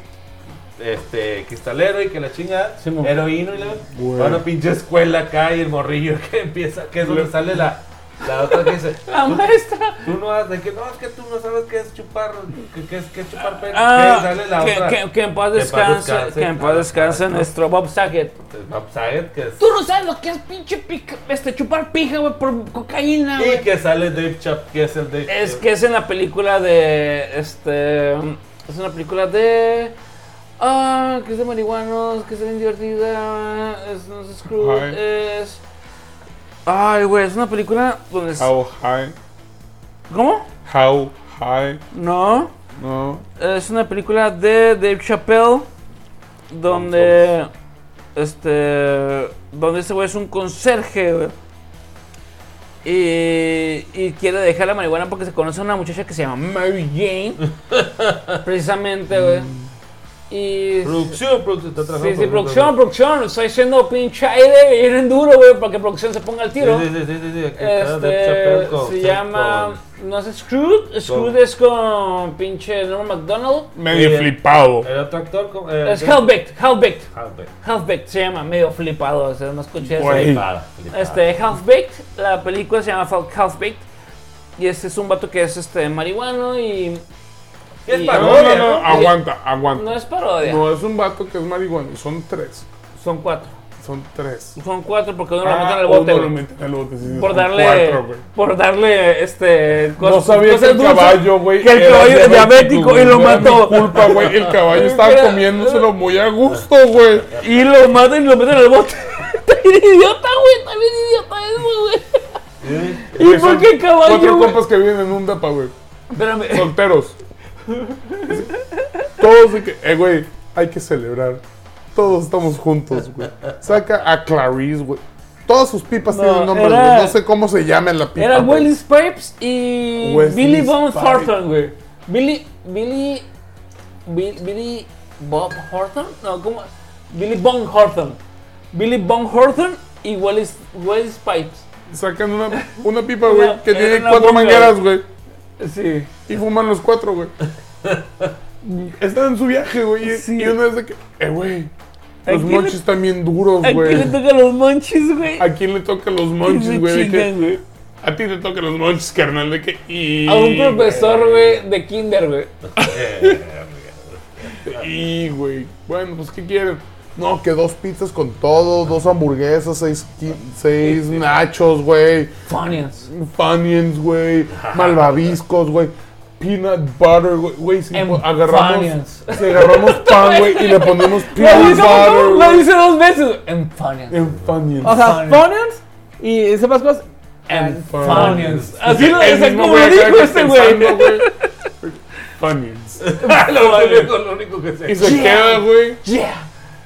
B: este cristalero y que la chinga
C: Sí, mo.
B: heroíno y la
F: Güey.
B: van a pinche escuela acá y el morrillo *laughs* que empieza que es donde sale la la otra que
C: *laughs*
B: dice
C: La maestra.
B: tú no has de que no es que tú no sabes qué es chupar que, que es que es chupar pe- pe-
C: Ah,
B: sale la
C: que,
B: otra
C: que, que
B: Que en
C: en paz
B: paz
C: descanse,
B: descanse.
C: que en paz descanse
B: Ah,
C: nuestro Bob Saget.
B: Entonces, Bob Saget, que es-
C: Tú no sabes lo que es pinche pica, este, chupar pija, güey, por cocaína,
B: y
C: güey.
B: que sale Dave Chap que es el Dave
C: Es que es en la película de. Este. Es una película de. Ah, que es de marihuanos, que es bien divertida. Es, no es
F: Ajá.
C: cruel, es. Ay, güey, es una película donde. es-
F: How high,
C: ¿Cómo?
F: how high,
C: No.
F: no.
C: Es una película de Dave Chappelle. Donde. Este. Donde ese güey es un conserje, güey. Y, y quiere dejar la marihuana porque se conoce a una muchacha que se llama Mary
B: *laughs*
C: Jane. precisamente, güey. Y.
B: producción producción está
C: Sí,
B: trabajando
C: sí,
B: con-
C: producción, producción. Estoy siendo pinche aire y en duro, güey, para que producción se ponga al
B: Sí,
C: tiro.
B: sí, sí, sí, sí, que está Dave
C: Este,
B: Chappelle con-
C: se
B: con-
C: llama. No sé, Scrooge. Scrooge es con pinche Norman McDonald.
F: Medio
B: Bien.
F: flipado.
B: el otro actor con- eh,
C: Es Halfbaked, Halfbaked.
B: Halfback.
C: Halfbaked se llama, medio flipado, o sea, no escuché eso.
F: Güey.
B: Flipada, flipada.
C: Este, Halfbaked, la película se llama Fal- Halfbaked. Y este es un vato que es este marihuano y
B: Y es
C: y-
F: No,
B: parodia,
F: no, no,
B: ¿no?
F: aguanta, aguanta.
C: no es parodia.
F: No, es un vato que es marihuana. Son tres.
C: Son cuatro.
F: Son tres.
C: Son cuatro porque uno lo
F: Ah,
C: meten al bote.
F: uno lo
C: güey.
F: meten al bote, sí, sí,
C: por
F: son
C: darle.
F: cuatro, güey.
C: por darle este.
F: No
C: cosas-
F: sabía que
C: cosas
F: el
C: dulces,
F: caballo, güey.
C: Que el
F: era
C: caballo era
F: diabético,
C: diabético y lo
F: güey, era
C: mató.
F: Mi culpa, güey. El caballo estaba
C: Era-
F: comiéndoselo muy a gusto, güey.
C: Y lo matan y lo meten al bote. *laughs* Está bien idiota, güey. Está bien idiota eso, güey. ¿Y
F: Porque
C: por
F: son
C: qué el caballo?
F: Cuatro
C: güey?
F: compas que viven en un dapa, güey.
C: Espérame.
F: Solteros. Todos de que. Eh, güey, hay que celebrar. Todos estamos juntos, güey. Saca a Clarice, güey. Todas sus pipas
C: No,
F: tienen nombre,
C: era-
F: güey. No sé cómo se llama la pipa.
C: Era
F: güey.
C: Willie Spipes y
F: Wesley
C: Billy Bob
F: Spipes.
C: Thornton, güey. Billy, Billy, Bill- Billy Bob Horton, no, ¿cómo? Billy Bon Horton. Billy Bon Horton y Willie, Willie Spipes.
F: Sacan una, una pipa, güey,
C: Una-
F: que
C: era
F: tiene
C: una
F: cuatro
C: boca,
F: mangueras, güey.
C: Sí.
F: Y fuman los cuatro, güey. Están en su viaje, güey. y-
C: Sí.
F: Y una vez de que, eh, güey, los
C: Aquí le-
F: monchis están bien duros,
C: ¿A quién le
F: güey.
C: toca los monchis, güey?
F: ¿A quién le toca los
C: Y
F: monchis,
C: se
F: güey? De
C: chingan,
F: que,
C: güey.
F: A ti te tocan los monchis, carnal. De que, y.
C: A un profesor, güey, de kinder, güey.
F: Y, güey. Bueno, pues, ¿qué quieren? No, que dos pizzas con todo, dos hamburguesas, seis, qui- seis nachos, güey.
C: Funyuns.
F: Funyuns, *laughs* güey. Malvaviscos, güey. Peanut butter, güey. Güey, si
C: En
F: po- agarramos.
C: Funyuns.
F: Si agarramos pan, *laughs* güey, y le ponemos
D: Lo
F: peanut
D: dice-
F: butter.
C: Lo
F: güey.
C: dice dos veces. En Funyuns.
F: En Funyuns.
D: O sea, Phonians y esas más cosas.
C: En
F: Funyuns.
C: Funyuns. *laughs* Así lo
F: El
C: dice
F: mismo
C: como lo
F: acá
C: dijo *laughs* este, güey.
F: pensando, güey. Funyuns.
B: Lo único- lo único que sé.
F: Y se queda, güey.
C: Yeah.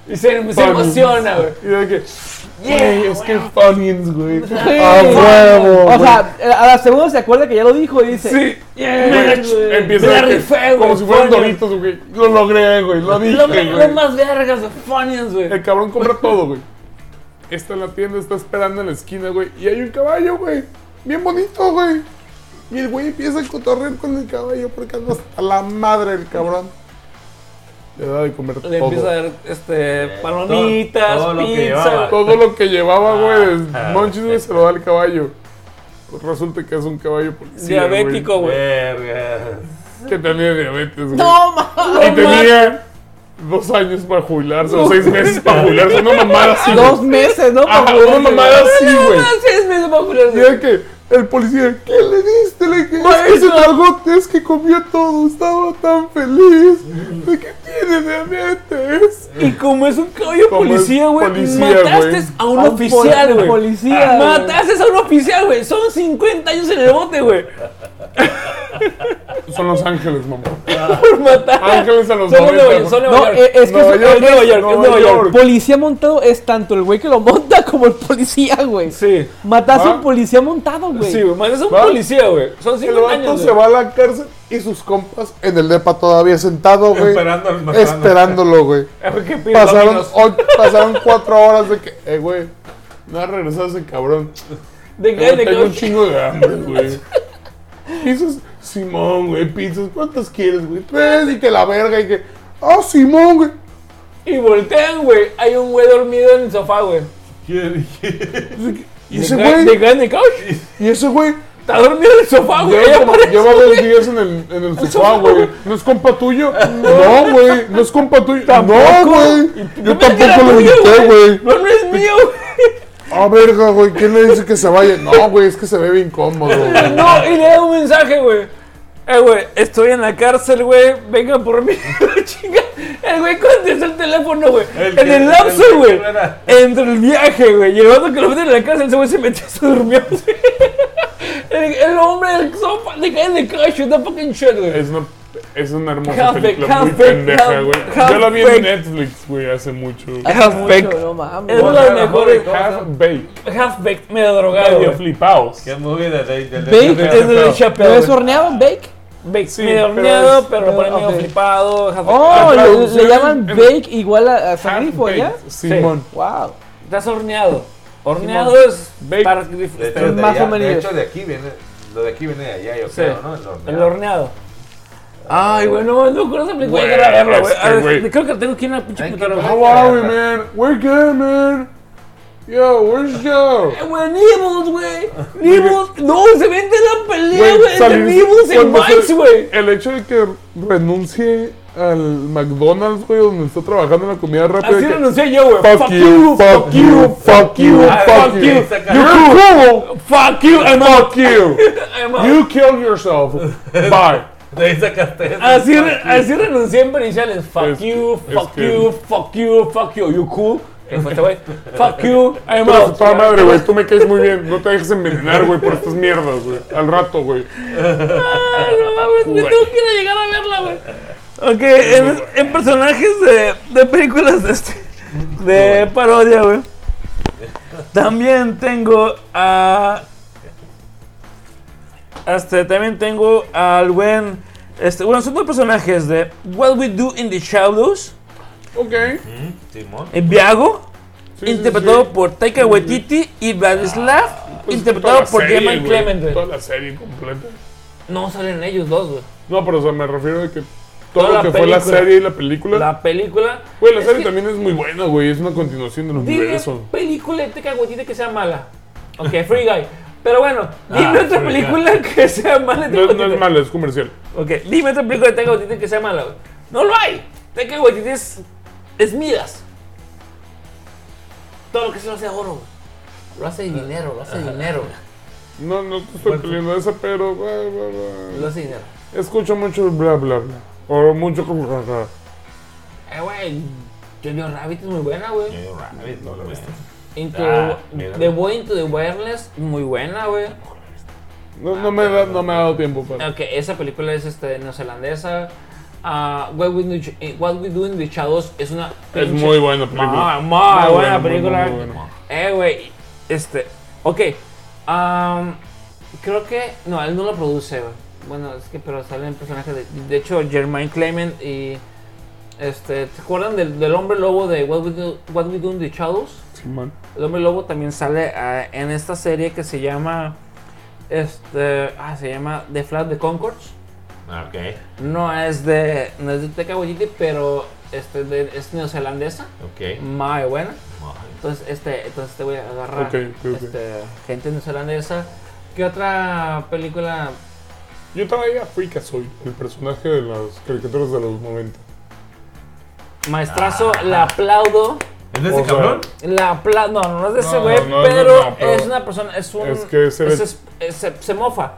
C: Y se, se emociona, güey.
F: Y de que,
C: Yeah,
F: güey, es que Funyuns, *laughs* güey. A
D: Funyuns.
F: Ah, huevo.
D: O
F: güey.
D: sea, a la segunda se acuerda que ya lo dijo y dice.
F: sí.
D: "Yeah,
F: Güey,
D: güey".
F: Empieza
C: Me la
F: de que-
C: rifé, güey,
F: como si fueran
C: Funyuns.
F: doritos, güey. Lo logré, güey. Lo dije,
C: Lo, lo
F: güey.
C: más vergas de Funyuns, güey.
F: El cabrón compra todo, güey. Está en la tienda, está esperando en la esquina, güey. Y hay un caballo, güey. Bien bonito, güey. Y el güey empieza a cotorrear con el caballo porque anda hasta la madre el cabrón. Le da de comer
C: Le empieza a
F: todo.
C: dar este, palomitas,
B: todo lo que
C: pizza.
B: llevaba.
F: Todo lo que llevaba, güey,
B: Ah,
F: de Monchis, güey, se lo da al caballo. Resulta que es un caballo policía, güey,
C: Diabético, güey.
B: Verga.
F: que tenía diabetes, güey.
D: No, mames.
F: Y tenía dos años para jubilarse, o seis meses para jubilarse. Una mamada así, güey.
D: Dos meses, ¿no?
F: Ajá, Ah, una mamada así, güey.
C: Seis meses para
F: Y era que el policía, ¿qué le diste? Le dije, es que se tragó, es que comió todo, estaba tan feliz. ¿De qué tiene diabetes?
C: Y como es un caballo
F: Como es
C: policía, güey,
F: policía,
C: mataste
F: güey.
C: a un
D: A un
C: oficial,
D: pol-
C: güey. Ah,
F: Ah,
D: policía, güey.
C: Mataste a un oficial, güey. Son 50 años en el bote, güey.
F: Son los ángeles, mamá.
C: Por matar.
F: Ángeles a los
C: Son de Nueva York,
F: 90.
C: son de
D: No,
C: Nueva
D: eh,
C: York.
D: es que
F: Nueva
D: es-
F: York,
D: es Nueva York,
F: Nueva
D: es Nueva York.
F: York.
D: Policía montado es tanto el güey que lo monta *laughs* como el policía, güey.
C: Sí.
D: Mataste a
F: Ah.
D: un policía montado, güey.
C: Sí, güey. Mataste a un
F: ¿Va?
C: policía, güey. Son
F: El
C: 50
F: vato
C: años.
F: se
C: güey.
F: va a la cárcel y sus compas en el depa todavía sentado, güey.
B: Esperando al marrano.
F: Esperándolo, güey.
C: A ver qué pide
F: Pasaron,
C: Domino's.
F: ocho- pasaron cuatro horas de que, eh, güey, no ha regresado ese cabrón.
C: De que,
F: Yo
C: de
F: tengo un
C: que.
F: chingo de hambre, güey. Pizzas, Simón, güey, pizzas, ¿cuántas quieres, güey? Tres y que la verga y que. ¡Ah, Simón, güey!
C: Y voltean, güey. Hay un güey dormido en el sofá, güey.
B: ¿Quién?
F: Y ese
C: Ca- De
F: güey,
C: que en el couch.
F: y ese *laughs* güey,
C: Está dormido en el sofá, güey.
F: lleva
C: Ella
F: como,
C: parece-
F: lleva dos días en el, en el sofá, güey. ¿No es compa tuyo? *laughs* No, güey, no es compa tuyo. No, güey. Yo
C: pensé que era
F: tampoco lo
C: tuyo,
F: invité, güey.
C: No, no es mío, güey.
B: *laughs*
F: Ah, verga, güey, ¿quién le dice que se vaya? No, güey, es que se ve bien cómodo, güey.
C: No, y le da un mensaje, güey. Eh, güey, estoy en la cárcel, güey. Vengan por mí, *laughs* chinga. El güey contesta el teléfono, güey.
B: El
C: en
B: que-
C: el
B: el
C: lapso,
B: que
C: güey.
B: fuera.
C: Entre el viaje, güey. Y el vato que lo meten en la cárcel, ese güey se metió *laughs* y se durmió. güey. el, el hombre del sopa de cae de cacho, the fucking shit, güey.
F: Es una, es una hermosa
C: Half-baked,
F: película muy
C: half-baked,
F: pendeja,
C: half-
F: güey. Yo la vi
C: half-baked.
F: en Netflix, güey, hace mucho.
C: Half
D: Mucho,
C: baked.
D: no
C: Es
D: mames.
C: la- los mejores-
F: Half Baked.
C: Half baked, medio drogado.
F: Medio
C: güey.
F: flipados.
B: ¿Qué movie de Dave? de- de-
D: Bake
B: de-
C: Es de Dave
D: ¿No
C: Chappelle.
D: es
C: güey.
D: horneado?
C: *laughs*
D: ¿Bake?
C: Baked,
F: Sí,
C: medio
F: pero
C: horneado,
F: es-
C: pero lo ponen medio
D: ok.
C: flipado. half-
D: Oh,
F: la
D: le,
F: traducción
D: le llaman
F: en-
D: bake igual a, a sangrifo,
F: Half-baked,
D: ¿ya?
F: Simón.
D: Wow.
C: Estás horneado. Horneado es
F: Baked.
C: para
B: de hecho,
D: Es
B: de
D: más
B: allá-
D: o menos.
B: De hecho, de aquí viene. Lo de aquí viene de allá, yo creo, ¿no? El
C: El
B: horneado.
C: horneado. Ay, güey, no, no con esa película.
F: Güey,
C: Voy a verla, güey.
F: este,
C: A ver,
F: güey.
C: Creo que tengo aquí una pinche
B: Thank
C: puta.
B: you.
C: güey.
F: How are we, man? We're good, man. Yo, where's Joe?
C: Eh, Güey, Nibbles, güey. Nibbles. No, se vende la pelea,
F: Güey,
C: güey. Entre
F: salir-
C: Nibbles y
F: cuando se-
C: Miles, güey.
F: El hecho de que eh, renuncie al McDonald's, güey, donde está trabajando en la comida rápida.
C: Así
F: que,
C: renuncié yo, güey.
F: Fuck you, fuck you, fuck you,
C: Ah,
F: fuck
C: fuck
F: you.
C: you.
F: You're cool.
C: Fuck you, I'm out.
F: Fuck you.
C: I'm out.
F: You killed yourself. *laughs* Bye.
B: De ahí sacaste.
C: Así, re- así renuncié en iniciales. Fuck
F: Es que-
C: you,
F: es
C: fuck
F: que-
C: you, fuck you, fuck you. You cool. Que fue este güey. Fuck you, I'm
F: Pero su
C: out.
F: toda madre, güey. Tú me caes muy bien. No te dejes envenenar, güey, por estas mierdas, güey. Al rato, güey.
C: Ay, no mames, me
F: Güey.
C: tengo que ir a llegar a verla, güey. Ok, en, en personajes de, de películas de, este, de parodia, güey. También tengo a. Este, también tengo al buen. Este, bueno, son dos personajes de What We Do in the Shadows,
F: Ok.
B: Simón.
C: en Viago,
F: Sí, sí,
C: interpretado
F: sí.
C: por Taika Waititi, y Vladislav,
F: Pues,
C: interpretado
F: toda la
C: por
F: serie,
C: Diamond
F: güey.
C: Clement, güey.
F: Toda la serie completa.
C: No salen ellos dos, güey.
F: No, pero o sea, me refiero a que todo
C: Toda
F: lo
C: la
F: que fue la
C: película.
F: serie y la película.
C: La película.
F: Güey, la
C: es
F: serie
C: que-
F: también es muy buena, güey. Es una continuación del
C: Dime
F: universo.
C: película de Caguatita que sea mala. Ok, Free Guy. Pero bueno, dime otra
B: Free
C: película que sea mala de
F: Ah, No, es- no
C: Tecahuatite.
F: es mala, es comercial.
C: Ok, dime otra película de Tecahuatite que sea mala. güey. No lo hay. Tecahuatite es, es Midas. Todo lo que se lo hace a oro. güey. Lo hace dinero, lo hace dinero.
F: No, no te estoy peleando esa, pero. bla, bla, bla.
C: Lo hace dinero.
F: Escucho mucho bla, bla, bla. O mucho. como, bla, bla.
C: Eh, güey. Jojo Rabbit es muy buena, güey.
B: Yo, Rabbit, no lo
C: Pues,
B: viste.
C: Into
B: Ah,
C: the,
B: mira.
C: the Boy Into the Wireless, muy buena, güey.
F: No, no, me da, no me ha dado tiempo para.
C: Ah. Ok, esa película es este, neozelandesa. a What We Do in the, What We Do in the Shadows es una.
F: Es
C: pinche-
F: muy buena película.
C: Ma- ma- buena
F: Muy buena, muy,
C: película.
F: muy buena.
C: Eh, güey. Este. Ok. am, creo que. No, él no lo produce, güey. Bueno, es que, pero salen personajes de. De hecho, Jermaine Clement y. Este, ¿se acuerdan del, del hombre lobo de What We Do, What We Do in the Shadows?
F: Simón.
C: El hombre lobo también sale ah, en esta serie que se llama. Este. Ah, se llama The Flash de Concords.
B: Ah, ok,
C: No es de. No es de Taika Waititi, pero este, de- es neozelandesa.
B: ok.
C: Muy buena. Entonces, este, entonces te voy a agarrar
F: Ok, ok, ok.
C: este, gente neozelandesa. ¿Qué otra película?
F: Yo traía a Freakazoid, el personaje de las caricaturas de los 90.
C: Maestrazo,
F: Ah.
C: la aplaudo.
B: ¿Es de ese
F: O sea,
B: cabrón?
C: La aplaudo. No, no es de ese
F: No,
C: güey,
F: no, no,
C: pero
F: no, pero
C: es una persona. Es un.
F: es que ese-
C: es- es- es- se, se mofa.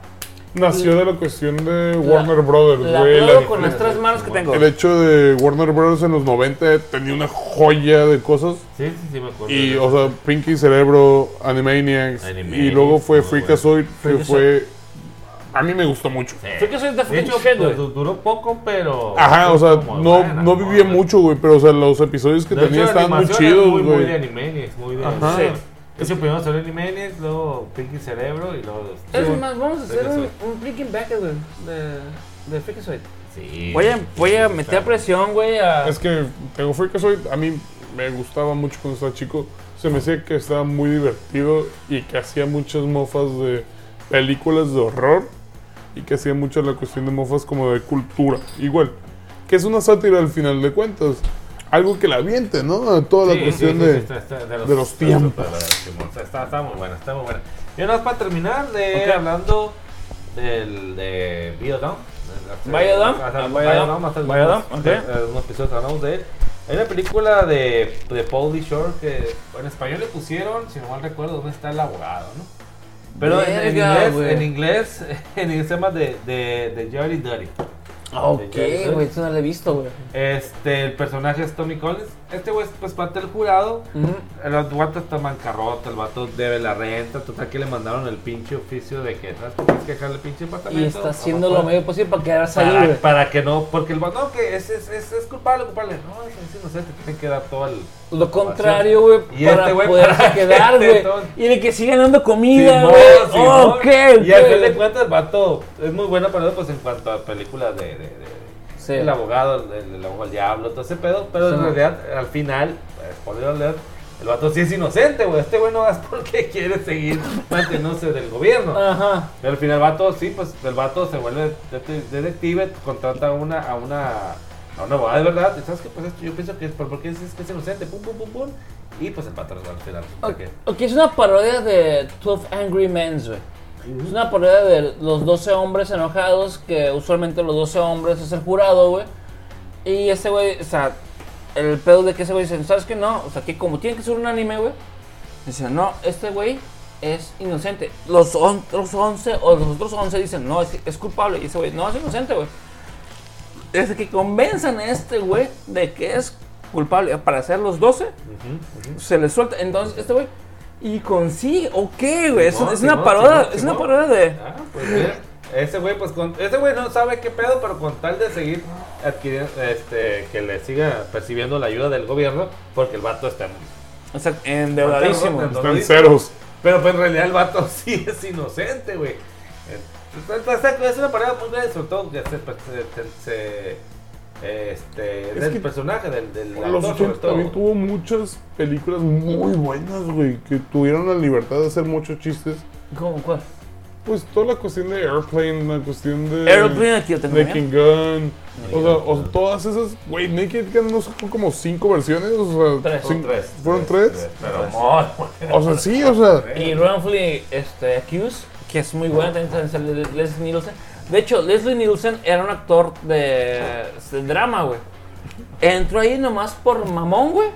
F: Nació de la cuestión de Warner Brothers,
C: La
F: Pues güey.
C: aplaudo
F: la-
C: con las tres manos que tengo.
F: el hecho de Warner Brothers en los 90 tenía una joya de cosas.
B: Sí, sí, sí, me acuerdo.
F: Y, o sea, Pinky Cerebro, Animaniacs,
B: Animaniacs,
F: y luego fue
B: muy bueno.
F: Freakazoid, que
C: Freakazoid.
F: fue... A mí me gustó mucho.
B: Sí.
C: Fue que soy de
B: De hecho,
C: fucking shit, güey.
B: du- duró poco, pero.
F: Ajá, o sea,
B: Como
F: no,
B: buena,
F: no vivía
B: güey.
F: mucho, güey, pero, o sea, los episodios que
B: De hecho,
F: tenía
B: la
F: estaban muy
B: animación era
F: chidos,
B: Muy, muy de
F: güey.
B: Animaniacs, muy de.
F: Ajá.
B: Sí. De hecho, primero salió Animaniacs, luego Pinky Cerebro y luego.
C: Es más, vamos a hacer un,
B: Freakazoid.
C: un freaking back de, de, de Freakazoid.
B: Sí.
C: Voy a, voy a meter presión, güey. A...
F: Es que tengo Freakazoid, a mí me gustaba mucho cuando estaba chico. Se me hacía que estaba muy divertido y que hacía muchas mofas de películas de horror y que hacía mucho la cuestión de mofas como de cultura, igual. Que es una sátira al final de cuentas. Algo que la aviente, ¿no? A Toda la
B: Sí, sí,
F: cuestión
B: sí,
F: de...
B: sí, está- está- de
F: de los tiempos.
B: de- de- de- Simón, está- Está está muy buena, está muy buena. Y nada más para terminar, de,
C: Ok.
B: hablando del de Biodome.
C: Biodome,
B: Hace-
C: ah,
B: Biodome, hace
C: Biodome,
B: algunos-
C: ok.
B: eh, unos episodios hablamos de él. Hay una película de, de Paul D. Shore que en español le pusieron, si no mal recuerdo, ¿dónde está el abogado? ¿no? Pero en, en
C: Verga,
B: inglés,
C: güey.
B: en inglés, *laughs* en inglés se llama de, de, de Dirty Dirty.
C: Ah, Ok,
B: Ya, ya.
C: güey, eso no lo he visto, güey.
B: Este, el personaje es Tommy Collins. Este güey es pues, parte del jurado. El vato está en bancarrota, el vato debe la renta. Total, que le mandaron el pinche oficio de que, ¿sabes? qué? Tienes que dejarle el pinche
C: Y
B: apartamento.
C: está haciendo lo
B: abajo.
C: medio posible para quedarse ahí,
B: para,
C: güey.
B: para que no, porque el vato, no, que es, es, es, es culpable, culpable. No, es, es inocente, tienen que dar todo el.
C: Lo contrario, güey,
B: Y
C: para
B: este güey
C: poderse
B: para
C: quedar,
B: este,
C: güey.
B: entonces.
C: Y de que sigue dando comida,
B: Simón,
C: güey.
B: Simón.
C: ok, ok.
B: Y al final de cuentas, el vato es muy bueno para pues en cuanto a películas de. de, de-
C: Sí.
B: El abogado, el, el- el abogado del diablo, todo ese pedo, pero
C: Sí.
B: en realidad, al final, pues, spoiler alert, el vato sí es inocente, güey. Este güey no es *laughs* porque quiere seguir manteniéndose del gobierno.
C: Ajá.
B: Pero al final el vato, sí, pues el vato se vuelve det- detective, contrata a una, a una, a una abogada de verdad. Y sabes que pues esto yo pienso que es por porque es, es que es inocente, pum, pum, pum, pum. Y pues el patrón al final.
C: Ok,
B: porque-
C: ok, es una parodia de 12 Angry Men, güey. Es una parodia de los 12 hombres enojados, que usualmente los 12 hombres es el jurado, güey. Y ese güey, o sea, el pedo de que ese güey dice, ¿sabes qué? No, o sea, que como tiene que ser un anime, güey. Dice, no, este güey es inocente. Los otros 11 o los otros 11 dicen, no, es, que es culpable. Y ese güey, no, es inocente, güey. Desde que convenzan a este güey de que es culpable para ser los 12, se le suelta. Entonces, este güey. Y consigue. Ok, güey. Es,
B: Simón,
C: es una
B: Simón,
C: parodia.
B: Simón,
C: Es una
B: Simón.
C: parodia de.
B: Ah, pues mira, Ese güey, pues con, ese güey no sabe qué pedo, pero con tal de seguir adquiriendo, este, que le siga percibiendo la ayuda del gobierno, porque el vato está
C: O sea, endeudadísimo.
B: Está
F: Están ceros.
B: Pero pues, en realidad el vato *laughs* sí es inocente, güey. Entonces, o sea, Es una parada muy grande, sobre todo que se. pues, se- se- se- este,
F: Es
B: del
F: que
B: personaje, del, del
F: A los
B: actor, sobre
F: 80
B: todo.
F: también tuvo muchas películas muy buenas, güey, que tuvieron la libertad de hacer muchos chistes.
C: ¿Cómo cuál?
F: Pues toda la cuestión de Airplane, la cuestión de...
C: Aeroplane aquí lo tengo. ¿eh? bien.
F: Naked Gun. O sea, o sea, todas esas... Güey, Naked Gun no son como cinco versiones, o sea...
C: Tres.
B: Son
F: cin-
B: tres.
F: ¿Fueron tres?
B: pero amor,
F: O sea, sí, o sea...
C: Y Wrongfully este, Accused, que es muy buena también sale- sale de- Leslie Nielsen. De hecho, Leslie Nielsen era un actor de, de drama, güey. Entró ahí nomás por mamón, güey.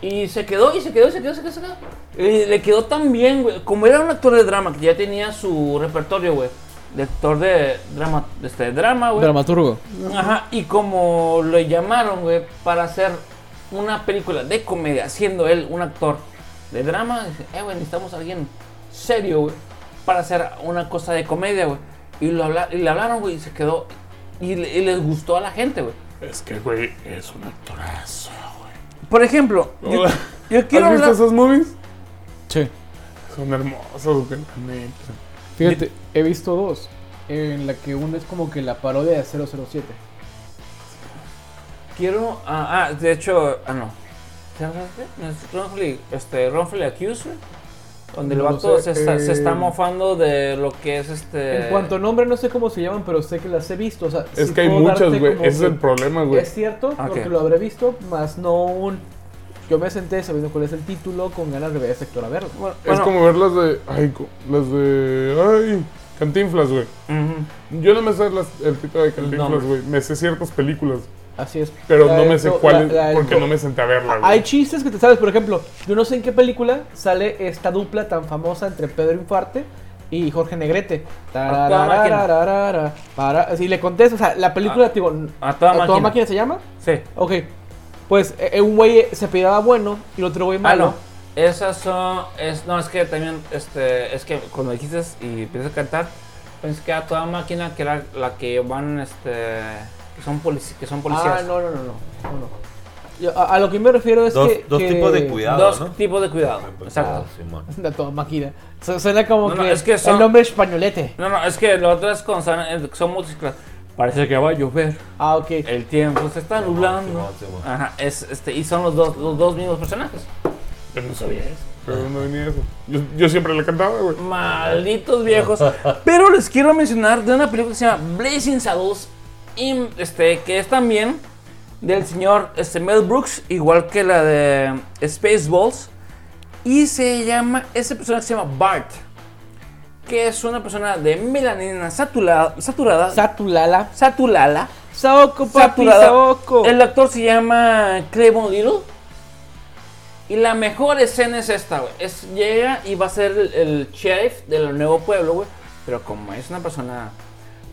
C: Y se quedó, y se quedó, y se quedó, se quedó, se quedó. Y le quedó tan bien, güey. Como era un actor de drama, que ya tenía su repertorio, güey. De actor de drama, este, de drama,
F: eh.
C: güey.
D: Dramaturgo.
C: Ajá, y como lo llamaron, güey, para hacer una película de comedia, siendo él un actor de drama, dice, eh, güey, necesitamos a alguien serio, güey, para hacer una cosa de comedia, güey. Y, lo habla- y le hablaron, güey, y se quedó y, le- y les gustó a la gente, güey.
F: Es que, güey, es un actorazo, güey.
C: Por ejemplo, yo,
F: Hola.
C: yo quiero
F: ¿Has visto
C: hablar.
F: esos movies?
D: Sí.
F: Son hermosos, güey. la neta.
D: Fíjate, he visto dos. En la que una es como que la parodia de 007.
C: Quiero. Ah, ah, de hecho. Ah, no. ¿Se llama qué? No, es Wrongfully- Este, Wrongfully Accused, güey. Donde el
D: No
C: vato
D: sé,
C: se, está, se está
F: eh.
C: mofando de lo que es este.
D: En cuanto a nombre, no sé cómo se llaman, pero sé que las he visto. O sea,
F: Es
D: sí
F: que hay
D: puedo
F: muchas,
D: darte
F: güey.
D: como
F: Ese es
D: que
F: el problema, güey.
D: Es cierto,
C: Ok.
D: porque lo habré visto, más no un. Yo me senté sabiendo cuál es el título con ganas de ver a ese actor a verlo.
C: Bueno,
F: Es
C: bueno,
F: como ver las de. Ay, co- las de. Ay, cantinflas, güey.
C: ujú.
F: Yo no me sé las- el título de cantinflas,
C: nombre.
F: güey. Me sé ciertas películas,
D: Así es.
F: pero
D: La
F: no
D: de-
F: me sé
D: la-
F: cuáles
D: la- la-
F: porque no me senté a verla,
D: Hay
F: güey.
D: chistes que te sabes, por ejemplo, yo no sé en qué película sale esta dupla tan famosa entre Pedro Infarte y Jorge Negrete. Tarararararara, para- Si le contesto, o sea, la película,
C: Ah,
D: tipo,
C: a toda máquina.
D: se llama?
C: Sí.
D: Ok. Pues eh, eh, un güey eh, se apellidaba bueno y el otro güey
C: Ah,
D: malo.
C: no. Esas son. Es, no, es que también. Este, es que cuando dijiste y empiezas a cantar, pensé que era toda máquina que era la que van. Este, que, son polici- que son policías.
D: ah, no, no, no, no. no, no. Yo- a, a lo que me refiero es
B: Dos,
D: que.
B: dos
D: que-
B: tipos de
D: *laughs*
B: cuidado,
C: Dos
B: ¿no?
C: tipos de cuidado.
B: Ah,
C: Exacto.
B: Simón.
D: Anda toda máquina. Su- Suena como
C: No,
D: que,
C: no, es que
D: el
C: son-
D: nombre es españolete.
C: No, no, es que lo otro es cuando son, eh, son motocicletas. Parece que va a llover.
D: Ah, ok.
C: El tiempo se está nublando.
B: Simón, Simón.
C: Ajá, es, este, y son los dos, los dos mismos personajes.
F: Yo no sabía eso. Pero no venía eso. Yo, yo siempre le cantaba, güey.
C: Malditos viejos. Pero les quiero mencionar de una película que se llama Blazing Saddles, y, este, que es también del señor este, Mel Brooks, igual que la de Spaceballs. Y se llama, ese personaje se llama Bart, que es una persona de melanina saturada, saturada,
D: Satulala.
C: satulala,
D: Saoko, papi,
C: saturada.
D: Saoko.
C: El actor se llama Clayton Little. Y la mejor escena es esta, güey. Es, llega y va a ser el, el sheriff del nuevo pueblo, güey. Pero como es una persona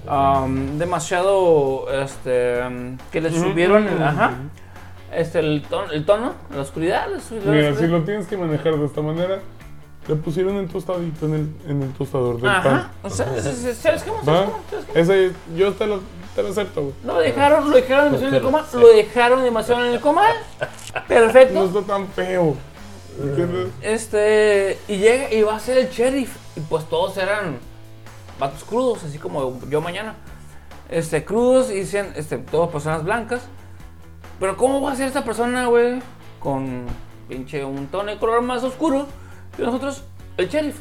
C: um, demasiado, este, um, que le subieron, el, ajá, este, el tono, el tono, la oscuridad. le subieron la
F: Mira, si
C: oscuridad.
F: lo tienes que manejar de esta manera, le pusieron el tostadito en el, en el tostador del
C: Ajá.
F: pan.
C: O sea, ¿sabes cómo? ¿Sabes
F: ¿Va?
C: cómo? ¿Sabes cómo?
F: Ese, yo te lo, te lo acepto, güey.
C: No, lo dejaron, lo dejaron demasiado en el coma, lo dejaron demasiado en el coma. Perfecto.
F: No está tan feo. ¿Entiendes?
C: Este, y llega y va a ser el sheriff. Y pues todos eran vatos crudos, así como yo mañana. Este, crudos y dicen, este, todas personas blancas. Pero ¿cómo va a ser esta persona, güey? Con pinche un tono de color más oscuro que nosotros, el sheriff.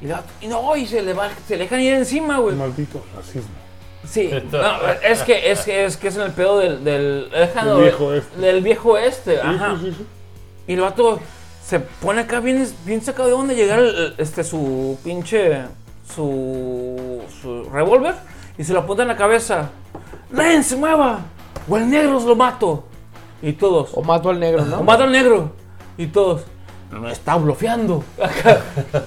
C: Y, la- y no, y se le, va, se le dejan ir encima, güey.
F: Maldito racismo.
C: Sí, no, es que es que es que es en el pedo del, del, déjalo,
F: Del viejo este.
C: del viejo este, ajá.
F: Sí, sí, sí,
C: Y el vato se pone acá bien, bien sacado de dónde llegar el- el- este, su pinche. su. su revólver y se lo apunta en la cabeza. ¡Ren, se mueva! ¡O el negro os lo mato! Y todos.
D: O mato al negro,
C: ¡O
D: ¿no?
C: mato al negro! Y todos. No está blofeando. Acá,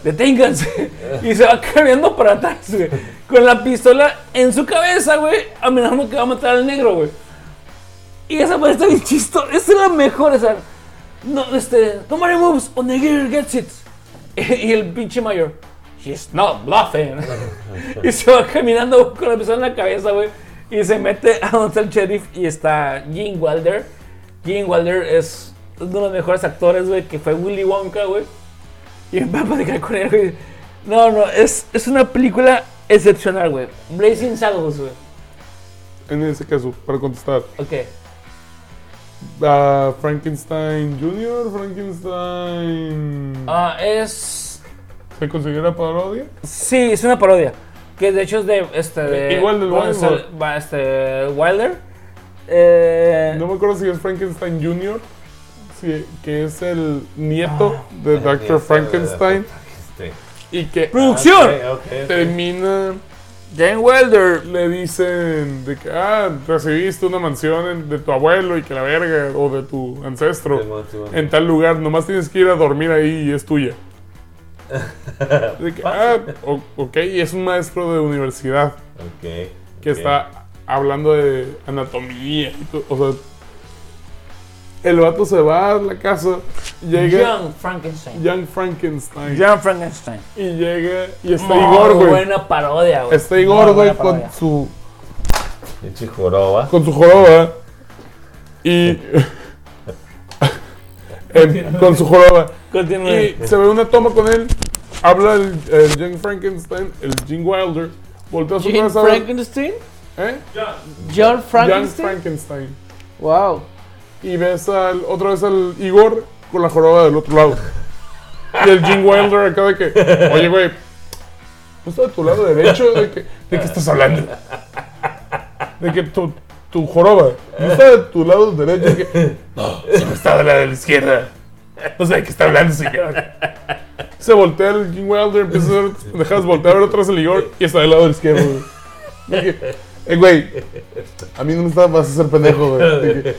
C: Deténganse. Y se va corriendo para atrás, güey. Con la pistola en su cabeza, güey. Amenazando que va a matar al negro, güey. Y esa parte está bien chistosa. Esa es la mejor. Esa. No, este. Nobody moves on the gear gets it. *laughs* Y el pinche mayor. He's not bluffing. *laughs* y se va caminando con la pistola en la cabeza, güey. Y se mete a donde está el sheriff y está Gene Wilder. Gene Wilder es uno de los mejores actores, güey, que fue Willy Wonka, güey. Y va a platicar con él, güey. No, no, es, es una película excepcional, güey. Blazing Saddles, güey.
F: En ese caso, para contestar.
C: Ok.
F: Ah, Frankenstein Jr., Frankenstein.
C: Ah, es.
F: ¿Se considera parodia?
C: Sí, es una parodia. Que de hecho es de. Este, de-
F: Igual del
C: ¿cómo se llama?
F: Wilder.
C: Va, este, Wilder. Eh,
F: No me acuerdo si es Frankenstein Jr., si- que es el nieto
C: Ah.
F: de Dr. Frankenstein
B: Sí.
F: y que
C: ¡Producción!
B: este, Ok, ok, ok.
F: termina.
C: Jane Wilder.
F: Le dicen de que, ah, recibiste una mansión en- de tu abuelo y que la verga, o de tu ancestro.
B: Simón, Simón.
F: en tal lugar, nomás tienes que ir a dormir ahí y es tuya. De que, ah, o- ok, y es un maestro de universidad
B: Ok,
F: que
B: ok.
F: está hablando de anatomía. y to- O sea, el vato se va a la casa, llega
C: Young Frankenstein.
F: Young Frankenstein
C: Young Frankenstein.
F: y llega y está
C: Muy
F: Igor, güey.
C: buena parodia, güey.
F: Está Igor,
C: Muy
F: güey,
C: buena
F: con
C: parodia.
F: su
B: Pinche joroba.
F: con su joroba y en- con su joroba y se ve una toma con él habla el, el Jane Frankenstein el Gene Wilder voltea a su
D: Jean
F: casa
D: Frankenstein.
F: ¿eh?
D: John
F: Jan
D: Frankenstein.
F: Frankenstein
D: Wow.
F: y ves al, otra vez al Igor con la joroba del otro lado y el Gene Wilder acá de que oye güey ¿no está de tu lado derecho? ¿de, que, ¿de qué estás hablando? de que tu, tu joroba ¿no está de tu lado derecho? De que,
B: Está de la de la izquierda.
F: No sé de qué está hablando, señor. Se voltea el King Wilder, empieza a hacer pendejadas, voltea a ver atrás el Igor y está del lado del izquierdo, güey. Dije, eh, güey, a mí no me está, vas a ser pendejo, güey. Dije,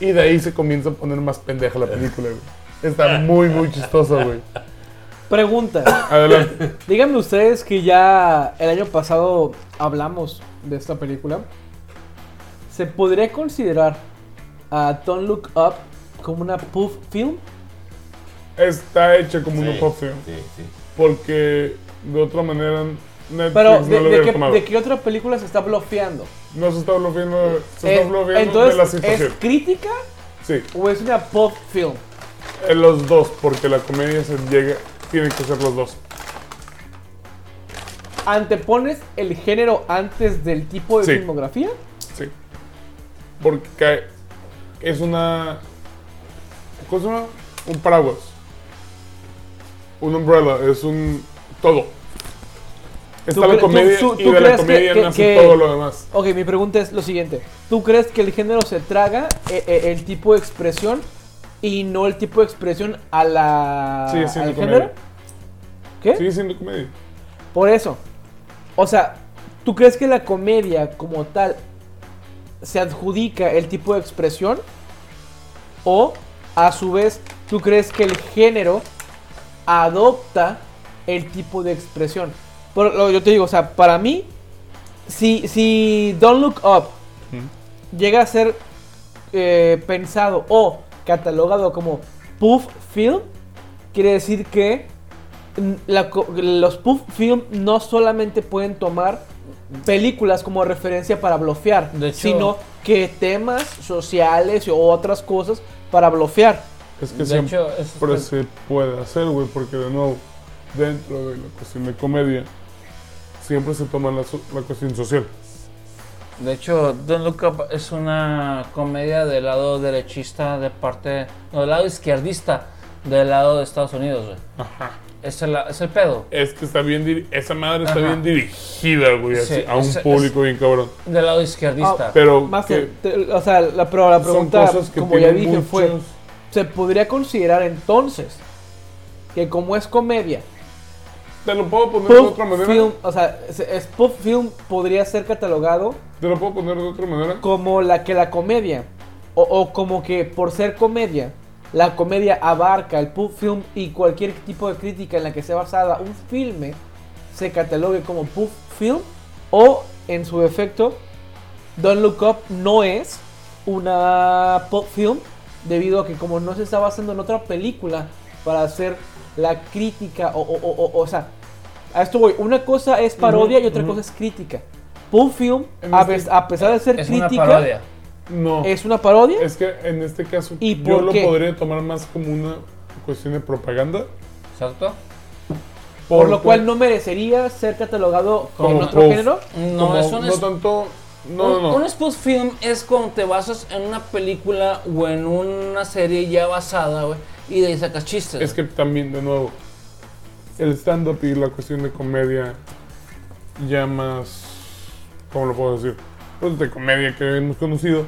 F: y de ahí se comienza a poner más pendeja la película, güey. Está muy, muy chistosa, güey.
D: Pregunta.
F: Adelante.
D: Díganme ustedes que ya el año pasado hablamos de esta película. ¿Se podría considerar a Don't Look Up como una puff film?
F: Está hecha como una pop film,
B: Sí, sí.
F: porque de otra manera Netflix
D: Pero,
F: no
D: ¿de,
F: lo
D: de
F: hubiera
D: qué,
F: tomado.
D: de qué otra película se está bloqueando?
F: No se está bloqueando, se está bloqueando de la
D: Eh, entonces, ¿es
F: situación.
D: crítica
F: Sí.
D: o es una puff film?
F: Eh, Los dos, porque la comedia se llega, tiene que ser los dos.
D: ¿Antepones el género antes del tipo de
F: Sí.
D: filmografía?
F: Sí. Porque cae- es una. ¿Cómo se llama? Un paraguas. Un umbrella, es un. todo. Está
D: cre-
F: la
D: tú-
F: comedia
D: tú-
F: y
D: tú
F: de la
D: crees que-
F: comedia
D: que-
F: nace
D: que-
F: todo lo demás.
D: Ok, mi pregunta es lo siguiente. ¿Tú crees que el género se traga eh, eh, el tipo de expresión y no el tipo de expresión a la,
F: Sigue siendo
D: al
F: comedia.
D: género? ¿Qué?
F: Sigue siendo comedia.
D: Por eso. O sea, ¿tú crees que la comedia como tal se adjudica el tipo de expresión? ¿O a su vez tú crees que el género adopta el tipo de expresión? Por lo- yo te digo, o sea, para mí, si, si Don't Look Up llega a ser eh, pensado o catalogado como puff film, quiere decir que mm, la co- los puff film no solamente pueden tomar películas como referencia para blofear,
A: De hecho-
D: sino que temas sociales o otras cosas para blofear.
F: Es que
A: De
F: siempre
A: hecho, es-
F: se puede hacer, güey, porque de nuevo, dentro de la cuestión de comedia, siempre se toma la, so- la cuestión social.
C: De hecho, Don't Look Up es una comedia del lado derechista de parte. No, del lado izquierdista del lado de Estados Unidos, güey. Es el, es el pedo.
F: Es que está bien diri- esa madre está
C: Ajá.
F: bien dirigida, güey,
C: Sí,
F: así, a un
C: es- es-
F: público bien cabrón.
C: Del lado izquierdista.
F: Pero
D: Más
F: que
D: que- te- o sea, la, pero la
F: son
D: pregunta,
F: cosas que
D: como ya
F: tienen
D: dije, fue,
F: muchos-
D: ¿se podría considerar entonces que como es comedia,
F: Te lo puedo poner de
D: puff
F: Pues, otra manera.
D: film, o sea, es, es puff film podría ser catalogado
F: Te lo puedo poner de otra manera.
D: como la que la comedia, o, o como que por ser comedia, la comedia abarca el puff film y cualquier tipo de crítica en la que sea basada un filme se catalogue como puff film, o en su defecto, Don't Look Up no es una pop film debido a que como no se está basando en otra película para hacer la crítica o, o, o, o- o sea, a esto voy, una cosa es parodia y otra cosa es crítica. Pop film,
F: En
D: a,
F: este-
D: pes- a pesar de ser
C: es una
D: crítica,
C: parodia.
F: No.
D: es una parodia.
F: Es que en este caso
D: ¿Y
F: yo
D: por
F: lo
D: qué?
F: podría tomar más como una cuestión de propaganda.
C: ¿Exacto?
D: por lo cual no merecería ser catalogado
F: Como
D: en otro
F: puff.
D: género.
C: No, es un.
F: No
C: es-
F: tanto. No,
C: un,
F: no,
C: un
F: no.
C: spoof film es cuando te basas en una película o en una serie ya basada, güey, y de ahí sacas chistes.
F: Es que también, de nuevo, el stand-up y la cuestión de comedia ya más, ¿cómo lo puedo decir? Pues de comedia que hemos conocido,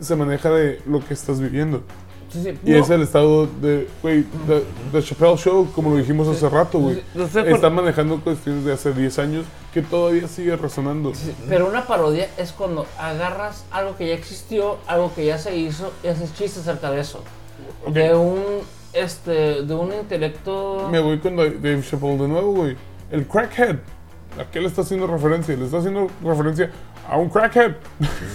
F: se maneja de lo que estás viviendo.
C: Sí, sí,
F: Y
C: no.
F: es el estado de, güey, The, the Chappelle Show, como lo dijimos hace rato, güey.
C: Yo sé, pero-
F: Está manejando cuestiones de hace 10 años que todavía sigue resonando.
C: Pero una parodia es cuando agarras algo que ya existió, algo que ya se hizo y haces chistes acerca de eso.
F: Ok,
C: De un este de un intelecto
F: Me voy con Dave Chappelle de nuevo, güey. El crackhead. ¿A qué le está haciendo referencia? Le está haciendo referencia a un crackhead.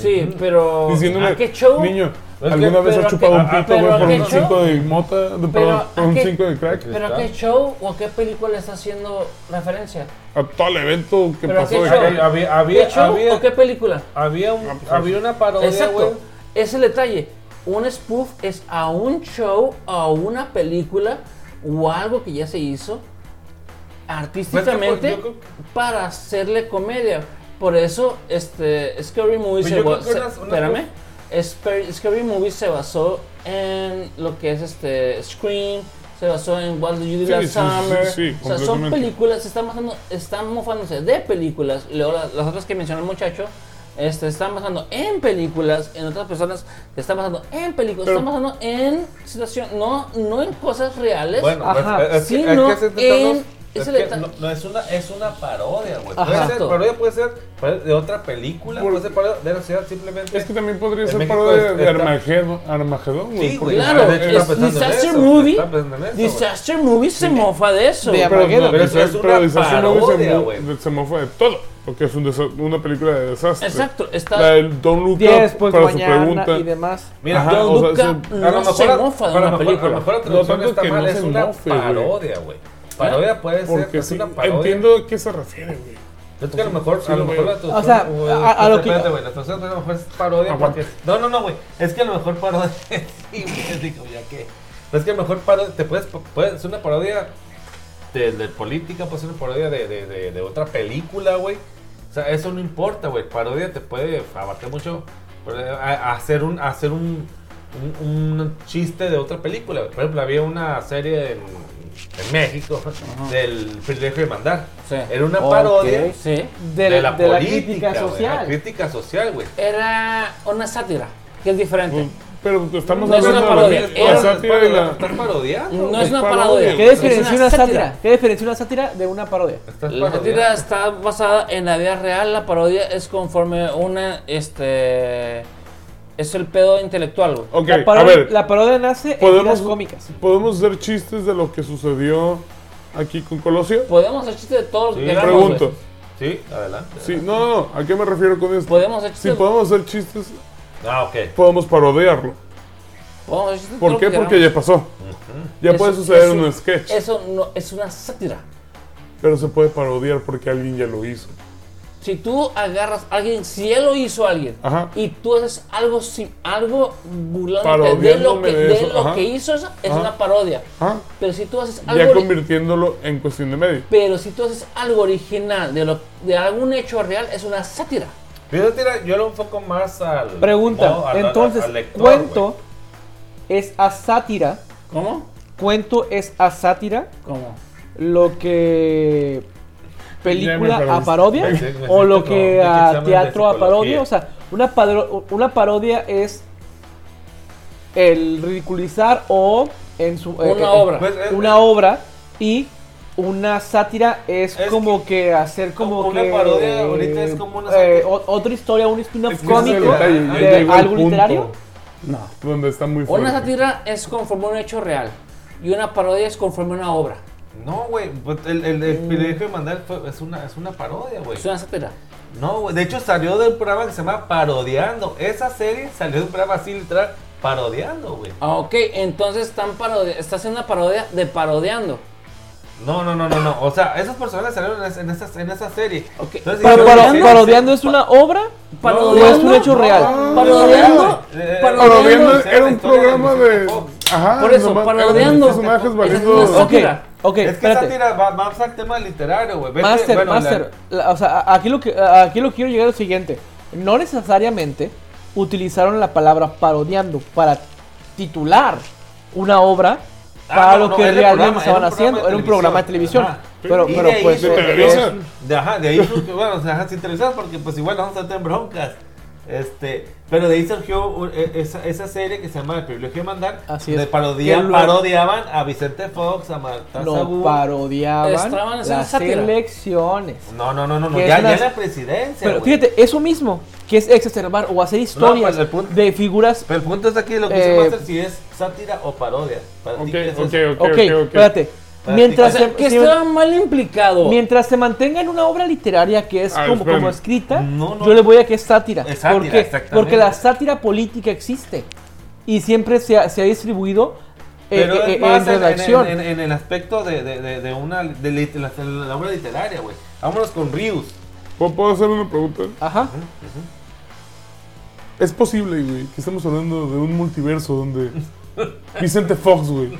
C: sí, pero
F: Diciéndole,
C: ¿a qué show?
F: niño,
B: Es
F: ¿Alguna
B: que-
F: vez
A: pero
F: has chupado
A: que-
F: un pito,
A: pero
F: güey, por
A: que
F: un
A: yo-
F: 5 de mota, de-
A: pero
F: perdón, por un
A: que-
F: 5 de crack?
A: ¿Pero a qué show o a qué película está haciendo referencia?
F: A todo el evento que
A: Pero
F: pasó
A: que
F: de
A: yo-
F: crack.
B: Había, había,
A: ¿Qué
B: había,
A: show o qué película?
B: había
F: Ah,
B: un-
F: pues,
B: había una parodia, güey.
C: Exacto. Es el detalle. Un spoof es a un show, a una película o algo que ya se hizo artísticamente
B: Pues, yo creo que-
C: para hacerle comedia. Por eso, este, Scary Movie
B: Pues
C: se
B: yo creo
C: ba-
B: que
C: se-
B: unas- unas
C: espérame. Sper- Scary Movie se basó en lo que es este Scream, se basó en What Did You Do
F: Sí,
C: Last
F: sí, sí,
C: Summer.
F: sí, sí,
C: o sea, son
F: completamente.
C: películas, se están, basando- están mofándose de películas. y Luego la- las, otras que mencionó el muchacho, este, están basando en películas, en otras personas, se están basando en películas,
F: Pero-
C: están basando en situación, no, no en cosas reales.
B: Bueno,
D: Ajá.
B: pues, es,
C: Sí,
B: que,
C: no,
B: es que se trata-
C: en-
B: es
C: ese
B: que
C: detalle.
B: no, no, es una es una parodia, güey.
D: Ajá.
B: Puede ser
C: Exacto.
B: parodia, puede ser puede- de otra película,
F: Por-
B: puede ser parodia de la ciudad simplemente.
F: Es que también podría
B: En
F: ser
B: México
F: parodia
B: es-
F: de
B: está-
F: Armagedón, Armagedón, güey.
B: Sí, güey.
F: porque-
C: Claro,
B: de hecho, está
C: es
B: pensando en
C: Disaster
B: eso,
C: Movie.
B: está pensando en eso, güey.
C: Disaster Movie se mofa de eso.
D: De-
F: Pero,
D: Armageddon.
F: no,
B: Pero eso
F: pero-
B: es una
F: pero Disaster Movie se
B: parodia,
F: mo-
B: güey.
F: se mofa de todo, porque es un desa- una película de desastre.
C: Exacto, está-
F: La del Don't Look
D: Diez,
F: Up,
D: pues
F: para su
D: mañana
F: pregunta.
D: y demás.
B: Mira,
F: Ajá,
B: yo-
F: o sea,
C: Nunca
F: eso-
C: no se mofa de
B: pero a
C: una
B: lo mejor-
C: película.
B: A lo mejor la
F: No
B: traducción
F: tanto
B: está
F: que
B: mal,
F: no
B: es
F: se
B: una
F: mofe, güey.
B: parodia, güey. Parodia puede ser,
F: Porque
B: es
F: sí,
B: una parodia.
F: entiendo a qué se refiere, güey.
B: Es que a lo mejor,
F: Sí,
B: a lo
F: lo
B: mejor
F: veo.
B: la traducción.
D: O sea,
B: güey,
D: a- a lo que-
B: Espérate, güey, la traducción a lo mejor es parodia.
F: Aguanta.
B: Porque, no, no, no, güey. Es que a lo mejor parodia. *laughs* sí, güey, digo, ya que. Es que a lo mejor parodia. Te puedes, puedes es una parodia de, de política, puede ser una parodia de, de, de, de otra película, güey. O sea, eso no importa, güey. Parodia te puede abarcar mucho. pero, eh, a- a hacer un. a hacer un un, un chiste de otra película. güey. Por ejemplo, había una serie en, en México del privilegio de mandar.
C: Sí.
B: Era una parodia
C: Ok, Sí.
D: De, la, de la crítica
B: güey, La
D: social.
B: crítica social, güey.
C: Era una sátira, que es diferente.
F: Pero estamos
C: No es
F: hablando
C: una
F: de
C: parodia,
F: la- la
C: era-
F: sátira y la...
B: Estás parodiando.
C: No
B: güey.
C: es una
F: parodia.
C: parodia.
D: ¿Qué
C: es
D: diferencia una sátira? ¿Qué diferencia una sátira de una parodia?
B: Estás
C: La sátira
B: parodiando.
C: Pues, está basada en la vida real, la parodia es conforme una, este, es el pedo intelectual, güey.
F: Ok,
D: la,
F: a
D: parodia
F: ver,
D: la parodia nace en
F: podemos-
D: las cómicas.
F: podemos hacer chistes de lo que sucedió aquí con Colosio.
C: Podemos hacer chistes de todo lo que
B: Sí,
C: queramos,
F: Pregunto.
C: güey.
B: Sí, adelante.
F: Sí, no, no, no, ¿a qué me refiero con esto?
C: Podemos hacer
F: si
C: chistes,
F: podemos hacer chistes,
B: Ah, ok.
F: podemos parodiarlo.
C: podemos hacer chistes de todo
F: ¿Por
C: lo
F: qué?
C: que
F: Porque
C: queramos.
F: ya pasó. Ya
C: Eso-
F: puede suceder en
C: eso- Eh.
F: un sketch,
C: Eso no, es una sátira.
F: pero se puede parodiar porque alguien ya lo hizo.
C: Si tú agarras a alguien, si ya lo hizo alguien,
F: Ajá.
C: y tú haces algo sin, algo burlándote de lo
F: Parodiándome
C: que,
F: de
C: de
F: eso,
C: lo
F: ajá.
C: que hizo, es es
F: Ajá.
C: una parodia.
F: Ah,
C: Pero si tú haces algo
F: ya
C: ori-
F: convirtiéndolo en cuestión de medio.
C: pero si tú haces algo original de, lo, de algún hecho real, es una sátira.
B: Yo, lo tira- yo lo enfoco más al.
D: Pregunta,
B: no, al- al-
D: entonces,
B: al lector,
D: cuento es a sátira.
C: ¿Cómo?
D: Cuento es a sátira
C: ¿Cómo?
D: lo que
F: Ya me
D: película a
F: perdiste.
D: parodia
B: Sí, me
D: o lo
B: siento
D: que
B: como un
D: a
B: examen de
D: teatro a parodia.
B: psicología.
D: O sea, una, padro- una parodia es el ridiculizar o en su
C: Una obra.
B: Pues, eh,
D: una obra y una sátira es,
B: Es
D: como que, hacer como
B: una
D: que
B: parodia ahorita es como una
D: eh,
B: sátira.
D: o- otra historia un spin-off
F: Es que ese es el
D: cómico
F: detalle, ya
D: de
F: llegó el
D: algo
F: punto
D: literario
C: No.
F: Donde está muy fuerte.
C: Una sátira es conforme a un hecho real y una parodia es conforme a una obra.
B: güey. No, güey. but El, el,
D: Mm.
B: el privilegio de mandar fue- es, una, es una parodia, güey.
C: Es una sátira.
B: No, güey. De hecho, salió del programa que se llama Parodiando. Esa serie salió de un programa así, literal, parodiando, güey.
C: Ah, ok, entonces están parodi- está haciendo una parodia de parodiando.
B: No, no, no, no, no. O sea, esas personas salieron en, es- en esa, en esa serie.
C: Ok.
D: Pero
B: hicieron
D: paro-
B: una serie-
D: parodiando es una obra o
C: Parodiando.
D: es un hecho real
C: Parodiando.
B: Eh,
C: Parodiando.
F: Parodiando
B: Parodiando
F: era un
B: historia de
F: programa de.
B: Vicente Fox.
F: Ajá,
C: Por eso,
F: nomás-
C: parodiando.
F: eran personajes
C: Es una
F: valiendo.
D: Ok,
C: Sátira.
D: ok,
B: Es que
D: espérate.
B: sátira va va más al tema literario, güey. Vete-
D: Master,
B: bueno, la-
D: Master, la- o sea, a- aquí lo que a- aquí lo que quiero llegar es lo siguiente. No necesariamente utilizaron la palabra parodiando para titular una obra
B: Ah,
D: para
B: no,
D: lo
B: no,
D: que
B: era un
D: realmente
B: programa,
D: estaban
B: era un programa
D: haciendo.
B: de
D: Era un programa de
B: televisión.
D: televisión.
B: Ajá.
D: Pero,
B: Y
D: pero
B: de ahí
D: pues.
F: se
D: eh,
F: televisa.
D: eh,
B: de- ajá, de ahí surgió- bueno, o sea, ajá, se interesaba porque pues igual vamos a tener broncas. Este, pero de ahí surgió un- e- esa, esa serie que se llama El privilegio de mandar.
D: Así
B: donde
D: es.
B: parodia-
D: Que lo-
B: parodiaban a Vicente Fox, a Marta
D: lo
B: Sagún.
D: parodiaban
C: Estaban haciendo
D: las
C: sátira.
D: elecciones.
B: No, no, no, no, no,
D: Que
B: ya,
D: es una-
B: ya la presidencia.
D: Pero
B: güey.
D: fíjate, eso mismo, que es exacerbar o hacer historias
B: pues, el punto-
D: de figuras
B: Pero el punto es aquí lo que dice
D: Eh,
B: Master si es sátira o parodia. Para ti,
F: Ok,
B: ¿qué es
F: ok,
B: eso?
F: ok, ok.
D: ok,
F: ok.
D: espérate.
B: Ah,
D: Mientras
B: sí.
C: O sea, que
D: se-
C: estaba mal implicado.
D: Mientras se mantenga en una obra literaria que es
F: Ah,
D: como,
F: espérame.
D: como escrita,
B: No, no.
D: yo le voy a que es sátira.
B: Es sátira,
D: ¿Por qué?
B: exactamente.
D: Porque la sátira política existe. y siempre se ha, se ha distribuido eh,
B: Pero
D: eh,
B: es
D: eh,
B: más
D: en
B: en,
D: redacción.
B: en- en- en el aspecto de, de- de- de una de lit- la, la obra literaria, güey. Vámonos con Rius.
F: ¿Puedo, puedo hacer una pregunta?
D: Ajá.
F: Es posible, güey, que estamos hablando de un multiverso donde Vicente Fox, güey.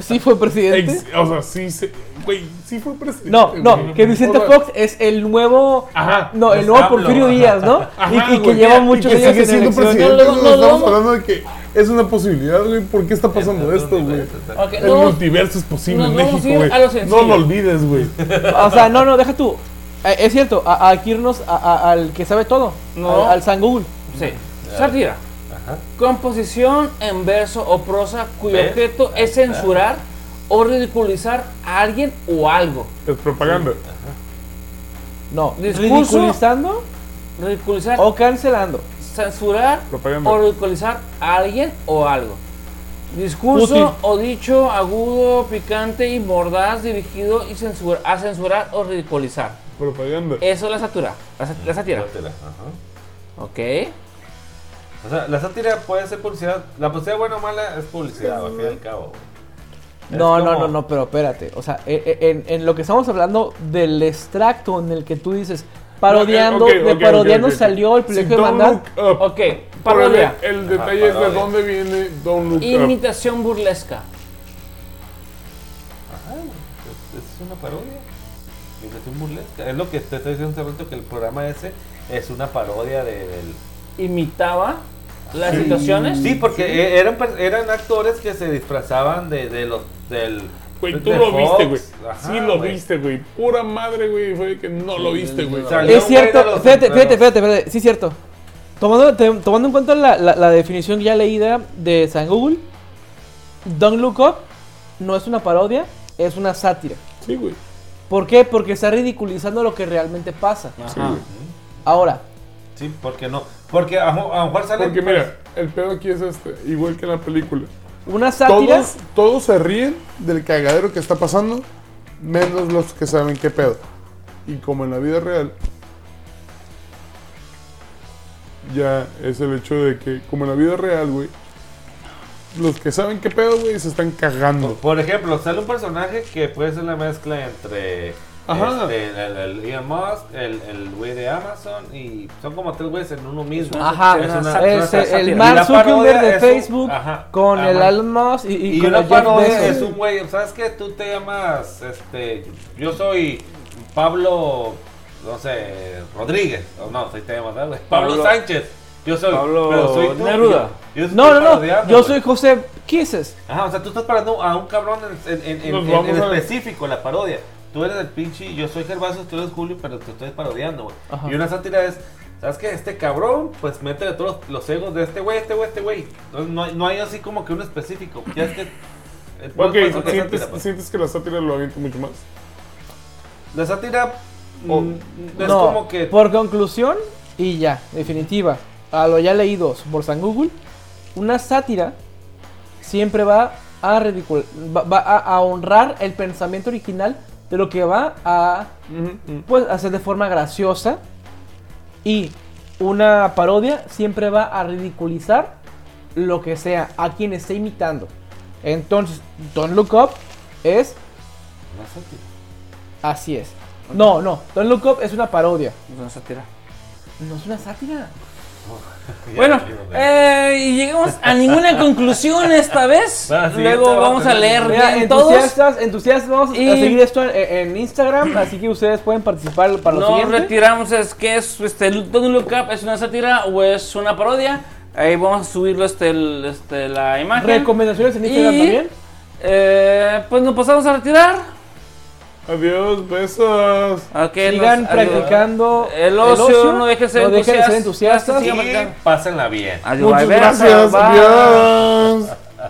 D: Sí fue presidente.
F: ex- o sea, sí, se- güey, sí fue presidente.
D: no, no,
F: güey.
D: que Vicente
F: O sea,
D: Fox es el nuevo.
F: Ajá.
D: No, el
B: es
D: nuevo
B: AMLO,
D: Porfirio
B: ajá.
D: Díaz, ¿no?
F: Ajá,
D: y, y que
F: güey.
D: lleva muchos
F: y que
D: años
F: sigue
D: en
F: siendo
D: elecciones.
F: presidente.
C: No, no,
F: entonces
C: no,
F: estamos
C: no.
F: hablando de que es una posibilidad, güey. ¿Por qué está pasando
B: Es
F: esto,
B: otro
F: güey?
B: universo, está-
C: Ok,
F: El
C: no,
F: multiverso es posible
C: nos
F: en
C: vamos a ir
F: México, güey.
C: a lo
F: No
C: sencillo.
F: lo olvides, güey.
D: O sea, no, no, deja tú. Eh, Es cierto, a- a- aquí irnos a- a- al que sabe todo,
C: No.
D: al, al San Google.
C: Sí. Sátira.
B: Ajá.
C: Composición en verso o prosa cuyo
B: ¿Ves?
C: objeto es censurar o ridiculizar a alguien o algo.
F: Es propaganda.
D: No,
C: Discurso.
D: ridiculizando
C: Ridiculizar,
D: o cancelando.
C: censurar
F: Propaganda.
C: o ridiculizar a alguien o algo. Discurso
D: Útil.
C: o dicho agudo, picante y mordaz dirigido y censura, a censurar o ridiculizar.
F: Propaganda.
D: Eh,
C: Eso es la satura, la, sa- la sátira.
B: Sátira, ajá.
C: Ok.
B: O sea, la sátira puede ser publicidad. La publicidad buena o mala es publicidad, al fin y al cabo, güey. Es
D: No, no,
B: como-
D: no, no, pero espérate. O sea, e- e- en, en lo que estamos hablando del extracto en el que tú dices, parodiando,
F: Ok, ok,
D: de
F: ok,
D: parodiando
F: ok, ok.
D: salió el privilegio
F: Sí,
D: de
F: don't
D: mandar.
F: look up.
C: Ok,
F: Pero el-
C: parodia.
F: El,
B: Ajá,
F: detalle es de
B: parodia.
F: dónde viene Don't Look Up.
C: Imitación burlesca.
B: Ajá, es, es una parodia. Imitación burlesca. Es lo que te estoy diciendo hace rato que el programa ese es una parodia de- del.
C: Imitaba las
F: Sí.
C: situaciones.
B: Sí, porque e- eran, per- eran actores que se disfrazaban de, de los del.
F: Güey, tú
B: de
F: lo
B: Fox.
F: viste, güey.
B: Ajá,
F: Sí lo
B: güey.
F: viste, güey. Pura madre, güey. Fue que no lo viste, güey.
B: Salió
D: Es
B: un güey de
D: cierto,
B: los
D: fíjate,
B: sopranos.
D: fíjate, fíjate, fíjate, sí es cierto. Tomando, te- tomando en cuenta la, la- la definición ya leída de San Google, Don't Look Up no es una parodia, es una sátira.
F: Sí, güey.
D: ¿Por qué? Porque está ridiculizando lo que realmente pasa.
F: Ah.
C: Ajá.
D: Ahora,
B: Sí, porque no. Porque a, mo- a lo mejor salen.
F: Porque mira, el pedo aquí es este, igual que en la película.
D: una sátira.
F: Todos, todos se ríen del cagadero que está pasando, menos los que saben qué pedo. Y como en la vida real, ya es el hecho de que, como en la vida real, güey, los que saben qué pedo, güey, se están cagando.
B: Por ejemplo, sale un personaje que puede ser la mezcla entre
F: Ajá.
B: este, el, el- el Elon Musk, el, el güey de Amazon y son como tres güeyes en uno mismo.
D: Ajá,
B: Es una-
D: es
B: es una
D: el
B: sátira. Y
D: Mark
B: la parodia
D: Zuckerberg de
B: es un-
D: Facebook
B: ajá,
D: con el
B: ajá.
D: Elon Musk y, y
B: Y,
D: con
B: una
D: el Jeff
B: parodia
D: Bezos.
B: es un güey, ¿sabes qué? Tú te llamas, este, yo soy Pablo, no sé, Rodríguez, o no, si te llamas, ¿sabes? Pablo,
C: Pablo-
B: Sánchez, yo soy,
C: Pablo
B: pero soy tú,
C: Neruda.
B: yo- yo estoy
D: No, no, no,
B: parodiando,
D: yo
B: güey.
D: soy José Quises.
B: Ajá, o sea, tú estás parando a un cabrón en, en- en- en-
F: Nos
B: en-
F: vamos
B: en
F: a ver.
B: específico, la parodia. Tú eres el pinche, yo soy Gervasio, tú eres Julio, pero te estoy parodiando, güey.
D: Ajá.
B: Y una sátira es, ¿sabes qué? Este cabrón, pues métele todos los, los egos de este güey, este güey, este güey. Entonces no, hay- no hay así como que uno específico. Ya es que... eh, no
F: Ok,
B: puede ser una
F: ¿sientes,
B: sátira, pues.
F: sientes que la sátira lo avienta mucho más?
B: La sátira
F: O-
B: mm, es
D: no,
B: como que...
D: por conclusión y ya, definitiva, a lo ya leídos por San Google, una sátira siempre va a ridicul- va, va a, a honrar el pensamiento original de lo que va a pues hacer de forma graciosa y una parodia siempre va a ridiculizar lo que sea a quien esté imitando. Entonces, Don't Look Up es
B: Una sátira.
D: así es. No, no, Don't Look Up es una parodia.
C: Es una sátira.
D: No es una sátira.
B: Ya,
C: Bueno,
B: digo, güey.
C: eh, y llegamos a ninguna conclusión esta vez.
B: Ah, sí,
C: Luego
B: esta
C: vamos
B: va a
C: a
B: tener-
C: leer
D: Mira,
C: bien todos.
D: entusiastas, entusiastas, vamos
C: Y-
D: a seguir esto en, en Instagram, así que ustedes pueden participar para lo
C: No
D: siguiente.
C: retiramos, es que es este Don't Look Up es una sátira o es una parodia. Ahí vamos a subirlo este, el- este, la imagen.
D: Recomendaciones en
C: Y,
D: Instagram también.
C: eh, pues nos pasamos a retirar.
F: Adiós, besos.
C: Ok,
D: Sigan
C: nos-
D: practicando
C: el ocio, no dejen de ser
D: no dejen de ser
C: entusiastas.
D: entusiastas.
C: Sí,
B: Y pásenla bien.
C: Adiós,
F: Muchas
C: bye, bye.
F: gracias. Adiós.